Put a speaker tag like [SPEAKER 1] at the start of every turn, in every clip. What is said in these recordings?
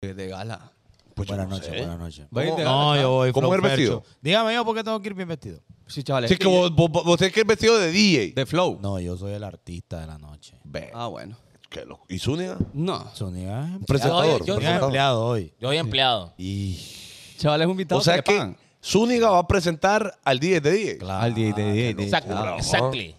[SPEAKER 1] de gala.
[SPEAKER 2] Pues yo
[SPEAKER 3] buenas
[SPEAKER 2] no
[SPEAKER 3] noches,
[SPEAKER 2] sé.
[SPEAKER 3] buenas noches.
[SPEAKER 1] Va a ir de gala,
[SPEAKER 2] No,
[SPEAKER 1] chaval.
[SPEAKER 2] yo voy
[SPEAKER 3] ¿Cómo
[SPEAKER 2] flow
[SPEAKER 3] es el vestido?
[SPEAKER 2] fercho. Dígame yo por qué tengo que ir bien vestido.
[SPEAKER 1] Sí, chavales.
[SPEAKER 3] Si es que vos, vos, vos tenés que ir vestido de DJ.
[SPEAKER 1] De flow.
[SPEAKER 3] No, yo soy el artista de la noche. Ve,
[SPEAKER 1] Ah, bueno.
[SPEAKER 3] qué loco. ¿Y Zúñiga?
[SPEAKER 1] No.
[SPEAKER 3] Zúñiga es
[SPEAKER 4] Yo-
[SPEAKER 3] presentador.
[SPEAKER 4] yo- yo-
[SPEAKER 3] presentador.
[SPEAKER 2] empleado hoy.
[SPEAKER 4] Yo soy empleado.
[SPEAKER 3] Y-
[SPEAKER 1] Chavales, un invitado
[SPEAKER 3] O sea
[SPEAKER 1] que, le
[SPEAKER 3] que
[SPEAKER 1] pagan.
[SPEAKER 3] Zúñiga va a presentar al 10 de 10. Claro.
[SPEAKER 1] Al DJ, de DJ, DJ.
[SPEAKER 4] Exacto.
[SPEAKER 3] Claro.
[SPEAKER 4] Exactly.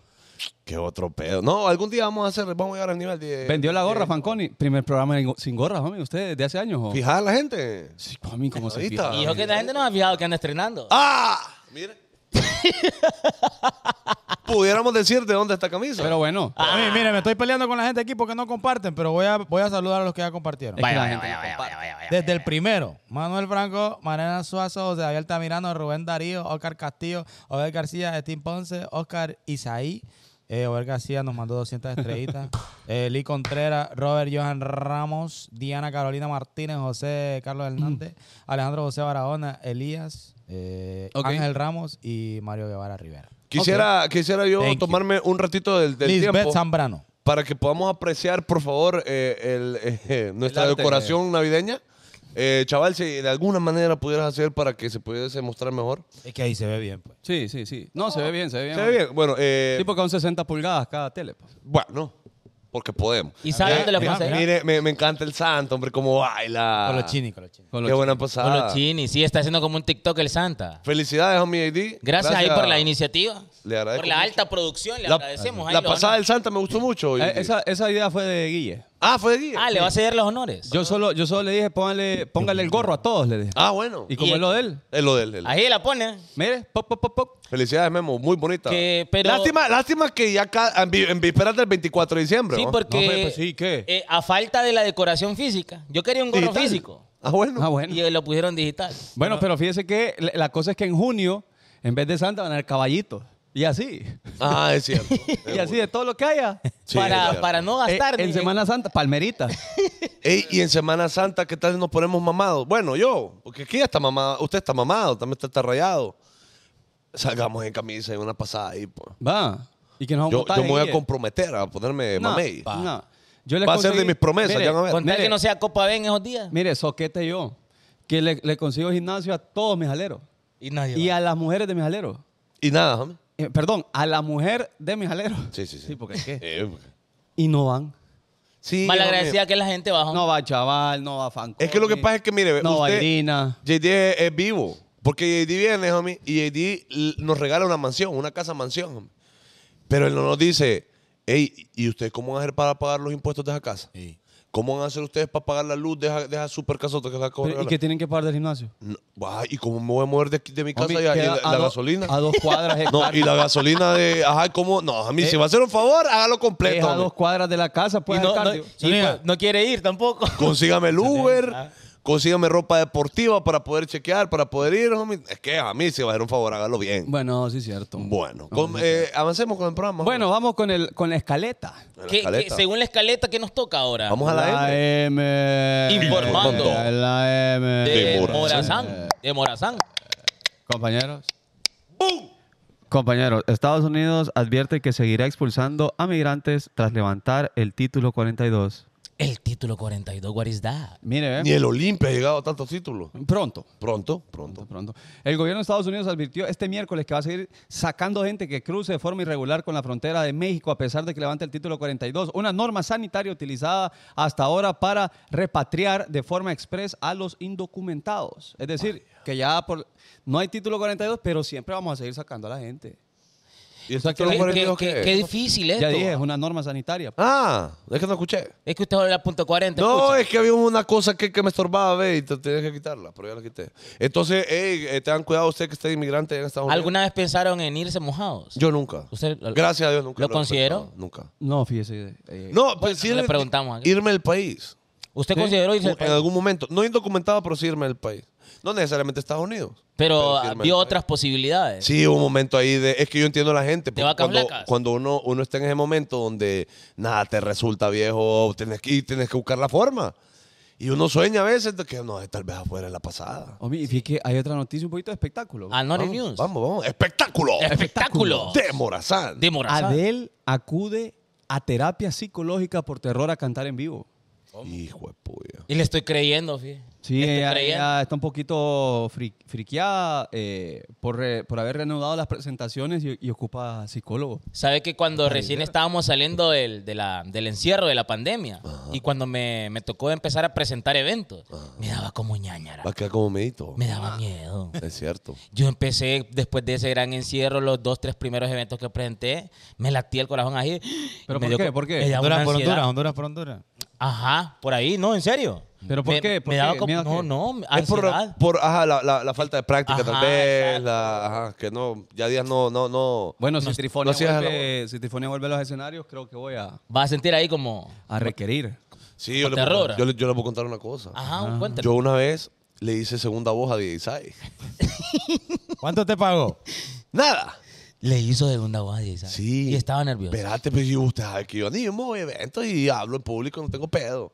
[SPEAKER 3] Qué otro pedo. No, algún día vamos a hacer, vamos a llegar al nivel de.
[SPEAKER 1] Vendió la gorra, Fanconi. Primer programa en- sin gorra, homie. ¿Usted desde hace años? o?
[SPEAKER 3] Fijar a la gente.
[SPEAKER 1] Sí, homie, ¿cómo se
[SPEAKER 3] Ahorita.
[SPEAKER 1] fija?
[SPEAKER 4] Y yo que la gente no ha fijado que anda estrenando.
[SPEAKER 3] ¡Ah! Mira. Pudiéramos decir de dónde está camisa.
[SPEAKER 1] Pero bueno.
[SPEAKER 2] A mí, mire, me estoy peleando con la gente aquí porque no comparten, pero voy a, voy a saludar a los que ya compartieron.
[SPEAKER 1] Es que
[SPEAKER 4] vaya,
[SPEAKER 1] la
[SPEAKER 4] vaya,
[SPEAKER 1] gente
[SPEAKER 4] vaya,
[SPEAKER 1] lo
[SPEAKER 4] vaya,
[SPEAKER 1] comparte.
[SPEAKER 4] vaya, vaya,
[SPEAKER 2] Desde el primero, Manuel Franco, Mariana Suazo, José David Altamirano, Rubén Darío, Oscar Castillo, Obed García, Steam Ponce, Oscar Isaí, eh, Obed García nos mandó 200 estrellitas, eh, Lee Contreras, Robert Johan Ramos, Diana Carolina Martínez, José Carlos
[SPEAKER 3] Mm.
[SPEAKER 2] Hernández, Alejandro José Barahona, Elías, eh,
[SPEAKER 1] Ok.
[SPEAKER 2] Ángel Ramos y Mario Guevara Rivera.
[SPEAKER 3] Quisiera, quisiera yo
[SPEAKER 1] Thank you.
[SPEAKER 3] tomarme un ratito del, del
[SPEAKER 2] Lisbeth
[SPEAKER 3] tiempo
[SPEAKER 2] Zambrano.
[SPEAKER 3] para que podamos apreciar, por favor, eh, el, eh, eh, nuestra
[SPEAKER 1] El arte.
[SPEAKER 3] decoración navideña. Eh, chaval, si de alguna manera pudieras hacer para que se pudiese mostrar mejor.
[SPEAKER 2] Es que ahí se ve bien, pues.
[SPEAKER 1] Sí, sí, sí. No, se ve bien, se ve bien.
[SPEAKER 3] ¿Se ve bien? Bueno, eh,
[SPEAKER 1] Tipo que son 60 pulgadas cada tele. pues.
[SPEAKER 3] bueno, porque podemos.
[SPEAKER 4] ¿Y saben de lo que
[SPEAKER 2] mira,
[SPEAKER 4] pasa?
[SPEAKER 2] mira.
[SPEAKER 3] Mire, me, me encanta el santo, hombre, cómo baila.
[SPEAKER 2] Con los chinis, con los chinis.
[SPEAKER 1] Con los
[SPEAKER 3] Qué buena
[SPEAKER 4] Con
[SPEAKER 3] pasada.
[SPEAKER 4] los chinis. Sí, está haciendo como un TikTok el Santa.
[SPEAKER 3] Felicidades, homie ID.
[SPEAKER 4] Gracias, ahí por la iniciativa.
[SPEAKER 3] Le agradezco
[SPEAKER 4] por la
[SPEAKER 3] mucho.
[SPEAKER 4] alta producción, le
[SPEAKER 3] La,
[SPEAKER 4] agradecemos. ahí
[SPEAKER 3] la
[SPEAKER 4] lo
[SPEAKER 3] pasada
[SPEAKER 4] van a-
[SPEAKER 3] del Santa me gustó mucho.
[SPEAKER 1] Eh,
[SPEAKER 3] ID.
[SPEAKER 1] esa, esa idea fue de Guille.
[SPEAKER 3] Ah, fue de guía.
[SPEAKER 4] Ah, le va a ceder los honores.
[SPEAKER 1] Yo solo, yo solo le dije, póngale, póngale el gorro a todos, le dije.
[SPEAKER 3] Ah, bueno.
[SPEAKER 1] Y como
[SPEAKER 4] Y-
[SPEAKER 1] es lo de él,
[SPEAKER 3] Es lo del. el-
[SPEAKER 4] Ahí la pone.
[SPEAKER 1] mire, pop, pop, pop, pop.
[SPEAKER 3] Felicidades, Memo. Muy bonita.
[SPEAKER 4] Que- pero-
[SPEAKER 3] Lástima, lástima que ya ca- en vi- en vísperas del 24 de diciembre.
[SPEAKER 4] Sí,
[SPEAKER 3] ¿no?
[SPEAKER 4] porque
[SPEAKER 1] No, pues, sí, ¿qué?
[SPEAKER 4] eh, a falta de la decoración física, yo quería un gorro
[SPEAKER 3] Digital.
[SPEAKER 4] físico
[SPEAKER 3] Ah, bueno.
[SPEAKER 1] Ah, bueno.
[SPEAKER 4] y eh, lo pusieron digital.
[SPEAKER 1] Bueno, pero fíjese que la- la cosa es que en junio, en vez de Santa, van a haber caballitos. Y así.
[SPEAKER 3] Ah, es cierto.
[SPEAKER 1] Y así de todo lo que haya.
[SPEAKER 3] Sí, es
[SPEAKER 4] para,
[SPEAKER 3] cierto.
[SPEAKER 4] para no
[SPEAKER 1] Eh,
[SPEAKER 4] gastar.
[SPEAKER 1] en
[SPEAKER 4] ni-
[SPEAKER 1] Semana Santa, palmerita.
[SPEAKER 3] Ey, y en Semana Santa, ¿qué tal nos ponemos mamados? Bueno, yo, porque aquí ya está mamado. Usted está mamado, también usted está rayado. Salgamos en camisa y una pasada ahí. po.
[SPEAKER 1] Va. Y que nos
[SPEAKER 3] Yo,
[SPEAKER 1] vamos
[SPEAKER 3] yo me voy a comprometer a ponerme mamey.
[SPEAKER 1] Yo
[SPEAKER 3] Va a ser de mis promesas,
[SPEAKER 1] mire,
[SPEAKER 3] ya van a ver.
[SPEAKER 4] Con tal
[SPEAKER 1] Mire.
[SPEAKER 4] que no sea Copa B en esos días.
[SPEAKER 1] Mire, soquete yo, que le, le consigo gimnasio a todos mis aleros.
[SPEAKER 4] Y nadie
[SPEAKER 1] Y
[SPEAKER 4] va.
[SPEAKER 1] a las mujeres de mis aleros.
[SPEAKER 3] Y nada, homie.
[SPEAKER 1] Eh, perdón, a la mujer de mis aleros.
[SPEAKER 3] Sí, sí, sí.
[SPEAKER 1] porque ¿qué?
[SPEAKER 3] Eh, porque-
[SPEAKER 1] Y no van.
[SPEAKER 3] Sí,
[SPEAKER 4] Malagradecida que la gente baja.
[SPEAKER 1] No va chaval, no va fan.
[SPEAKER 3] Es que lo que pasa es que, mire,
[SPEAKER 1] No
[SPEAKER 3] usted-
[SPEAKER 1] bailina.
[SPEAKER 3] JD es, es vivo. Porque JD viene, homie, y JD l- nos regala una mansión, una casa mansión, homie. Pero él no nos dice, hey, ¿y ustedes cómo van a hacer para pagar los impuestos de esa casa?
[SPEAKER 2] Sí.
[SPEAKER 3] ¿Cómo van a hacer ustedes para pagar la luz de esa, de esa super casota que se acabo de
[SPEAKER 1] Pero, ¿Y
[SPEAKER 3] regalar?
[SPEAKER 1] qué tienen que pagar del gimnasio?
[SPEAKER 3] No, ay, ¿Y cómo me voy a mover de, aquí- de mi casa
[SPEAKER 1] Homie,
[SPEAKER 3] y, a- y
[SPEAKER 1] queda
[SPEAKER 3] la,
[SPEAKER 1] a
[SPEAKER 3] la
[SPEAKER 1] dos-
[SPEAKER 3] gasolina?
[SPEAKER 1] A dos cuadras
[SPEAKER 3] No, y la gasolina de, ajá, ¿cómo? No, a mí, si va a hacer un favor, hágalo
[SPEAKER 1] es
[SPEAKER 3] completo.
[SPEAKER 1] a
[SPEAKER 3] homie.
[SPEAKER 1] Eh, dos cuadras de la casa,
[SPEAKER 4] Y
[SPEAKER 1] pues.
[SPEAKER 4] no,
[SPEAKER 1] al
[SPEAKER 4] no-
[SPEAKER 1] cardio.
[SPEAKER 4] y
[SPEAKER 2] Zúñiga.
[SPEAKER 4] pues, no quiere ir tampoco.
[SPEAKER 3] Consígame el Uber,
[SPEAKER 1] ah.
[SPEAKER 3] consígame ropa deportiva para poder chequear, para poder ir, homie. Es que a mí, si va a hacer un favor, hágalo bien.
[SPEAKER 1] Bueno, sí, cierto.
[SPEAKER 3] Bueno, con- eh, avancemos con el programa.
[SPEAKER 1] Bueno, vamos con, el, con la escaleta.
[SPEAKER 3] En la
[SPEAKER 4] ¿Qué- qué-
[SPEAKER 3] escaleta.
[SPEAKER 4] según la escaleta, ¿qué nos toca ahora?
[SPEAKER 3] vamos a la, M.
[SPEAKER 1] M.
[SPEAKER 4] Informando.
[SPEAKER 1] La M.
[SPEAKER 4] de
[SPEAKER 3] Morazán.
[SPEAKER 4] Morazán. De Morazán.
[SPEAKER 1] Compañeros. Compañeros, Estados Unidos advierte que seguirá expulsando a migrantes tras levantar el título 42.
[SPEAKER 4] El título 42, what is that?
[SPEAKER 1] Mire, eh,
[SPEAKER 3] Ni el Olimpia ha llegado a tantos títulos.
[SPEAKER 1] Pronto.
[SPEAKER 3] Pronto, pronto.
[SPEAKER 1] Pronto. El gobierno de Estados Unidos advirtió este miércoles que va a seguir sacando gente que cruce de forma irregular con la frontera de México a pesar de que levante el título 42, una norma sanitaria utilizada hasta ahora para repatriar de forma express a los indocumentados. Es decir, que ya por, no hay título 42, pero siempre vamos a seguir sacando a la gente.
[SPEAKER 3] ¿Y el
[SPEAKER 4] Qué,
[SPEAKER 3] título 42
[SPEAKER 4] qué-
[SPEAKER 3] qué
[SPEAKER 4] qué
[SPEAKER 3] es?
[SPEAKER 4] difícil esto.
[SPEAKER 1] Ya dije, es una norma sanitaria.
[SPEAKER 3] Ah, es que no escuché.
[SPEAKER 4] Es que usted habla punto 40.
[SPEAKER 3] No,
[SPEAKER 4] escucha.
[SPEAKER 3] es que había una cosa que, que me estorbaba, ve, y te tenías que quitarla, pero ya la quité. Entonces, ey, eh, tengan cuidado usted que esté inmigrante en Estados Unidos.
[SPEAKER 4] ¿Alguna vez pensaron en irse mojados?
[SPEAKER 3] Yo nunca.
[SPEAKER 4] ¿Usted lo-
[SPEAKER 3] Gracias a Dios nunca.
[SPEAKER 4] lo
[SPEAKER 3] he
[SPEAKER 4] consideró?
[SPEAKER 3] pensado, Nunca.
[SPEAKER 1] No, fíjese. eh,
[SPEAKER 3] No, pero
[SPEAKER 4] Bueno,
[SPEAKER 3] sí
[SPEAKER 4] no le
[SPEAKER 3] ir-
[SPEAKER 4] preguntamos ¿eh? aquí.
[SPEAKER 3] irme del país.
[SPEAKER 4] ¿Usted
[SPEAKER 1] Sí.
[SPEAKER 4] consideró irse? al
[SPEAKER 3] En
[SPEAKER 4] país?
[SPEAKER 3] algún momento. No indocumentado, pero sí irme del país. No necesariamente Estados Unidos.
[SPEAKER 4] Pero
[SPEAKER 3] sí
[SPEAKER 4] ah,
[SPEAKER 3] irme
[SPEAKER 4] vio
[SPEAKER 3] del país.
[SPEAKER 4] otras posibilidades.
[SPEAKER 3] Sí, hubo un momento ahí de. Es que yo entiendo a la gente.
[SPEAKER 4] De
[SPEAKER 3] porque
[SPEAKER 4] vacas
[SPEAKER 3] cuando,
[SPEAKER 4] flacas.
[SPEAKER 3] cuando uno, uno está en ese momento donde nada te resulta viejo, tienes que, y tienes que buscar la forma. Y uno sueña a veces de que no, tal vez afuera en la pasada.
[SPEAKER 1] homie, y fíjese que hay otra noticia un poquito de espectáculo.
[SPEAKER 4] Anore
[SPEAKER 3] Vamos,
[SPEAKER 4] Ah, News.
[SPEAKER 3] vamos, vamos. Espectáculo.
[SPEAKER 4] Espectáculo.
[SPEAKER 3] De Morazán.
[SPEAKER 4] De Morazán.
[SPEAKER 1] Adele acude a terapia psicológica por terror a cantar en vivo.
[SPEAKER 3] Hijo de puya.
[SPEAKER 4] Y le estoy creyendo, fíjate.
[SPEAKER 1] Sí,
[SPEAKER 4] Le estoy
[SPEAKER 1] ella,
[SPEAKER 4] creyendo.
[SPEAKER 1] ella está un poquito fri- friqueada eh, por, re- por haber reanudado las presentaciones y, y ocupa psicólogo.
[SPEAKER 4] Sabe que cuando recién estábamos saliendo del, de la- del encierro de la pandemia y cuando me, me tocó empezar a presentar eventos, me daba como ñañara.
[SPEAKER 3] Va a quedar como medito.
[SPEAKER 4] Me
[SPEAKER 1] Ah.
[SPEAKER 4] daba miedo.
[SPEAKER 3] Es cierto.
[SPEAKER 4] Yo empecé, después de ese gran encierro, los dos, tres primeros eventos que presenté, me latía el corazón ahí.
[SPEAKER 1] ¿Pero
[SPEAKER 4] Me
[SPEAKER 1] por
[SPEAKER 4] dio
[SPEAKER 1] qué?
[SPEAKER 4] co-
[SPEAKER 1] ¿Por qué?
[SPEAKER 4] me daba una
[SPEAKER 2] Honduras por
[SPEAKER 4] ansiedad.
[SPEAKER 2] Honduras, Honduras por Honduras.
[SPEAKER 4] Ajá, por ahí, no, en serio.
[SPEAKER 1] ¿Pero por
[SPEAKER 4] Me-
[SPEAKER 1] qué? ¿Por
[SPEAKER 4] me
[SPEAKER 1] qué?
[SPEAKER 4] daba como-
[SPEAKER 1] ¿Miedo a qué?
[SPEAKER 4] no, no,
[SPEAKER 3] Es por,
[SPEAKER 4] ansiedad.
[SPEAKER 3] por ajá, la, la- la falta de práctica
[SPEAKER 4] Ajá,
[SPEAKER 3] tal vez,
[SPEAKER 4] exacto.
[SPEAKER 3] la- ajá, que no, ya días no, no, no.
[SPEAKER 1] Bueno, si, Trifonia
[SPEAKER 3] no hacías la
[SPEAKER 1] vuelve, si Trifonia vuelve a los escenarios, creo que voy a,
[SPEAKER 4] Vas a sentir ahí como...
[SPEAKER 1] a requerir.
[SPEAKER 3] Sí, yo
[SPEAKER 4] ¿Te
[SPEAKER 3] le, puedo,
[SPEAKER 4] arrora?
[SPEAKER 3] yo, le- yo le puedo contar una cosa.
[SPEAKER 4] Ajá,
[SPEAKER 1] Ah.
[SPEAKER 4] cuéntame.
[SPEAKER 3] Yo una vez le hice segunda voz a DJ Isai.
[SPEAKER 2] ¿Cuánto te pagó?
[SPEAKER 3] Nada.
[SPEAKER 4] Le hizo de una voz y ¿sabes?
[SPEAKER 3] Sí.
[SPEAKER 4] Y estaba nervioso.
[SPEAKER 3] Espérate, pues yo, usted sabe que yo animo eventos y hablo en público, no tengo pedo.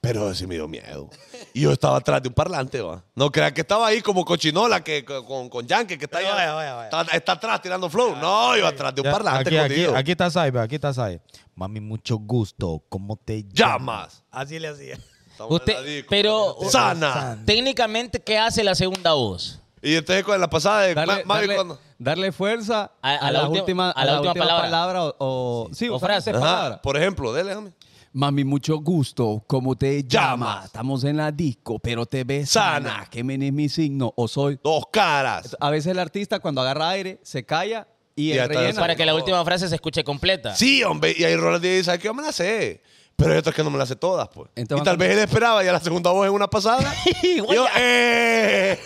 [SPEAKER 3] Pero sí me dio miedo. Y yo estaba atrás de un parlante, va. No creas que estaba ahí como cochinola que, con, con Yankee, que está ahí.
[SPEAKER 2] Vaya, vaya, vaya.
[SPEAKER 3] Está, está atrás tirando flow. No, yo atrás de un
[SPEAKER 2] Ya,
[SPEAKER 3] parlante
[SPEAKER 2] aquí, aquí,
[SPEAKER 3] escondido.
[SPEAKER 2] aquí está Sai, ve, aquí está Sai. Mami, mucho gusto. ¿Cómo te
[SPEAKER 3] Llamas.
[SPEAKER 2] Así le hacía.
[SPEAKER 3] Estamos en la
[SPEAKER 4] Usted,
[SPEAKER 3] disco.
[SPEAKER 4] pero
[SPEAKER 3] Sana.
[SPEAKER 4] técnicamente, ¿qué hace la segunda voz?
[SPEAKER 3] pues. Y entonces con la pasada de
[SPEAKER 1] Darle,
[SPEAKER 3] eh, Ma- Mavi
[SPEAKER 1] darle-
[SPEAKER 3] cuando-
[SPEAKER 1] darle fuerza
[SPEAKER 4] A- a la
[SPEAKER 1] las
[SPEAKER 4] última-
[SPEAKER 1] últimas-
[SPEAKER 4] a la última palabra.
[SPEAKER 1] o, o- sí,
[SPEAKER 4] O
[SPEAKER 1] usar
[SPEAKER 4] frase.
[SPEAKER 1] esa
[SPEAKER 3] Ajá,
[SPEAKER 1] palabra.
[SPEAKER 3] Por ejemplo, dele, homie.
[SPEAKER 1] Mami, mucho gusto. ¿Cómo te
[SPEAKER 3] Llamas.
[SPEAKER 1] llamas? Estamos en la disco, pero te ves
[SPEAKER 3] Sana.
[SPEAKER 1] sana. ¿Qué men es mi signo? O soy.
[SPEAKER 3] Dos caras.
[SPEAKER 1] A veces el artista cuando agarra aire se calla y,
[SPEAKER 3] Y
[SPEAKER 1] el
[SPEAKER 3] hasta
[SPEAKER 1] relleno.
[SPEAKER 4] Para que la
[SPEAKER 3] no.
[SPEAKER 4] última frase se escuche completa.
[SPEAKER 3] Sí, hombre. Y ahí Roland dice, ¿sabes qué? Yo me la sé. Pero hay otras que no me las sé todas, pues.
[SPEAKER 1] Entonces,
[SPEAKER 3] y tal
[SPEAKER 1] ¿cómo?
[SPEAKER 3] vez él esperaba ya la segunda voz en una pasada. y yo, ¡eh!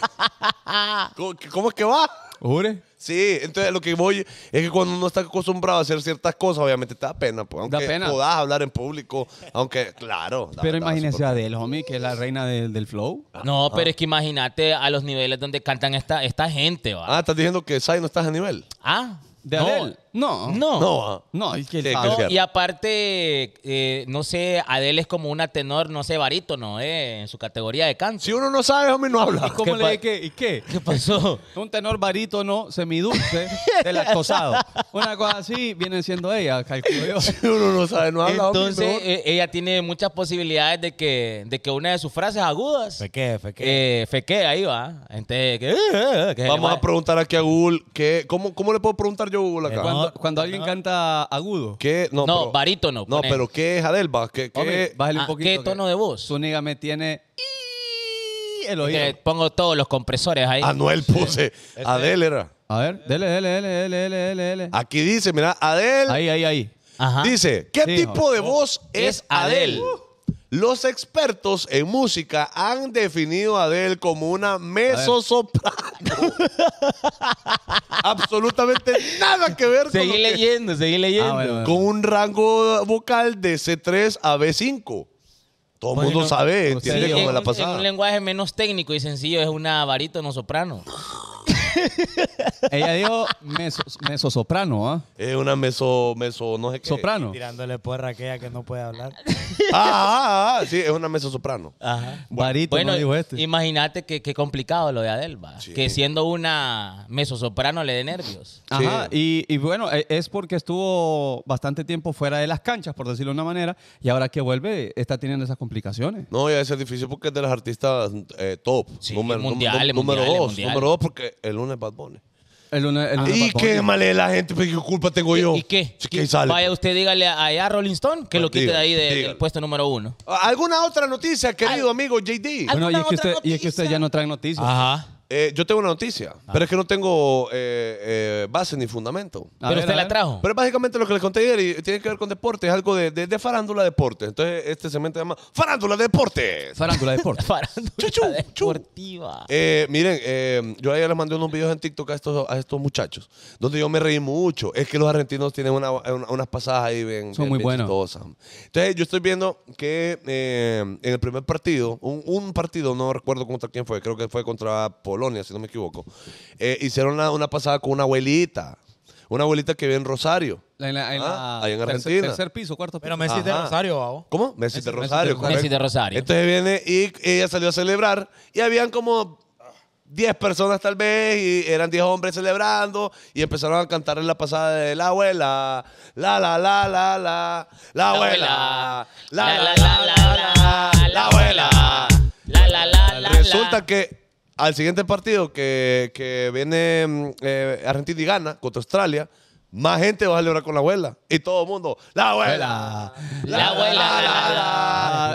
[SPEAKER 3] ¿Cómo, cómo es que va?
[SPEAKER 1] Jure.
[SPEAKER 3] Sí, entonces lo que voy es que cuando uno está acostumbrado a hacer ciertas cosas, obviamente te da pena, pues. Aunque
[SPEAKER 1] Da pena.
[SPEAKER 3] podás hablar en público, aunque, claro. da-
[SPEAKER 1] Pero
[SPEAKER 3] da
[SPEAKER 1] imagínese
[SPEAKER 3] súper-
[SPEAKER 1] a Adele, homie, que es la reina del, del flow.
[SPEAKER 4] No,
[SPEAKER 1] Ah.
[SPEAKER 4] pero es que imagínate a los niveles donde cantan esta, esta gente, ¿va?
[SPEAKER 3] Ah, estás diciendo que Sai no estás a nivel.
[SPEAKER 4] Ah,
[SPEAKER 1] ¿De
[SPEAKER 4] no.
[SPEAKER 1] Adele? No.
[SPEAKER 4] No.
[SPEAKER 3] No, ah.
[SPEAKER 1] No, es que
[SPEAKER 3] Sí,
[SPEAKER 1] sabe.
[SPEAKER 3] claro.
[SPEAKER 4] No, y aparte, eh, no sé, Adele es como una tenor, no sé, barítono, ¿eh? En su categoría de canto.
[SPEAKER 3] Si uno no sabe, hombre, no habla.
[SPEAKER 1] ¿Y cómo
[SPEAKER 4] ¿Qué
[SPEAKER 1] le
[SPEAKER 4] pa-
[SPEAKER 1] dije que- ¿Y qué?
[SPEAKER 4] ¿Qué pasó?
[SPEAKER 1] Un tenor barítono semidulce del acosado. Una cosa así viene siendo ella, calculo yo.
[SPEAKER 3] Si uno no sabe, no habla. homie,
[SPEAKER 4] Entonces,
[SPEAKER 3] mejor.
[SPEAKER 4] eh, ella tiene muchas posibilidades de que, de que una de sus frases agudas
[SPEAKER 2] Feque, feque.
[SPEAKER 4] eh, feque, ahí va. Entonces, que, eh, eh, que se le
[SPEAKER 3] Vamos
[SPEAKER 4] va.
[SPEAKER 3] a preguntar aquí a Google que, ¿cómo, ¿cómo le puedo preguntar yo a Google acá?
[SPEAKER 1] Cuando,
[SPEAKER 2] No,
[SPEAKER 1] cuando alguien canta agudo,
[SPEAKER 3] ¿Qué? No,
[SPEAKER 4] No,
[SPEAKER 3] pero-
[SPEAKER 4] barítono,
[SPEAKER 3] No,
[SPEAKER 4] pone.
[SPEAKER 3] pero ¿qué es Adelba? ¿Qué, qué-
[SPEAKER 1] homie, bájale un
[SPEAKER 4] Ah,
[SPEAKER 1] poquito.
[SPEAKER 4] ¿qué
[SPEAKER 1] que
[SPEAKER 4] tono de voz?
[SPEAKER 1] Zúñiga me tiene y- el oído.
[SPEAKER 4] Que pongo todos los compresores ahí. Este-
[SPEAKER 3] Anuel Ah, puse. Adel era.
[SPEAKER 1] A ver, dele, dele, dele, dele, dele, dele, dele.
[SPEAKER 3] Aquí dice, mira, Adel
[SPEAKER 1] Ahí, ahí, ahí.
[SPEAKER 4] Ajá.
[SPEAKER 3] dice, ¿qué
[SPEAKER 1] Sí,
[SPEAKER 3] tipo de voz es,
[SPEAKER 4] Es
[SPEAKER 3] Adel?
[SPEAKER 4] Adele.
[SPEAKER 3] Los expertos en música han definido a Adel como una mezzosoprano. Absolutamente nada que ver con, lo
[SPEAKER 4] Seguí
[SPEAKER 3] que-
[SPEAKER 4] leyendo, seguí leyendo.
[SPEAKER 1] Ah, bueno, bueno.
[SPEAKER 3] con un rango vocal de C3 a B5. Todo el
[SPEAKER 1] Bueno,
[SPEAKER 3] mundo sabe,
[SPEAKER 1] sí,
[SPEAKER 3] entiende
[SPEAKER 4] Sí,
[SPEAKER 3] cómo
[SPEAKER 4] en,
[SPEAKER 3] es la
[SPEAKER 4] un-
[SPEAKER 3] pasada.
[SPEAKER 4] en un lenguaje menos técnico y sencillo es una barítono soprano.
[SPEAKER 1] Ella dijo meso, soprano, ¿ah?
[SPEAKER 3] Es una meso, meso, no sé qué.
[SPEAKER 1] Soprano.
[SPEAKER 2] Tirándole porra a aquella que no puede hablar.
[SPEAKER 3] Ah, ah, ah, sí, es una meso soprano.
[SPEAKER 4] Ajá.
[SPEAKER 1] Barítono,
[SPEAKER 4] Bueno,
[SPEAKER 1] dijo este.
[SPEAKER 4] imagínate que, que complicado lo de Adelba.
[SPEAKER 3] Sí.
[SPEAKER 4] Que siendo una mezzosoprano le dé nervios.
[SPEAKER 1] Ajá, y, y bueno, e- es porque estuvo bastante tiempo fuera de las canchas, por decirlo de una manera, y ahora que vuelve, está teniendo esas complicaciones.
[SPEAKER 3] No, y a veces es difícil porque es de las artistas eh, top.
[SPEAKER 4] Sí,
[SPEAKER 3] número, num-
[SPEAKER 4] mundiales,
[SPEAKER 3] número
[SPEAKER 4] mundiales,
[SPEAKER 3] dos.
[SPEAKER 4] mundiales.
[SPEAKER 3] Número dos porque el lunes Bad Bunny.
[SPEAKER 1] El lunes- el lunes
[SPEAKER 3] y
[SPEAKER 1] Bad Bunny.
[SPEAKER 3] qué male la gente, pues, ¿qué culpa tengo yo?
[SPEAKER 4] ¿Y qué?
[SPEAKER 3] Sí, que sale. pues.
[SPEAKER 4] Vaya usted dígale a- allá a Rolling Stone que lo quite
[SPEAKER 3] Dígale,
[SPEAKER 4] de ahí de-
[SPEAKER 3] dígale.
[SPEAKER 4] del puesto número uno.
[SPEAKER 3] ¿Alguna otra noticia, querido amigo JD?
[SPEAKER 1] Bueno, y es, que
[SPEAKER 4] ¿Alguna
[SPEAKER 1] usted,
[SPEAKER 4] otra
[SPEAKER 1] y es que usted ya no trae noticias.
[SPEAKER 4] Ajá.
[SPEAKER 3] Eh, yo tengo una noticia,
[SPEAKER 4] Ah.
[SPEAKER 3] pero es que no tengo eh, eh, base ni fundamento.
[SPEAKER 1] A
[SPEAKER 4] Pero
[SPEAKER 1] ver,
[SPEAKER 4] usted
[SPEAKER 1] a
[SPEAKER 4] la
[SPEAKER 1] ver.
[SPEAKER 4] trajo.
[SPEAKER 3] Pero básicamente lo que les conté ayer y tiene que ver con deportes, es algo de, de, de farándula deportes. Entonces este segmento se llama Farándula Deportes.
[SPEAKER 1] Farándula de deporte.
[SPEAKER 4] Farándula
[SPEAKER 3] Chu, chu, chu.
[SPEAKER 4] deportiva.
[SPEAKER 3] Eh, miren, eh, yo ayer les mandé unos videos en TikTok a estos, a estos muchachos, donde yo me reí mucho. Es que los argentinos tienen una- una- unas pasadas ahí bien,
[SPEAKER 1] Son
[SPEAKER 3] bien-
[SPEAKER 1] muy
[SPEAKER 3] bien
[SPEAKER 1] buenos.
[SPEAKER 3] chistosas. Entonces, yo estoy viendo que eh, en el primer partido, un, un partido, no recuerdo contra quién fue, creo que fue contra Polonia, si no me equivoco, eh, hicieron una, una pasada con una abuelita. Una abuelita que vive en Rosario.
[SPEAKER 1] En la- en la-
[SPEAKER 3] Ah, ahí en
[SPEAKER 1] tercer-
[SPEAKER 3] Argentina.
[SPEAKER 1] Tercer piso, cuarto piso.
[SPEAKER 2] Pero Messi de
[SPEAKER 3] Ajá.
[SPEAKER 2] Rosario, babo.
[SPEAKER 3] ¿Cómo? Messi de Rosario.
[SPEAKER 1] Rosario.
[SPEAKER 3] correcto.
[SPEAKER 4] Messi de Rosario.
[SPEAKER 3] Entonces viene y ella salió a celebrar y habían como 10 personas tal vez y eran 10 hombres celebrando y empezaron a cantar en la pasada de la abuela, la la la la la, la abuela, la la la la la, la abuela.
[SPEAKER 4] La, la, la, la.
[SPEAKER 3] Resulta que al siguiente partido que, que viene mm, eh, Argentina y gana contra Australia, más gente va a celebrar con la abuela. Y todo el mundo, la abuela,
[SPEAKER 4] La abuela, la, la,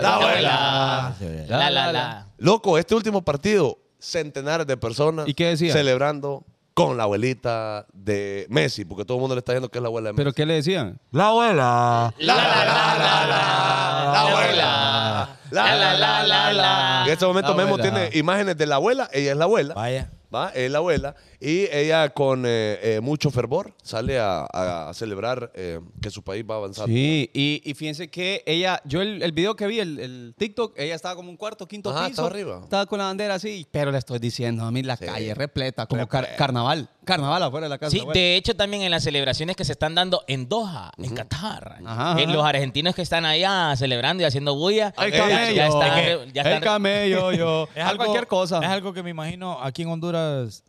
[SPEAKER 3] la, la abuela.
[SPEAKER 4] La, la, la.
[SPEAKER 3] Loco, este último partido, centenares de personas
[SPEAKER 1] ¿Y qué decía?
[SPEAKER 3] celebrando con la abuelita de Messi, porque todo el mundo le está diciendo que es la abuela de Messi.
[SPEAKER 1] ¿Pero qué le decían?
[SPEAKER 2] La abuela.
[SPEAKER 3] La la la la la la abuela. La la la la la. En este momento
[SPEAKER 1] La
[SPEAKER 3] Memo
[SPEAKER 1] abuela.
[SPEAKER 3] tiene imágenes de la abuela, ella es la abuela.
[SPEAKER 2] Vaya.
[SPEAKER 3] Va, es la abuela. Y ella con eh, eh, mucho fervor sale a, a- a celebrar eh, que su país va avanzando.
[SPEAKER 1] Sí, y, y fíjense que ella, yo el, el video que vi, el, el TikTok, ella estaba como un cuarto, quinto
[SPEAKER 3] Ajá,
[SPEAKER 1] piso.
[SPEAKER 3] estaba arriba.
[SPEAKER 1] Estaba con la bandera así, pero le estoy diciendo, a mí la calle repleta, como car-
[SPEAKER 3] Repleta.
[SPEAKER 1] carnaval. Carnaval afuera de la casa. pues.
[SPEAKER 4] Sí,
[SPEAKER 1] güey.
[SPEAKER 4] de hecho también en las celebraciones que se están dando en Doha, en Qatar,
[SPEAKER 1] Ajá, ajá.
[SPEAKER 4] en los argentinos que están allá celebrando y haciendo bulla,
[SPEAKER 1] El
[SPEAKER 4] ya-
[SPEAKER 1] camello.
[SPEAKER 4] ya están, re- ya
[SPEAKER 1] el
[SPEAKER 4] están-
[SPEAKER 1] camello, yo.
[SPEAKER 2] Es
[SPEAKER 1] Haz
[SPEAKER 2] algo-
[SPEAKER 1] cualquier cosa.
[SPEAKER 2] Es algo que me imagino aquí en Honduras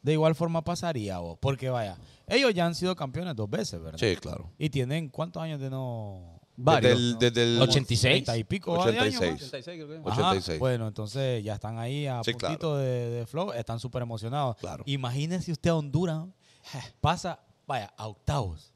[SPEAKER 2] de igual forma pasaría, vos. Porque vaya, ellos ya han sido campeones dos veces, ¿verdad?
[SPEAKER 3] Sí, claro.
[SPEAKER 2] Y tienen cuántos años de no.
[SPEAKER 1] Varios.
[SPEAKER 3] Desde el, desde el
[SPEAKER 4] 86.
[SPEAKER 2] Treinta y pico va, de años,
[SPEAKER 3] 86.
[SPEAKER 2] más.
[SPEAKER 1] 86, creo que es.
[SPEAKER 2] Ajá,
[SPEAKER 3] 86.
[SPEAKER 2] Bueno, entonces ya están ahí a
[SPEAKER 3] Sí,
[SPEAKER 2] puntito
[SPEAKER 3] claro.
[SPEAKER 2] de, de flow, están súper emocionados.
[SPEAKER 3] Claro.
[SPEAKER 2] Imagínense usted a Honduras, pasa, vaya, a octavos.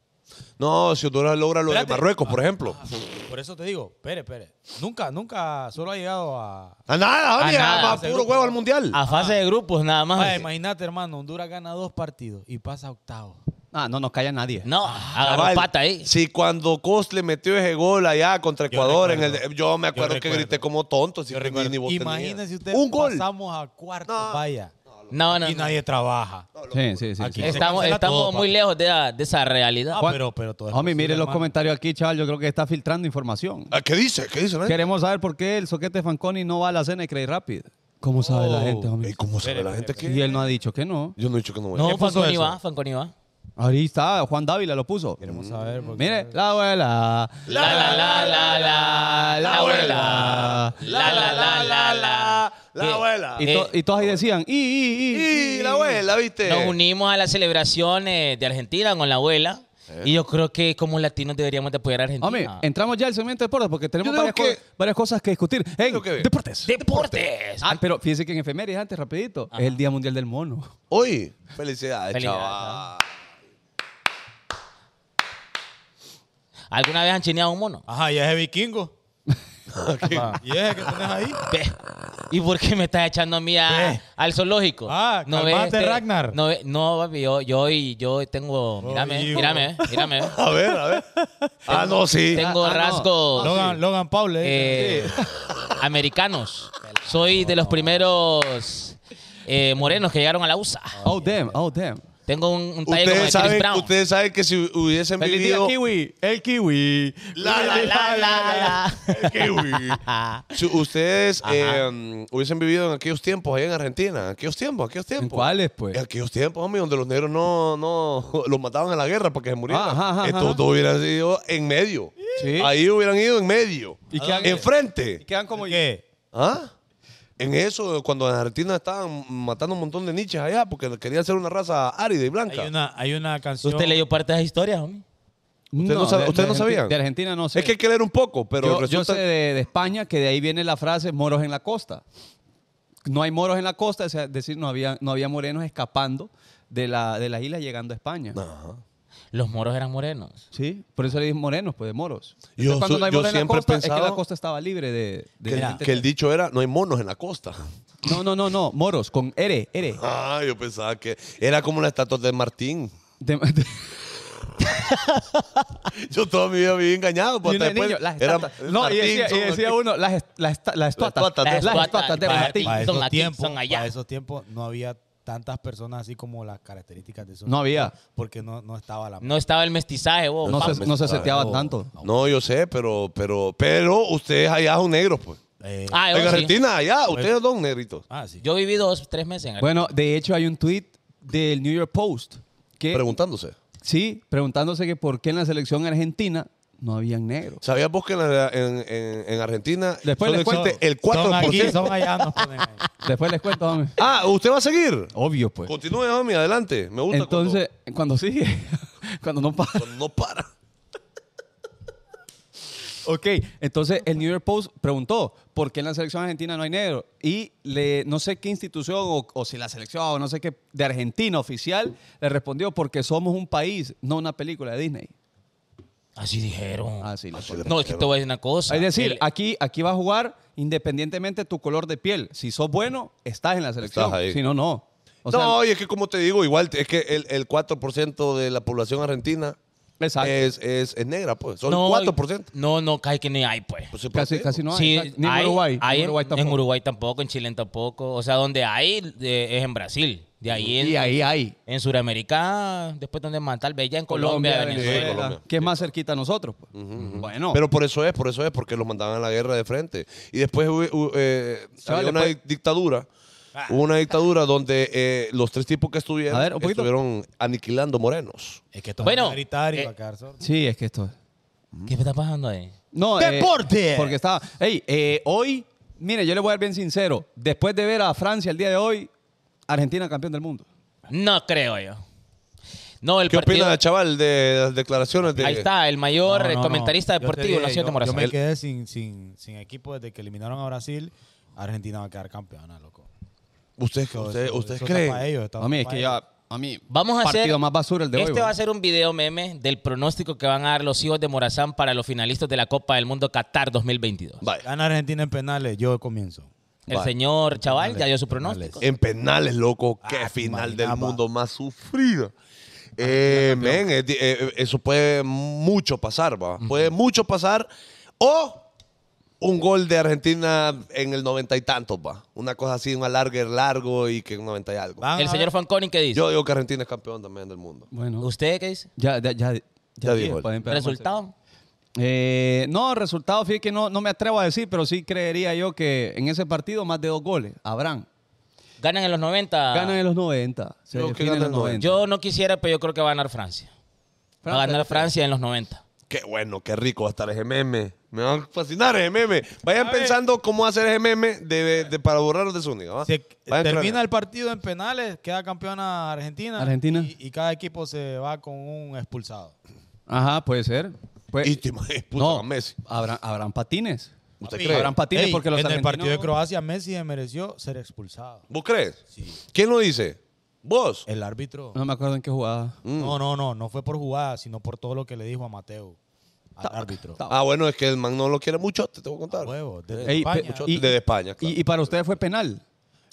[SPEAKER 3] No, si Honduras logra lo de
[SPEAKER 2] Espérate.
[SPEAKER 3] Marruecos, por ejemplo.
[SPEAKER 2] Ah, Por eso te digo, pere, pere. Nunca, nunca, solo ha llegado a...
[SPEAKER 3] A nada,
[SPEAKER 4] A
[SPEAKER 3] oye,
[SPEAKER 4] nada,
[SPEAKER 3] más
[SPEAKER 2] seguro.
[SPEAKER 3] puro huevo al mundial.
[SPEAKER 4] a fase de grupos nada
[SPEAKER 3] Ah,
[SPEAKER 4] más.
[SPEAKER 2] Vaya, imagínate, hermano, Honduras gana dos partidos y pasa a octavos.
[SPEAKER 1] Ah, no nos calla nadie.
[SPEAKER 4] no,
[SPEAKER 3] Cabal,
[SPEAKER 4] agarró pata ahí.
[SPEAKER 3] Si cuando Cos le metió ese gol allá contra
[SPEAKER 2] Yo
[SPEAKER 3] Ecuador, en
[SPEAKER 2] recuerdo.
[SPEAKER 3] el, yo me acuerdo
[SPEAKER 2] Yo
[SPEAKER 3] que
[SPEAKER 2] recuerdo.
[SPEAKER 3] grité como tonto. Si
[SPEAKER 2] Yo
[SPEAKER 3] ni-
[SPEAKER 2] recuerdo.
[SPEAKER 3] ni vos tenías.
[SPEAKER 2] Imagínense usted,
[SPEAKER 3] Un gol.
[SPEAKER 2] pasamos a cuarto,
[SPEAKER 3] No.
[SPEAKER 2] vaya.
[SPEAKER 4] No, no,
[SPEAKER 2] y
[SPEAKER 4] no.
[SPEAKER 2] nadie trabaja.
[SPEAKER 1] Sí, sí, sí.
[SPEAKER 2] Aquí.
[SPEAKER 1] sí.
[SPEAKER 4] Estamos,
[SPEAKER 2] Se cancela
[SPEAKER 4] estamos
[SPEAKER 2] todo,
[SPEAKER 4] muy
[SPEAKER 2] papi.
[SPEAKER 4] lejos de, la- de esa realidad.
[SPEAKER 2] Ah,
[SPEAKER 1] ¿Cuán-
[SPEAKER 2] pero, pero todo es
[SPEAKER 1] Homie,
[SPEAKER 2] posible,
[SPEAKER 1] mire los
[SPEAKER 2] hermano.
[SPEAKER 1] comentarios aquí, chaval. Yo creo que está filtrando información.
[SPEAKER 3] Ah, ¿Qué dice? ¿Qué dice? eh?
[SPEAKER 1] Queremos saber por qué el soquete Fanconi no va a la cena y Credit Rapid. ¿Cómo sabe la gente, homie?
[SPEAKER 3] Ey, ¿Cómo sabe
[SPEAKER 2] Espere,
[SPEAKER 3] la gente que.?
[SPEAKER 1] Y él no ha dicho que no.
[SPEAKER 3] Yo no he dicho que no voy.
[SPEAKER 4] No,
[SPEAKER 2] ¿Quién puso
[SPEAKER 4] Fanconi
[SPEAKER 2] eso?
[SPEAKER 4] va, Fanconi va.
[SPEAKER 1] Ahí está, Juan Dávila lo puso.
[SPEAKER 2] Queremos saber. porque-
[SPEAKER 1] Mire, la abuela.
[SPEAKER 4] La, la, la, la, la, la abuela. La, la, la, la, la.
[SPEAKER 3] La
[SPEAKER 4] Eh,
[SPEAKER 3] abuela.
[SPEAKER 1] Y, to-
[SPEAKER 4] eh,
[SPEAKER 1] y todos ahí decían, y, y, y,
[SPEAKER 3] Y la abuela, ¿viste?
[SPEAKER 4] Nos unimos a las celebraciones de Argentina con la abuela. Y yo creo que como latinos deberíamos de apoyar a Argentina.
[SPEAKER 1] Homie, entramos ya al segmento de deportes porque tenemos
[SPEAKER 3] Yo creo
[SPEAKER 1] varias, co-
[SPEAKER 3] que-
[SPEAKER 1] varias cosas que discutir. En
[SPEAKER 3] creo que-
[SPEAKER 1] deportes.
[SPEAKER 4] Deportes.
[SPEAKER 1] Ah, pero fíjense que en efemérides antes, rapidito, es el Día Mundial del Mono.
[SPEAKER 3] Hoy. Felicidades,
[SPEAKER 4] Felicidades,
[SPEAKER 3] chaval.
[SPEAKER 4] ¿Alguna vez han chineado un mono?
[SPEAKER 2] Ajá, y ese vikingo. Ajá, y ese que tenés ahí.
[SPEAKER 3] Ah,
[SPEAKER 4] Ve. ¿Y por qué me estás echando a mí a-
[SPEAKER 2] Ve.
[SPEAKER 4] al zoológico? este?
[SPEAKER 2] Ah, calmate, Ragnar.
[SPEAKER 4] No, ve- no, papi, yo, yo, hoy- yo tengo... Mírame,
[SPEAKER 2] hijo.
[SPEAKER 4] mírame, mírame.
[SPEAKER 3] A ver, a ver. Ah, no, sí.
[SPEAKER 4] tengo
[SPEAKER 1] Ah, ah, no.
[SPEAKER 4] rasgos
[SPEAKER 2] Logan, Logan Paul. eh.
[SPEAKER 4] eh, americanos. Soy de los primeros eh, morenos que llegaron a la USA.
[SPEAKER 3] Ah,
[SPEAKER 1] Oh, damn, oh, damn.
[SPEAKER 4] Tengo un, un talle como de
[SPEAKER 3] Ustedes
[SPEAKER 4] Chris
[SPEAKER 3] saben,
[SPEAKER 4] Brown.
[SPEAKER 3] ustedes saben que si hubiesen
[SPEAKER 1] Feliz día,
[SPEAKER 3] vivido.
[SPEAKER 1] kiwi. El kiwi.
[SPEAKER 3] La, la, la, la, la. Kiwi. Si ustedes eh, hubiesen vivido en aquellos tiempos ahí en Argentina, aquellos tiempos, aquellos tiempos.
[SPEAKER 1] ¿En cuáles, pues?
[SPEAKER 3] En aquellos tiempos, homie, donde los negros no, no los mataban en la guerra para que se murieran.
[SPEAKER 1] Ajá, ajá,
[SPEAKER 3] Estos
[SPEAKER 1] ajá.
[SPEAKER 3] dos hubieran sido en medio.
[SPEAKER 1] Sí.
[SPEAKER 3] Ahí hubieran ido en medio.
[SPEAKER 1] ¿Y qué han-
[SPEAKER 3] Enfrente.
[SPEAKER 1] Quedan como...
[SPEAKER 2] ¿Qué?
[SPEAKER 3] ¿Ah? En eso, cuando en Argentina estaban matando un montón de niches allá porque querían ser una raza árida y
[SPEAKER 2] Hay
[SPEAKER 3] blanca.
[SPEAKER 2] una, hay una canción.
[SPEAKER 4] ¿Usted leyó parte de esa historia, homie?
[SPEAKER 3] ¿Usted no sabe-
[SPEAKER 1] de-
[SPEAKER 3] usted
[SPEAKER 1] de
[SPEAKER 3] no
[SPEAKER 1] Argenti-
[SPEAKER 3] sabía?
[SPEAKER 1] De Argentina no sé.
[SPEAKER 3] Es que hay que leer un poco, pero
[SPEAKER 1] yo, yo
[SPEAKER 3] resulta...
[SPEAKER 1] sé de, de España que de ahí viene la frase moros en la costa. No hay moros en la costa, es decir, no había, no había morenos escapando de la, de la isla llegando a España.
[SPEAKER 3] Ajá.
[SPEAKER 4] Los moros eran morenos.
[SPEAKER 1] Sí, por eso le dicen morenos, pues de moros. Entonces,
[SPEAKER 3] Yo su-
[SPEAKER 1] cuando no hay
[SPEAKER 3] yo
[SPEAKER 1] moros en la
[SPEAKER 3] siempre he
[SPEAKER 1] costa, es que la
[SPEAKER 3] pensado-
[SPEAKER 1] costa estaba libre de... de
[SPEAKER 3] Que, el,
[SPEAKER 1] gente.
[SPEAKER 3] que el dicho era, no hay monos en la costa.
[SPEAKER 1] No, no, no, no, moros, con R, R.
[SPEAKER 3] Ah, yo pensaba que era como la estatua de Martín.
[SPEAKER 1] De- de-
[SPEAKER 3] Yo toda mi vida viví engañado.
[SPEAKER 1] y
[SPEAKER 3] pues,
[SPEAKER 1] uno
[SPEAKER 3] hasta
[SPEAKER 1] de niño,
[SPEAKER 3] después
[SPEAKER 1] las
[SPEAKER 3] era
[SPEAKER 1] estatuas. No, y
[SPEAKER 3] Martín,
[SPEAKER 1] decía, y
[SPEAKER 3] son
[SPEAKER 1] decía
[SPEAKER 3] aquí.
[SPEAKER 1] uno, las, est- las, esta- las estuatas.
[SPEAKER 3] estuatas,
[SPEAKER 1] Las
[SPEAKER 4] las
[SPEAKER 1] estuatas de
[SPEAKER 4] estuatas,
[SPEAKER 1] Martín.
[SPEAKER 2] para
[SPEAKER 4] son
[SPEAKER 2] esos
[SPEAKER 4] aquí,
[SPEAKER 2] tiempos,
[SPEAKER 4] son allá.
[SPEAKER 2] Para esos tiempos no había tantas personas así como las características de esos
[SPEAKER 1] No había.
[SPEAKER 2] tiempos, Porque no, no estaba la
[SPEAKER 4] No estaba el mestizaje, vos.
[SPEAKER 1] No
[SPEAKER 4] papá.
[SPEAKER 1] se, no se seteaban tanto.
[SPEAKER 3] No, yo sé, pero, pero, pero ustedes allá son negros, pues.
[SPEAKER 2] Eh,
[SPEAKER 4] Ah, yo
[SPEAKER 1] oh,
[SPEAKER 3] en
[SPEAKER 4] sí.
[SPEAKER 3] Argentina, allá, ustedes son negritos.
[SPEAKER 2] ah, sí.
[SPEAKER 4] Yo viví dos, tres meses en Argentina.
[SPEAKER 1] Bueno, de hecho hay un tweet del New York Post que
[SPEAKER 3] Preguntándose.
[SPEAKER 1] sí, preguntándose que por qué en la selección argentina no habían negros.
[SPEAKER 3] ¿Sabías vos que en, la- en- en- en Argentina
[SPEAKER 1] Después
[SPEAKER 3] solo
[SPEAKER 1] les cuento.
[SPEAKER 3] existe el
[SPEAKER 2] Son
[SPEAKER 3] 4%?
[SPEAKER 2] aquí, son allá. nos ponen ahí.
[SPEAKER 1] Después les cuento, homie.
[SPEAKER 3] Ah, ¿usted va a seguir?
[SPEAKER 1] Obvio, pues.
[SPEAKER 3] Continúe, homie, adelante. Me gusta.
[SPEAKER 1] Entonces, cuando sigue, cuando no pasa.
[SPEAKER 3] cuando- cuando no para.
[SPEAKER 1] Ok, entonces el New York Post preguntó por qué en la selección argentina no hay negro. Y le, no sé qué institución o, o si la selección o no sé qué de Argentina oficial le respondió porque somos un país, no una película de Disney. Ah,
[SPEAKER 4] Así dijeron.
[SPEAKER 1] Así lo
[SPEAKER 3] le
[SPEAKER 1] ponen.
[SPEAKER 4] no, es que te voy a decir una cosa.
[SPEAKER 1] Es decir,
[SPEAKER 4] El-
[SPEAKER 1] aquí, aquí va a jugar independientemente tu color de piel. Si sos bueno, estás en la selección.
[SPEAKER 3] Estás ahí.
[SPEAKER 1] Si no, no. O sea,
[SPEAKER 3] no, y es que como te digo, igual es que el, el 4% de la población argentina
[SPEAKER 1] Exacto.
[SPEAKER 3] es, es, es negra, pues. Son
[SPEAKER 4] no,
[SPEAKER 3] 4%.
[SPEAKER 4] No, no, cae que ni hay, pues.
[SPEAKER 3] Pues, sí, por
[SPEAKER 1] casi,
[SPEAKER 3] ti.
[SPEAKER 1] casi no hay.
[SPEAKER 4] Sí,
[SPEAKER 1] exacto. Ni en
[SPEAKER 4] hay-
[SPEAKER 1] Uruguay.
[SPEAKER 4] hay
[SPEAKER 1] en Uruguay
[SPEAKER 4] en
[SPEAKER 1] tampoco.
[SPEAKER 4] Uruguay tampoco, en Chile tampoco. O sea, donde hay eh, es en Brasil. De ahí en,
[SPEAKER 1] Y ahí hay.
[SPEAKER 4] en Sudamérica, después donde más, tal vez ya en Colombia, Venezuela.
[SPEAKER 3] Venezuela. Colombia.
[SPEAKER 1] Que es más cerquita a nosotros. pues. Bueno.
[SPEAKER 3] Pero por eso es, por eso es, porque los mandaban a la guerra de frente. Y después hubo, hubo, eh,
[SPEAKER 1] Chaval,
[SPEAKER 3] había una
[SPEAKER 1] después-
[SPEAKER 3] di- dictadura. Hubo una dictadura donde eh, los tres tipos que estuvieron
[SPEAKER 1] Ah. A ver, un poquito.
[SPEAKER 3] estuvieron aniquilando morenos.
[SPEAKER 2] Es que esto
[SPEAKER 4] Bueno,
[SPEAKER 2] es gritar y
[SPEAKER 4] eh,
[SPEAKER 2] va a quedar sordo.
[SPEAKER 1] sí, es que esto es.
[SPEAKER 4] ¿Qué está pasando ahí?
[SPEAKER 1] No, eh,
[SPEAKER 2] ¡Deporte!
[SPEAKER 1] porque estaba. Ey, eh, hoy, mire, yo le voy a ser bien sincero. Después de ver a Francia el día de hoy, Argentina campeón del mundo.
[SPEAKER 4] No creo yo. No, el
[SPEAKER 3] ¿Qué
[SPEAKER 4] partido-
[SPEAKER 3] opina, chaval, de las declaraciones de
[SPEAKER 4] Ahí está, el mayor
[SPEAKER 2] No,
[SPEAKER 4] eh,
[SPEAKER 2] no, no.
[SPEAKER 4] comentarista
[SPEAKER 2] Yo te
[SPEAKER 4] deportivo,
[SPEAKER 2] dije,
[SPEAKER 4] lo siento,
[SPEAKER 2] yo- Yo
[SPEAKER 4] Morazán.
[SPEAKER 2] me quedé sin, sin, sin equipo desde que eliminaron a Brasil. Argentina va a quedar campeona, loco.
[SPEAKER 3] ¿Ustedes,
[SPEAKER 2] Eso-
[SPEAKER 3] ustedes-
[SPEAKER 2] eso-
[SPEAKER 3] ustedes
[SPEAKER 2] eso está
[SPEAKER 3] creen?
[SPEAKER 2] para ellos, está
[SPEAKER 1] A mí es
[SPEAKER 2] para
[SPEAKER 1] que
[SPEAKER 2] ellos.
[SPEAKER 1] ya. A mí.
[SPEAKER 4] Vamos a
[SPEAKER 1] partido
[SPEAKER 4] hacer.
[SPEAKER 1] más basura el de hoy.
[SPEAKER 4] este
[SPEAKER 1] bro.
[SPEAKER 4] va a ser un video meme del pronóstico que van a dar los hijos de Morazán para los finalistas de la Copa del Mundo Qatar 2022.
[SPEAKER 3] Vaya,
[SPEAKER 2] Gana Argentina en penales, yo comienzo.
[SPEAKER 4] El
[SPEAKER 3] Vale.
[SPEAKER 4] señor Chaval ya dio su pronóstico.
[SPEAKER 1] Eh,
[SPEAKER 3] en penales, loco,
[SPEAKER 2] Ah,
[SPEAKER 3] qué final del
[SPEAKER 2] imaginaba.
[SPEAKER 3] mundo más sufrido.
[SPEAKER 2] Ah,
[SPEAKER 3] Eh, men, es di- eh, eh, eso puede mucho pasar, va. Puede mucho pasar. O un gol de Argentina en el noventa y tantos, va. Una cosa así, un alargue largo y que un noventa y algo.
[SPEAKER 1] ah,
[SPEAKER 2] Van
[SPEAKER 4] El
[SPEAKER 2] a
[SPEAKER 4] señor
[SPEAKER 2] ver.
[SPEAKER 4] Fanconi, ¿qué dice?
[SPEAKER 3] Yo digo que Argentina es campeón también del mundo.
[SPEAKER 1] Bueno.
[SPEAKER 4] ¿Usted qué dice?
[SPEAKER 1] Ya, ya, ya.
[SPEAKER 3] Ya dijo
[SPEAKER 1] dije,
[SPEAKER 3] él.
[SPEAKER 1] pueden empezar, Marcelo.
[SPEAKER 4] ¿Resultado?
[SPEAKER 1] Eh, no, resultado, fíjate que no, no me atrevo a decir, pero sí creería yo que en ese partido más de dos goles habrán.
[SPEAKER 4] ¿Ganan en los 90?
[SPEAKER 1] Ganan en los 90. Se
[SPEAKER 3] Yo creo que
[SPEAKER 1] definen en los
[SPEAKER 3] ganan en los
[SPEAKER 1] 90.
[SPEAKER 4] Ah. Yo no quisiera, pero yo creo que va a ganar Francia. Va a
[SPEAKER 1] Francia,
[SPEAKER 4] ganar
[SPEAKER 1] sí.
[SPEAKER 4] Francia en los 90.
[SPEAKER 3] Qué bueno, qué rico va a estar ese meme. Me va a fascinar ese meme. Vayan pensando cómo hacer ese meme de, de- para borrarlos de su única, ¿va?
[SPEAKER 2] Si
[SPEAKER 3] Vayan
[SPEAKER 2] termina
[SPEAKER 3] creando.
[SPEAKER 2] el partido en penales, queda campeona Argentina.
[SPEAKER 1] Argentina.
[SPEAKER 2] Y, y cada equipo se va con un expulsado.
[SPEAKER 1] Ajá, puede ser. Pues-
[SPEAKER 3] Y te imaginas, puta,
[SPEAKER 1] no,
[SPEAKER 3] a Messi.
[SPEAKER 1] Habrán, habrán patines.
[SPEAKER 3] ¿Usted
[SPEAKER 2] Papi,
[SPEAKER 3] cree?
[SPEAKER 1] Habrán patines
[SPEAKER 2] Ey,
[SPEAKER 1] porque los
[SPEAKER 2] en el
[SPEAKER 1] argentinos-
[SPEAKER 2] partido de Croacia, Messi mereció ser expulsado.
[SPEAKER 3] ¿Vos crees?
[SPEAKER 2] Sí.
[SPEAKER 3] ¿Quién lo dice? ¿Vos?
[SPEAKER 2] El árbitro.
[SPEAKER 1] No me acuerdo en qué jugada.
[SPEAKER 2] No, no, no, no fue por jugada, sino por todo lo que le dijo a Mateo, al árbitro.
[SPEAKER 1] ta-
[SPEAKER 3] Ah, bueno, es que el man no lo quiere mucho, te tengo que
[SPEAKER 2] A
[SPEAKER 3] contar.
[SPEAKER 2] huevo, desde
[SPEAKER 1] Ey,
[SPEAKER 2] España.
[SPEAKER 1] pe-
[SPEAKER 3] y- Desde España, claro.
[SPEAKER 1] Y, y para ustedes fue penal.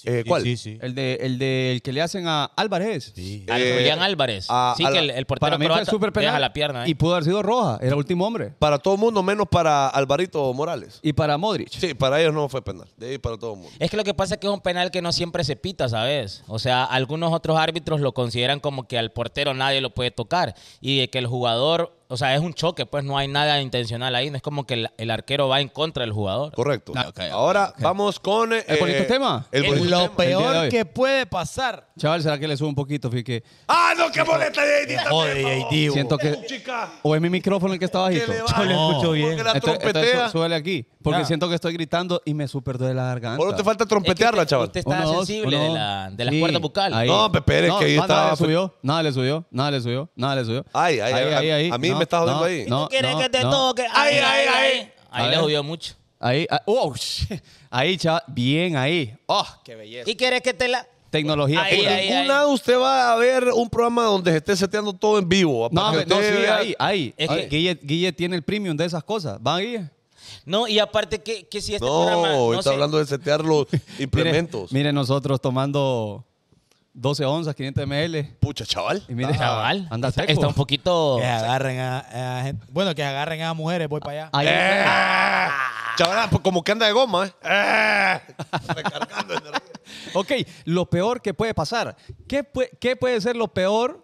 [SPEAKER 3] Eh, ¿Cuál?
[SPEAKER 2] Sí, sí.
[SPEAKER 1] El de el de- el que le hacen a Álvarez.
[SPEAKER 2] Sí.
[SPEAKER 4] Al
[SPEAKER 3] Eh,
[SPEAKER 4] Julián Álvarez.
[SPEAKER 3] a-
[SPEAKER 4] sí,
[SPEAKER 3] a
[SPEAKER 4] que
[SPEAKER 3] la-
[SPEAKER 4] el, el portero
[SPEAKER 1] Para mí fue
[SPEAKER 4] croata
[SPEAKER 1] súper penal.
[SPEAKER 4] deja la pierna. ¿eh?
[SPEAKER 1] Y pudo haber sido roja. Era último hombre.
[SPEAKER 3] Para todo el mundo, menos para Alvarito Morales.
[SPEAKER 1] Y para Modric.
[SPEAKER 3] Sí, para ellos no fue penal. De ahí para todo el mundo.
[SPEAKER 4] Es que lo que pasa es que es un penal que no siempre se pita, ¿sabes? O sea, algunos otros árbitros lo consideran como que al portero nadie lo puede tocar y de que el jugador, o sea, es un choque, pues no hay nada intencional ahí, no es como que el, el arquero va en contra del jugador.
[SPEAKER 3] Correcto.
[SPEAKER 1] Ah, ok, ok,
[SPEAKER 3] Ahora
[SPEAKER 1] ok.
[SPEAKER 3] vamos con. eh,
[SPEAKER 1] ¿El bonito tema?
[SPEAKER 3] El bonito
[SPEAKER 1] El
[SPEAKER 2] lo
[SPEAKER 3] tema.
[SPEAKER 1] día de
[SPEAKER 2] peor
[SPEAKER 1] hoy.
[SPEAKER 2] que puede pasar.
[SPEAKER 1] Chaval, ¿será que le subo un poquito? Fíjate.
[SPEAKER 3] ¡Ah, no, qué molesta, JD!
[SPEAKER 2] Joder, JD,
[SPEAKER 1] Siento que...
[SPEAKER 3] Chica,
[SPEAKER 1] ¿O es mi micrófono el que está
[SPEAKER 3] que
[SPEAKER 1] bajito?
[SPEAKER 3] le
[SPEAKER 1] Chaval,
[SPEAKER 2] No.
[SPEAKER 3] va.
[SPEAKER 2] escucho bien.
[SPEAKER 3] Porque la
[SPEAKER 1] entonces- entonces
[SPEAKER 3] trompetea.
[SPEAKER 1] su- súbele aquí. Porque
[SPEAKER 2] Ya.
[SPEAKER 1] siento que estoy gritando y me super duele la garganta.
[SPEAKER 3] Solo te falta
[SPEAKER 4] Es que
[SPEAKER 3] trompetearla,
[SPEAKER 4] usted-
[SPEAKER 3] chaval.
[SPEAKER 4] Usted está
[SPEAKER 1] Uno, dos,
[SPEAKER 4] sensible
[SPEAKER 1] uno,
[SPEAKER 4] de,
[SPEAKER 1] dos.
[SPEAKER 4] la, de las
[SPEAKER 1] Sí,
[SPEAKER 4] cuerdas bucales.
[SPEAKER 1] ahí.
[SPEAKER 3] No, pero espere, que ahí
[SPEAKER 1] más Nada
[SPEAKER 3] estaba-
[SPEAKER 1] le subió, nada le subió, nada le subió, nada le subió.
[SPEAKER 3] Ay, ay, ay, a- a mí me está jodiendo ahí.
[SPEAKER 1] No, no, no.
[SPEAKER 4] Ahí, ahí, ahí.
[SPEAKER 1] A
[SPEAKER 4] Ahí le
[SPEAKER 1] ver.
[SPEAKER 4] jodió mucho.
[SPEAKER 1] Ahí, ah, oh, shit. ahí, chaval, bien ahí. Oh, qué belleza.
[SPEAKER 4] ¿Y quieres que te la...?
[SPEAKER 1] Tecnología.
[SPEAKER 4] Ahí,
[SPEAKER 1] pura.
[SPEAKER 4] ahí.
[SPEAKER 3] Un lado usted va a ver un programa donde se esté seteando todo en vivo.
[SPEAKER 1] No,
[SPEAKER 3] para
[SPEAKER 1] me-
[SPEAKER 3] que
[SPEAKER 1] no, sí,
[SPEAKER 3] usted vea-
[SPEAKER 1] ahí, ahí.
[SPEAKER 4] Es
[SPEAKER 1] Ay,
[SPEAKER 4] que-
[SPEAKER 1] Guille, Guille tiene el premium de esas cosas. ¿Va, Guille?
[SPEAKER 4] No, y aparte que, que si este programa...
[SPEAKER 3] No, está
[SPEAKER 4] sé,
[SPEAKER 3] hablando de setear los implementos.
[SPEAKER 1] Mire, mire nosotros tomando 12 onzas, 500 ml.
[SPEAKER 3] Pucha, chaval.
[SPEAKER 1] Y mire,
[SPEAKER 4] Chaval,
[SPEAKER 1] anda
[SPEAKER 4] está,
[SPEAKER 1] seco.
[SPEAKER 4] está un poquito...
[SPEAKER 2] Que agarren a, a gente- Bueno, que agarren a mujeres, voy para allá.
[SPEAKER 1] Ahí-
[SPEAKER 3] Eh. Chaval, pues como que anda de goma, ¿eh? Eh, Recargando energía.
[SPEAKER 1] Ok, lo peor que puede pasar. ¿Qué, pue- qué puede ser lo peor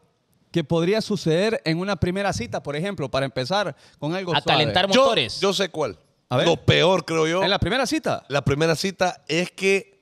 [SPEAKER 1] que podría suceder en una primera cita, por ejemplo, para empezar con algo
[SPEAKER 4] A
[SPEAKER 1] suave?
[SPEAKER 4] calentar
[SPEAKER 3] Yo,
[SPEAKER 4] motores.
[SPEAKER 3] yo sé cuál.
[SPEAKER 1] A ver.
[SPEAKER 3] Lo peor, creo yo.
[SPEAKER 1] ¿En la
[SPEAKER 3] La...
[SPEAKER 1] primera cita?
[SPEAKER 3] primera cita es que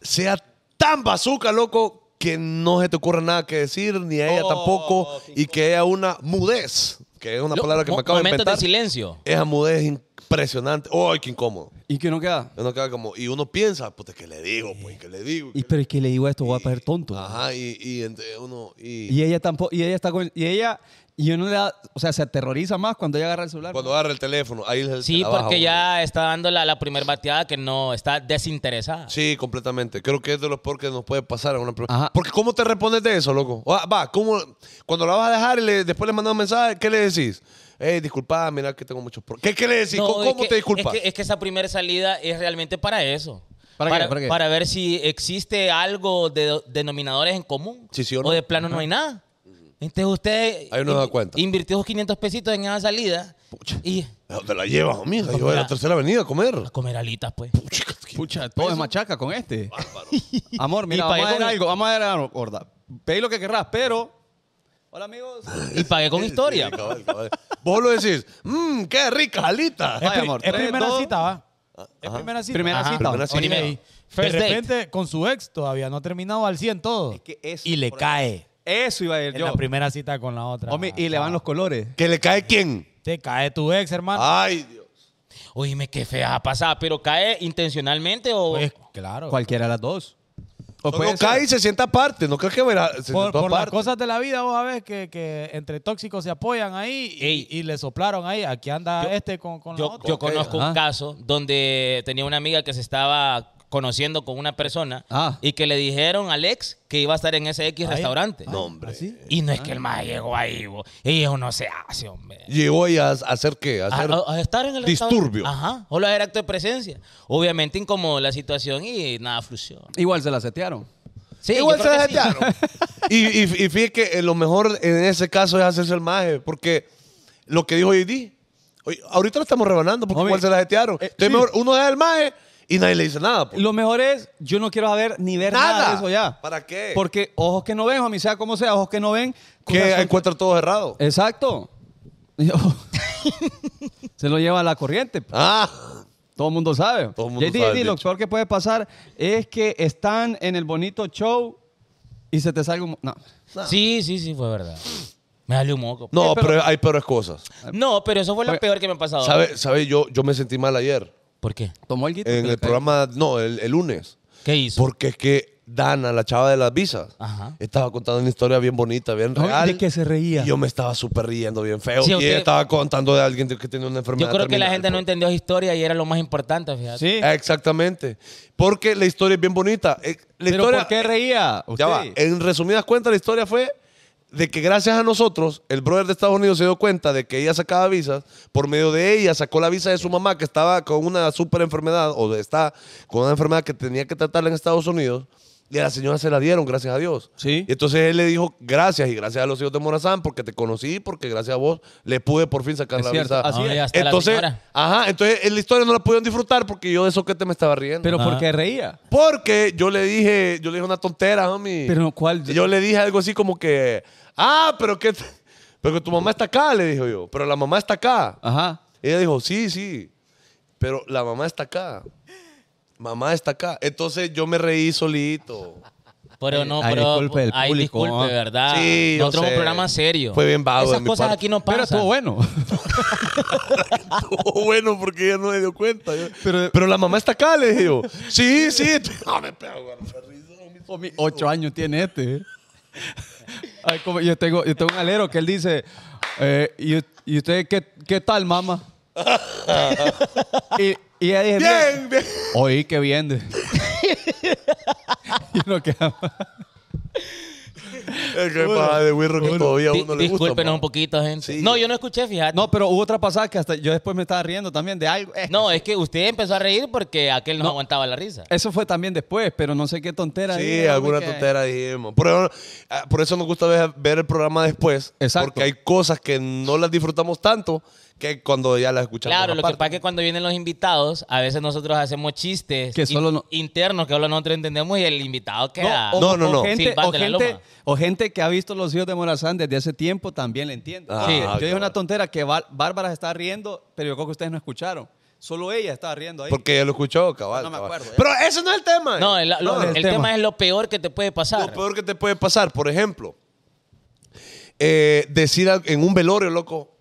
[SPEAKER 3] sea tan bazooka, loco, que no se te ocurra nada que decir, ni a ella
[SPEAKER 1] Oh,
[SPEAKER 3] tampoco, y que haya una mudez. que es una
[SPEAKER 4] Lo-
[SPEAKER 3] palabra que
[SPEAKER 4] mo-
[SPEAKER 3] me acabo de
[SPEAKER 4] momentos
[SPEAKER 3] inventar.
[SPEAKER 4] de silencio.
[SPEAKER 3] Esa mudez es impresionante. ¡Ay, qué incómodo!
[SPEAKER 1] Y que uno queda.
[SPEAKER 3] Uno queda como, y uno piensa, puta, ¿qué le digo? Pues, ¿qué le digo?
[SPEAKER 1] Y
[SPEAKER 3] ¿Qué le-
[SPEAKER 1] pero es que le digo esto, voy a parecer tonto.
[SPEAKER 3] Ajá, y, y entre uno. Y,
[SPEAKER 1] Y ella tampoco, y ella está con, y ella, y uno le da, o sea, se aterroriza más cuando ella agarra el celular.
[SPEAKER 3] cuando agarra el teléfono, ahí es el
[SPEAKER 4] Sí, porque ya está dando la, la primer bateada que no está desinteresada.
[SPEAKER 3] Sí, completamente. Creo que es de los peor que nos puede pasar a una pro-
[SPEAKER 1] Ajá.
[SPEAKER 3] Porque ¿cómo te respondes de eso, loco? Ah, Va, ¿cómo? Cuando la vas a dejar y le- después le mandas un mensaje, ¿qué le decís? Eh, disculpa, mira que tengo muchos problemas. ¿Qué, ¿Qué le decís?
[SPEAKER 4] No,
[SPEAKER 3] ¿Cómo,
[SPEAKER 4] es
[SPEAKER 3] cómo
[SPEAKER 4] que-
[SPEAKER 3] te disculpas?
[SPEAKER 4] Es que, es que esa primera salida es realmente para eso.
[SPEAKER 1] ¿Para qué? ¿Para qué?
[SPEAKER 4] ver si existe algo de do- denominadores en común.
[SPEAKER 3] Sí, sí o no.
[SPEAKER 4] de plano no hay nada. Entonces usted
[SPEAKER 3] Ahí uno se da
[SPEAKER 4] inv-
[SPEAKER 3] cuenta.
[SPEAKER 4] invirtió esos 500 pesitos en esa salida y
[SPEAKER 3] ¿Dónde la llevas, mija? Yo voy a la
[SPEAKER 4] Mira.
[SPEAKER 3] tercera avenida a comer.
[SPEAKER 4] a comer alitas, pues.
[SPEAKER 1] Pucha, pues, todo es machaca con este. Amor, mira,
[SPEAKER 4] Y
[SPEAKER 1] vamos
[SPEAKER 4] pagué
[SPEAKER 1] a hacer
[SPEAKER 4] con-
[SPEAKER 1] algo, vamos a hacer algo, gorda. Pedí lo que querrás, pero. Hola, amigos.
[SPEAKER 4] Y pagué con historia.
[SPEAKER 3] Sí, cabal, cabal. Vos lo decís, mmm, qué rica alita.
[SPEAKER 1] Vaya,
[SPEAKER 2] pri-
[SPEAKER 1] amor,
[SPEAKER 2] es
[SPEAKER 1] tres,
[SPEAKER 2] primera
[SPEAKER 1] dos. Ah,
[SPEAKER 2] cita, va. Es primera cita.
[SPEAKER 1] Primera
[SPEAKER 4] Ajá.
[SPEAKER 1] cita.
[SPEAKER 3] Primera
[SPEAKER 2] Oye,
[SPEAKER 3] cita.
[SPEAKER 4] Primero.
[SPEAKER 2] y de
[SPEAKER 4] First date.
[SPEAKER 2] repente con su ex todavía no ha terminado al 100 todo.
[SPEAKER 1] Es que eso,
[SPEAKER 2] y le
[SPEAKER 1] por-
[SPEAKER 2] cae
[SPEAKER 1] Eso iba a ir
[SPEAKER 2] en
[SPEAKER 1] yo.
[SPEAKER 2] la primera cita con la otra.
[SPEAKER 1] Homie, y le van Ah, los colores.
[SPEAKER 3] ¿Que le cae quién?
[SPEAKER 2] Te cae tu ex, hermano.
[SPEAKER 3] Ay, Dios.
[SPEAKER 4] Oíme, qué fea pasada, pero cae intencionalmente
[SPEAKER 1] oh.
[SPEAKER 4] o...
[SPEAKER 2] Pues, claro.
[SPEAKER 1] Cualquiera de las dos. O
[SPEAKER 3] No,
[SPEAKER 1] Pues puede
[SPEAKER 3] no
[SPEAKER 1] ser-
[SPEAKER 3] cae y se sienta aparte. No creo que verá. Se
[SPEAKER 2] Por,
[SPEAKER 3] sentó
[SPEAKER 2] por las
[SPEAKER 3] aparte.
[SPEAKER 2] cosas de la vida, vos sabés que, que entre tóxicos se apoyan ahí
[SPEAKER 4] Ey.
[SPEAKER 2] y, y le soplaron ahí. Aquí anda este con, con la
[SPEAKER 4] Yo,
[SPEAKER 2] otra.
[SPEAKER 4] yo conozco
[SPEAKER 1] Ajá.
[SPEAKER 4] un caso donde tenía una amiga que se estaba conociendo con una persona
[SPEAKER 1] Ah.
[SPEAKER 4] y que le dijeron al ex que iba a estar en ese X
[SPEAKER 2] Ay.
[SPEAKER 4] restaurante.
[SPEAKER 3] No, hombre.
[SPEAKER 4] Y no es que el más llegó ahí, bo. y eso no se hace, hombre.
[SPEAKER 3] Llegó ahí a, a hacer qué? A
[SPEAKER 4] A,
[SPEAKER 3] hacer
[SPEAKER 4] a- a estar en el
[SPEAKER 3] disturbio.
[SPEAKER 4] restaurante. Ajá, o lo hacer acto de presencia. Obviamente incomodó la situación y nada, flució.
[SPEAKER 1] Igual se la setearon.
[SPEAKER 4] Sí, yo
[SPEAKER 3] Igual se
[SPEAKER 4] creo que sí.
[SPEAKER 3] dejaron. y, y, y fíjate que eh, lo mejor en ese caso es hacerse el maje, porque lo que dijo JD, oye, ahorita lo estamos rebanando porque
[SPEAKER 1] Homie,
[SPEAKER 3] igual se la jetearon.
[SPEAKER 1] eh,
[SPEAKER 3] Entonces
[SPEAKER 1] sí.
[SPEAKER 3] mejor uno deja el maje y nadie le dice nada. pues.
[SPEAKER 1] Lo mejor es, yo no quiero saber ni ver nada,
[SPEAKER 3] Nada.
[SPEAKER 1] de eso ya.
[SPEAKER 3] ¿Para qué?
[SPEAKER 1] Porque ojos que no ven, homie, sea como sea, ojos que no ven.
[SPEAKER 3] que
[SPEAKER 1] corazón-
[SPEAKER 3] encuentra todo cerrado.
[SPEAKER 1] Eh, Exacto. se lo lleva a la corriente.
[SPEAKER 3] Ah,
[SPEAKER 1] Todo el mundo sabe.
[SPEAKER 3] Todo el mundo
[SPEAKER 1] JD,
[SPEAKER 3] sabe,
[SPEAKER 1] JD,
[SPEAKER 3] de
[SPEAKER 1] lo
[SPEAKER 3] hecho.
[SPEAKER 1] peor que puede pasar es que están en el bonito show y se te salga un... No.
[SPEAKER 4] Sí, sí, sí, fue verdad. Me salió un moco.
[SPEAKER 1] Eh,
[SPEAKER 3] no,
[SPEAKER 1] pero-
[SPEAKER 3] pero, hay peores cosas.
[SPEAKER 4] No, pero eso fue lo
[SPEAKER 1] Oye,
[SPEAKER 4] peor que me ha pasado.
[SPEAKER 3] ¿Sabes? Sabe, yo, yo me sentí mal ayer.
[SPEAKER 4] ¿Por qué?
[SPEAKER 1] Tomó el guito.
[SPEAKER 3] En el programa, no, el, el lunes.
[SPEAKER 4] ¿Qué hizo?
[SPEAKER 3] Porque es que Dana, la chava de las visas,
[SPEAKER 4] Ajá.
[SPEAKER 3] estaba contando una historia bien bonita, bien
[SPEAKER 1] Ay,
[SPEAKER 3] real.
[SPEAKER 1] ¿de qué se reía?
[SPEAKER 3] Y yo me estaba súper riendo bien feo.
[SPEAKER 4] Sí,
[SPEAKER 3] y
[SPEAKER 4] usted-
[SPEAKER 3] ella estaba contando de alguien que tenía una enfermedad.
[SPEAKER 4] Yo creo que la
[SPEAKER 3] terminal,
[SPEAKER 4] gente no
[SPEAKER 3] pues.
[SPEAKER 4] entendió esa historia y era lo más importante, fíjate.
[SPEAKER 3] Eh,
[SPEAKER 1] Sí.
[SPEAKER 3] Exactamente. Porque la historia es bien bonita. Eh, La
[SPEAKER 1] ¿Pero
[SPEAKER 3] historia,
[SPEAKER 1] por qué reía
[SPEAKER 3] Ya
[SPEAKER 1] usted?
[SPEAKER 3] va. eh. En resumidas cuentas, la historia fue de que gracias a nosotros, el brother de Estados Unidos se dio cuenta de que ella sacaba visas. Por medio de ella, sacó la visa de su mamá que estaba con una super enfermedad o está con una enfermedad que tenía que tratarla en Estados Unidos. Y a la señora se la dieron, gracias a Dios.
[SPEAKER 1] Sí.
[SPEAKER 3] Y entonces él le dijo, gracias y gracias a los hijos de Morazán, porque te conocí, porque gracias a vos le pude por fin sacar
[SPEAKER 1] Es
[SPEAKER 3] la
[SPEAKER 1] cierto,
[SPEAKER 3] visa.
[SPEAKER 1] así
[SPEAKER 4] Ahora
[SPEAKER 1] es.
[SPEAKER 4] ya está la
[SPEAKER 3] Entonces,
[SPEAKER 4] señora.
[SPEAKER 3] ajá, entonces en la historia no la pudieron disfrutar porque yo de eso que te me estaba riendo.
[SPEAKER 1] ¿Pero por
[SPEAKER 4] Ajá.
[SPEAKER 1] qué reía?
[SPEAKER 3] porque yo le dije, yo le dije una tontera, homie.
[SPEAKER 1] Pero ¿cuál?
[SPEAKER 3] Yo le dije algo así como que, ah, pero que, pero que tu mamá está acá, le dijo yo. Pero la mamá está acá.
[SPEAKER 1] Ajá.
[SPEAKER 3] Ella dijo, sí, sí, pero la mamá está acá. Mamá está acá. Entonces yo me reí solito.
[SPEAKER 4] Pero no,
[SPEAKER 1] Ay,
[SPEAKER 4] pero.
[SPEAKER 1] Eh, disculpe del
[SPEAKER 4] ay,
[SPEAKER 1] público, ¿ah?
[SPEAKER 4] disculpe,
[SPEAKER 1] ¿no?
[SPEAKER 4] ¿verdad?
[SPEAKER 3] Sí, yo
[SPEAKER 4] Nosotros somos
[SPEAKER 3] sé.
[SPEAKER 4] un programa serio.
[SPEAKER 3] Fue bien vago de
[SPEAKER 4] Esas
[SPEAKER 3] mi
[SPEAKER 4] cosas
[SPEAKER 3] parte.
[SPEAKER 4] aquí no
[SPEAKER 1] Pero
[SPEAKER 4] pasan.
[SPEAKER 1] estuvo bueno.
[SPEAKER 3] Estuvo bueno, porque ella no se dio cuenta. Yo, pero, la mamá está acá, le dije yo. Sí, sí. No, me pego, güey, me río.
[SPEAKER 1] Homie, Oh, Ocho años tiene este. Ay, como- yo, tengo, yo tengo un alero que él dice, eh, ¿y, y usted qué, qué tal, mamá? y, y ella dice, "Mira,
[SPEAKER 3] Bien, bien.
[SPEAKER 1] Oí que viene. y uno queda mal.
[SPEAKER 3] Es que paja de Wirro que todavía a uno
[SPEAKER 4] Di-
[SPEAKER 3] le gusta.
[SPEAKER 4] discúlpenos
[SPEAKER 3] ma.
[SPEAKER 4] un poquito, gente.
[SPEAKER 3] Sí.
[SPEAKER 4] No, yo no escuché, fíjate. No,
[SPEAKER 1] No, pero hubo otra pasada que hasta yo después me estaba riendo también de algo. Eh,
[SPEAKER 4] es que usted empezó a reír porque aquel no, aguantaba la risa.
[SPEAKER 1] Eso fue también después, pero no sé qué tontera.
[SPEAKER 3] Sí,
[SPEAKER 1] dije,
[SPEAKER 3] alguna
[SPEAKER 1] que-
[SPEAKER 3] tontera dijimos. Por eso, ah, por eso nos gusta ver, ver el programa después.
[SPEAKER 1] Exacto.
[SPEAKER 3] Porque hay cosas que no las disfrutamos tanto que cuando ya las escuchamos.
[SPEAKER 4] Claro, lo que
[SPEAKER 3] aparte.
[SPEAKER 4] pasa es que cuando vienen los invitados, a veces nosotros hacemos chistes
[SPEAKER 1] Que solo
[SPEAKER 4] in-
[SPEAKER 1] no-
[SPEAKER 4] internos que solo nosotros entendemos y el invitado queda.
[SPEAKER 3] o- No, no, no.
[SPEAKER 1] Gente,
[SPEAKER 4] Silbando
[SPEAKER 1] o,
[SPEAKER 4] en la
[SPEAKER 1] gente,
[SPEAKER 4] loma.
[SPEAKER 1] o gente que ha visto Los Hijos de Morazán desde hace tiempo también le entiende.
[SPEAKER 3] Ah,
[SPEAKER 1] Porque
[SPEAKER 3] sí.
[SPEAKER 1] yo dije
[SPEAKER 3] cabrón.
[SPEAKER 1] una tontera que Bár- Bárbara se estaba riendo, pero yo creo que ustedes no escucharon. Solo ella estaba riendo ahí.
[SPEAKER 3] Porque ya lo escuchó, cabal.
[SPEAKER 1] No me
[SPEAKER 3] cabal.
[SPEAKER 1] acuerdo, ya.
[SPEAKER 3] Pero ese no es el tema.
[SPEAKER 4] No,
[SPEAKER 3] eh.
[SPEAKER 4] el, lo-
[SPEAKER 1] no,
[SPEAKER 4] el
[SPEAKER 1] el
[SPEAKER 4] tema.
[SPEAKER 1] tema
[SPEAKER 4] es lo peor que te puede pasar.
[SPEAKER 3] Lo peor que te puede pasar, por ejemplo, eh, decir al- en un velorio, loco,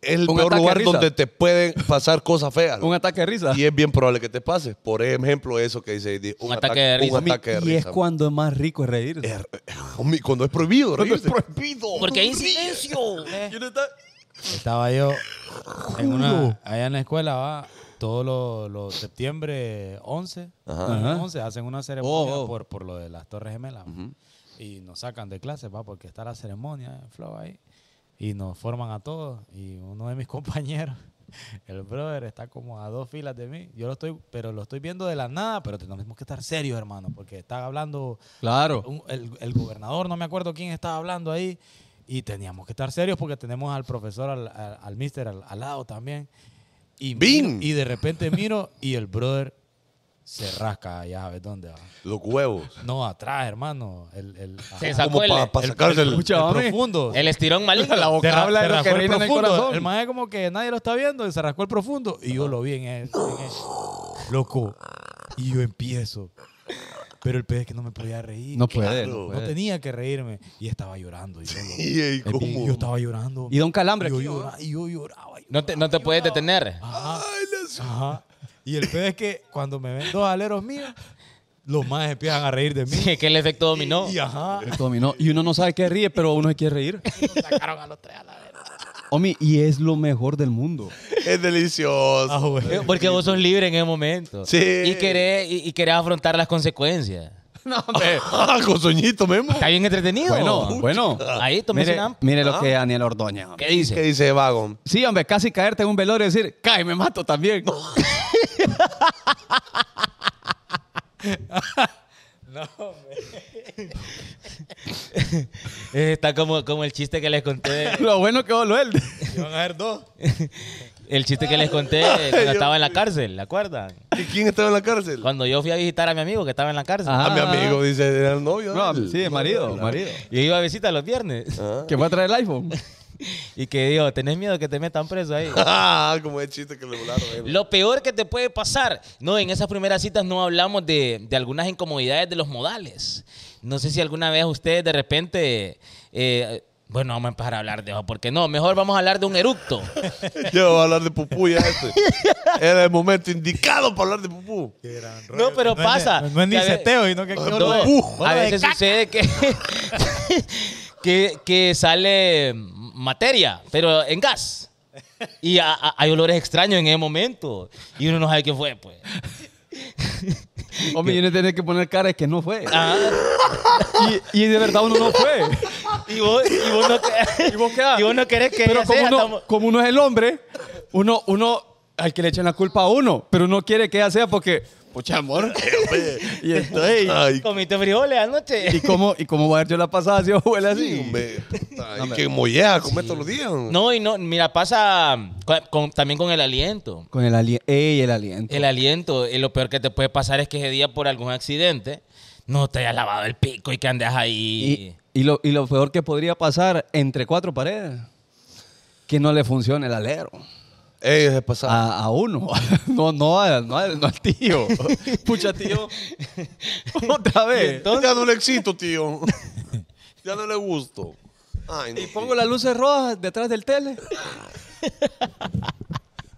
[SPEAKER 3] es el
[SPEAKER 1] Un
[SPEAKER 3] peor
[SPEAKER 1] ataque a
[SPEAKER 3] lugar
[SPEAKER 1] risa.
[SPEAKER 3] donde te pueden pasar cosas feas.
[SPEAKER 1] Un ataque de risa.
[SPEAKER 3] y es bien probable que te pase. Por ejemplo, eso que dice Eddie, un,
[SPEAKER 4] Un
[SPEAKER 3] ataque,
[SPEAKER 4] ataque de risa.
[SPEAKER 3] Un ataque de
[SPEAKER 1] Y es
[SPEAKER 3] risa.
[SPEAKER 1] cuando es más rico es reír.
[SPEAKER 3] Er- homie, cuando es prohibido. Cuando es prohibido.
[SPEAKER 4] Porque hay
[SPEAKER 3] Ríe.
[SPEAKER 4] silencio.
[SPEAKER 3] Eh.
[SPEAKER 2] Estaba yo en una, allá en la escuela, va, todos los, los septiembre 11,
[SPEAKER 1] Ajá.
[SPEAKER 2] 11 hacen una ceremonia
[SPEAKER 1] Oh, oh.
[SPEAKER 2] Por, por lo de las Torres Gemelas. va. Y nos sacan de clase, va, porque está la ceremonia, el flow ahí. Y nos forman a todos. Y uno de mis compañeros, el brother, está como a dos filas de mí. Yo lo estoy, pero lo estoy viendo de la nada, pero tenemos que estar serios, hermano, porque está hablando
[SPEAKER 1] Claro.
[SPEAKER 2] un- el, el gobernador, no me acuerdo quién estaba hablando ahí, y teníamos que estar serios porque tenemos al profesor, al, al, al mister al, al lado también. Y, miro-
[SPEAKER 3] Bin.
[SPEAKER 2] y de repente miro y el brother se rasca, ya sabes dónde va.
[SPEAKER 3] Los huevos.
[SPEAKER 2] No, atrás, hermano. El, el,
[SPEAKER 4] Se
[SPEAKER 2] ajá,
[SPEAKER 4] sacó
[SPEAKER 3] Como
[SPEAKER 4] el,
[SPEAKER 3] para
[SPEAKER 2] el-
[SPEAKER 3] sacarse
[SPEAKER 2] el
[SPEAKER 3] el...
[SPEAKER 1] Escucha, mami.
[SPEAKER 2] profundo.
[SPEAKER 4] el estirón maligno. La
[SPEAKER 2] Se ra-
[SPEAKER 1] habla
[SPEAKER 2] se
[SPEAKER 1] de lo
[SPEAKER 2] rascó
[SPEAKER 1] que reina en el
[SPEAKER 2] profundo.
[SPEAKER 1] corazón.
[SPEAKER 2] El man es como que nadie lo está viendo y se rascó el profundo. Y yo lo vi en él. en él. Loco. Y yo empiezo. Pero el pez es que no me podía reír.
[SPEAKER 1] No puede,
[SPEAKER 3] Claro.
[SPEAKER 1] no
[SPEAKER 2] No
[SPEAKER 1] puede.
[SPEAKER 2] tenía que reírme. Y estaba llorando. Y yo, lo-
[SPEAKER 3] Y, y,
[SPEAKER 2] y
[SPEAKER 3] ¿cómo?
[SPEAKER 2] yo estaba llorando.
[SPEAKER 1] Y da un calambre
[SPEAKER 2] yo
[SPEAKER 1] aquí, ¿no?
[SPEAKER 2] lloraba, y yo lloraba. y
[SPEAKER 4] No te, no te puedes detener.
[SPEAKER 2] Ajá. Ajá. Y el peor es que cuando me ven dos aleros míos, los más empiezan a reír de mí.
[SPEAKER 4] Sí, que el efecto dominó.
[SPEAKER 2] Y ajá.
[SPEAKER 1] Dominó. Y uno no sabe qué ríe, pero uno se quiere reír. Omi, y es lo mejor del mundo.
[SPEAKER 3] Es delicioso.
[SPEAKER 2] Ah, güey.
[SPEAKER 4] Eh, Porque vos sos libre en ese momento.
[SPEAKER 3] Sí.
[SPEAKER 4] Y querés, y, y querés afrontar las consecuencias.
[SPEAKER 3] Ah, con soñito, Memo.
[SPEAKER 4] Está bien entretenido.
[SPEAKER 1] Bueno, bueno.
[SPEAKER 4] Ahí tomé
[SPEAKER 1] Mire,
[SPEAKER 4] una...
[SPEAKER 1] mire
[SPEAKER 3] Ah.
[SPEAKER 1] lo que Daniel Ordoña. hombre.
[SPEAKER 4] ¿Qué
[SPEAKER 3] ¿Qué
[SPEAKER 4] dice?
[SPEAKER 3] dice Vago?
[SPEAKER 1] Sí, hombre, casi caerte en un velorio y decir, cae, me mato también.
[SPEAKER 4] Eh, Está como, como el chiste que les conté.
[SPEAKER 1] lo bueno que vos lo él.
[SPEAKER 2] Iban a haber dos.
[SPEAKER 4] El chiste que les conté cuando estaba en la cárcel, ¿la acuerdan?
[SPEAKER 3] ¿Y quién estaba en la cárcel?
[SPEAKER 4] Cuando yo fui a visitar a mi amigo que estaba en la cárcel.
[SPEAKER 1] Ah.
[SPEAKER 3] A mi amigo, dice, era el novio.
[SPEAKER 1] No,
[SPEAKER 3] del-
[SPEAKER 1] sí, marido, marido.
[SPEAKER 4] Yo iba a visitar los viernes.
[SPEAKER 3] Ah.
[SPEAKER 1] Que fue a traer el iPhone.
[SPEAKER 4] Y que digo, ¿tenés miedo que te metan preso ahí?
[SPEAKER 3] Ah, como es chiste que le volaron. eh.
[SPEAKER 4] Lo peor que te puede pasar, no, en esas primeras citas no hablamos de, de algunas incomodidades de los modales. No sé si alguna vez ustedes de repente, eh, bueno, vamos a empezar a hablar de eso, porque no, mejor vamos a hablar de un eructo.
[SPEAKER 3] Yo voy a hablar de pupú ya este. Era el momento indicado para hablar de pupú.
[SPEAKER 4] No, pero
[SPEAKER 2] es-
[SPEAKER 4] pasa.
[SPEAKER 2] No es ni
[SPEAKER 4] Que a ve-
[SPEAKER 2] seteo, sino que.
[SPEAKER 4] No,
[SPEAKER 2] Olo de- olo
[SPEAKER 4] a
[SPEAKER 2] de
[SPEAKER 4] veces
[SPEAKER 2] caca.
[SPEAKER 4] sucede que, que, que sale materia, pero en gas. Y a- a- hay olores extraños en ese momento. Y uno no sabe qué fue, pues.
[SPEAKER 1] Omi, yo no tenía que poner cara de que no fue.
[SPEAKER 4] Ah,
[SPEAKER 1] Y, y de verdad uno no fue.
[SPEAKER 4] y, vos, y vos no, que-
[SPEAKER 1] Y vos quedás.
[SPEAKER 4] y vos no querés que
[SPEAKER 1] Pero
[SPEAKER 4] ella sea,
[SPEAKER 1] como uno,
[SPEAKER 4] estamos-
[SPEAKER 1] como uno es el hombre, uno, uno, al que le echan la culpa a uno, pero uno quiere que ella sea porque, pucha amor. y estoy.
[SPEAKER 3] Eh, Ay,
[SPEAKER 4] comiste frijoles anoche.
[SPEAKER 1] ¿Y cómo, ¿Y cómo voy a ver yo la pasada si yo huele así?
[SPEAKER 3] sí, me, puta, ay, que molleja come todos los días.
[SPEAKER 4] No, y no, mira, pasa con- con- también con el aliento.
[SPEAKER 1] Con el aliento. Ey, el aliento.
[SPEAKER 4] El aliento, eh, lo peor que te puede pasar es que ese día por algún accidente no te hayas lavado el pico y que andas ahí.
[SPEAKER 1] Y, y lo, y lo peor que podría pasar entre cuatro paredes, que no le funcione el alero
[SPEAKER 3] Ey, es pasado.
[SPEAKER 1] a, a uno, no, no, a- no, al- no al tío. Pucha, tío. Otra vez.
[SPEAKER 3] ya no le excito, tío. ya no le gusto. Ay, no,
[SPEAKER 1] Y pongo las luces rojas detrás del tele.
[SPEAKER 3] tío.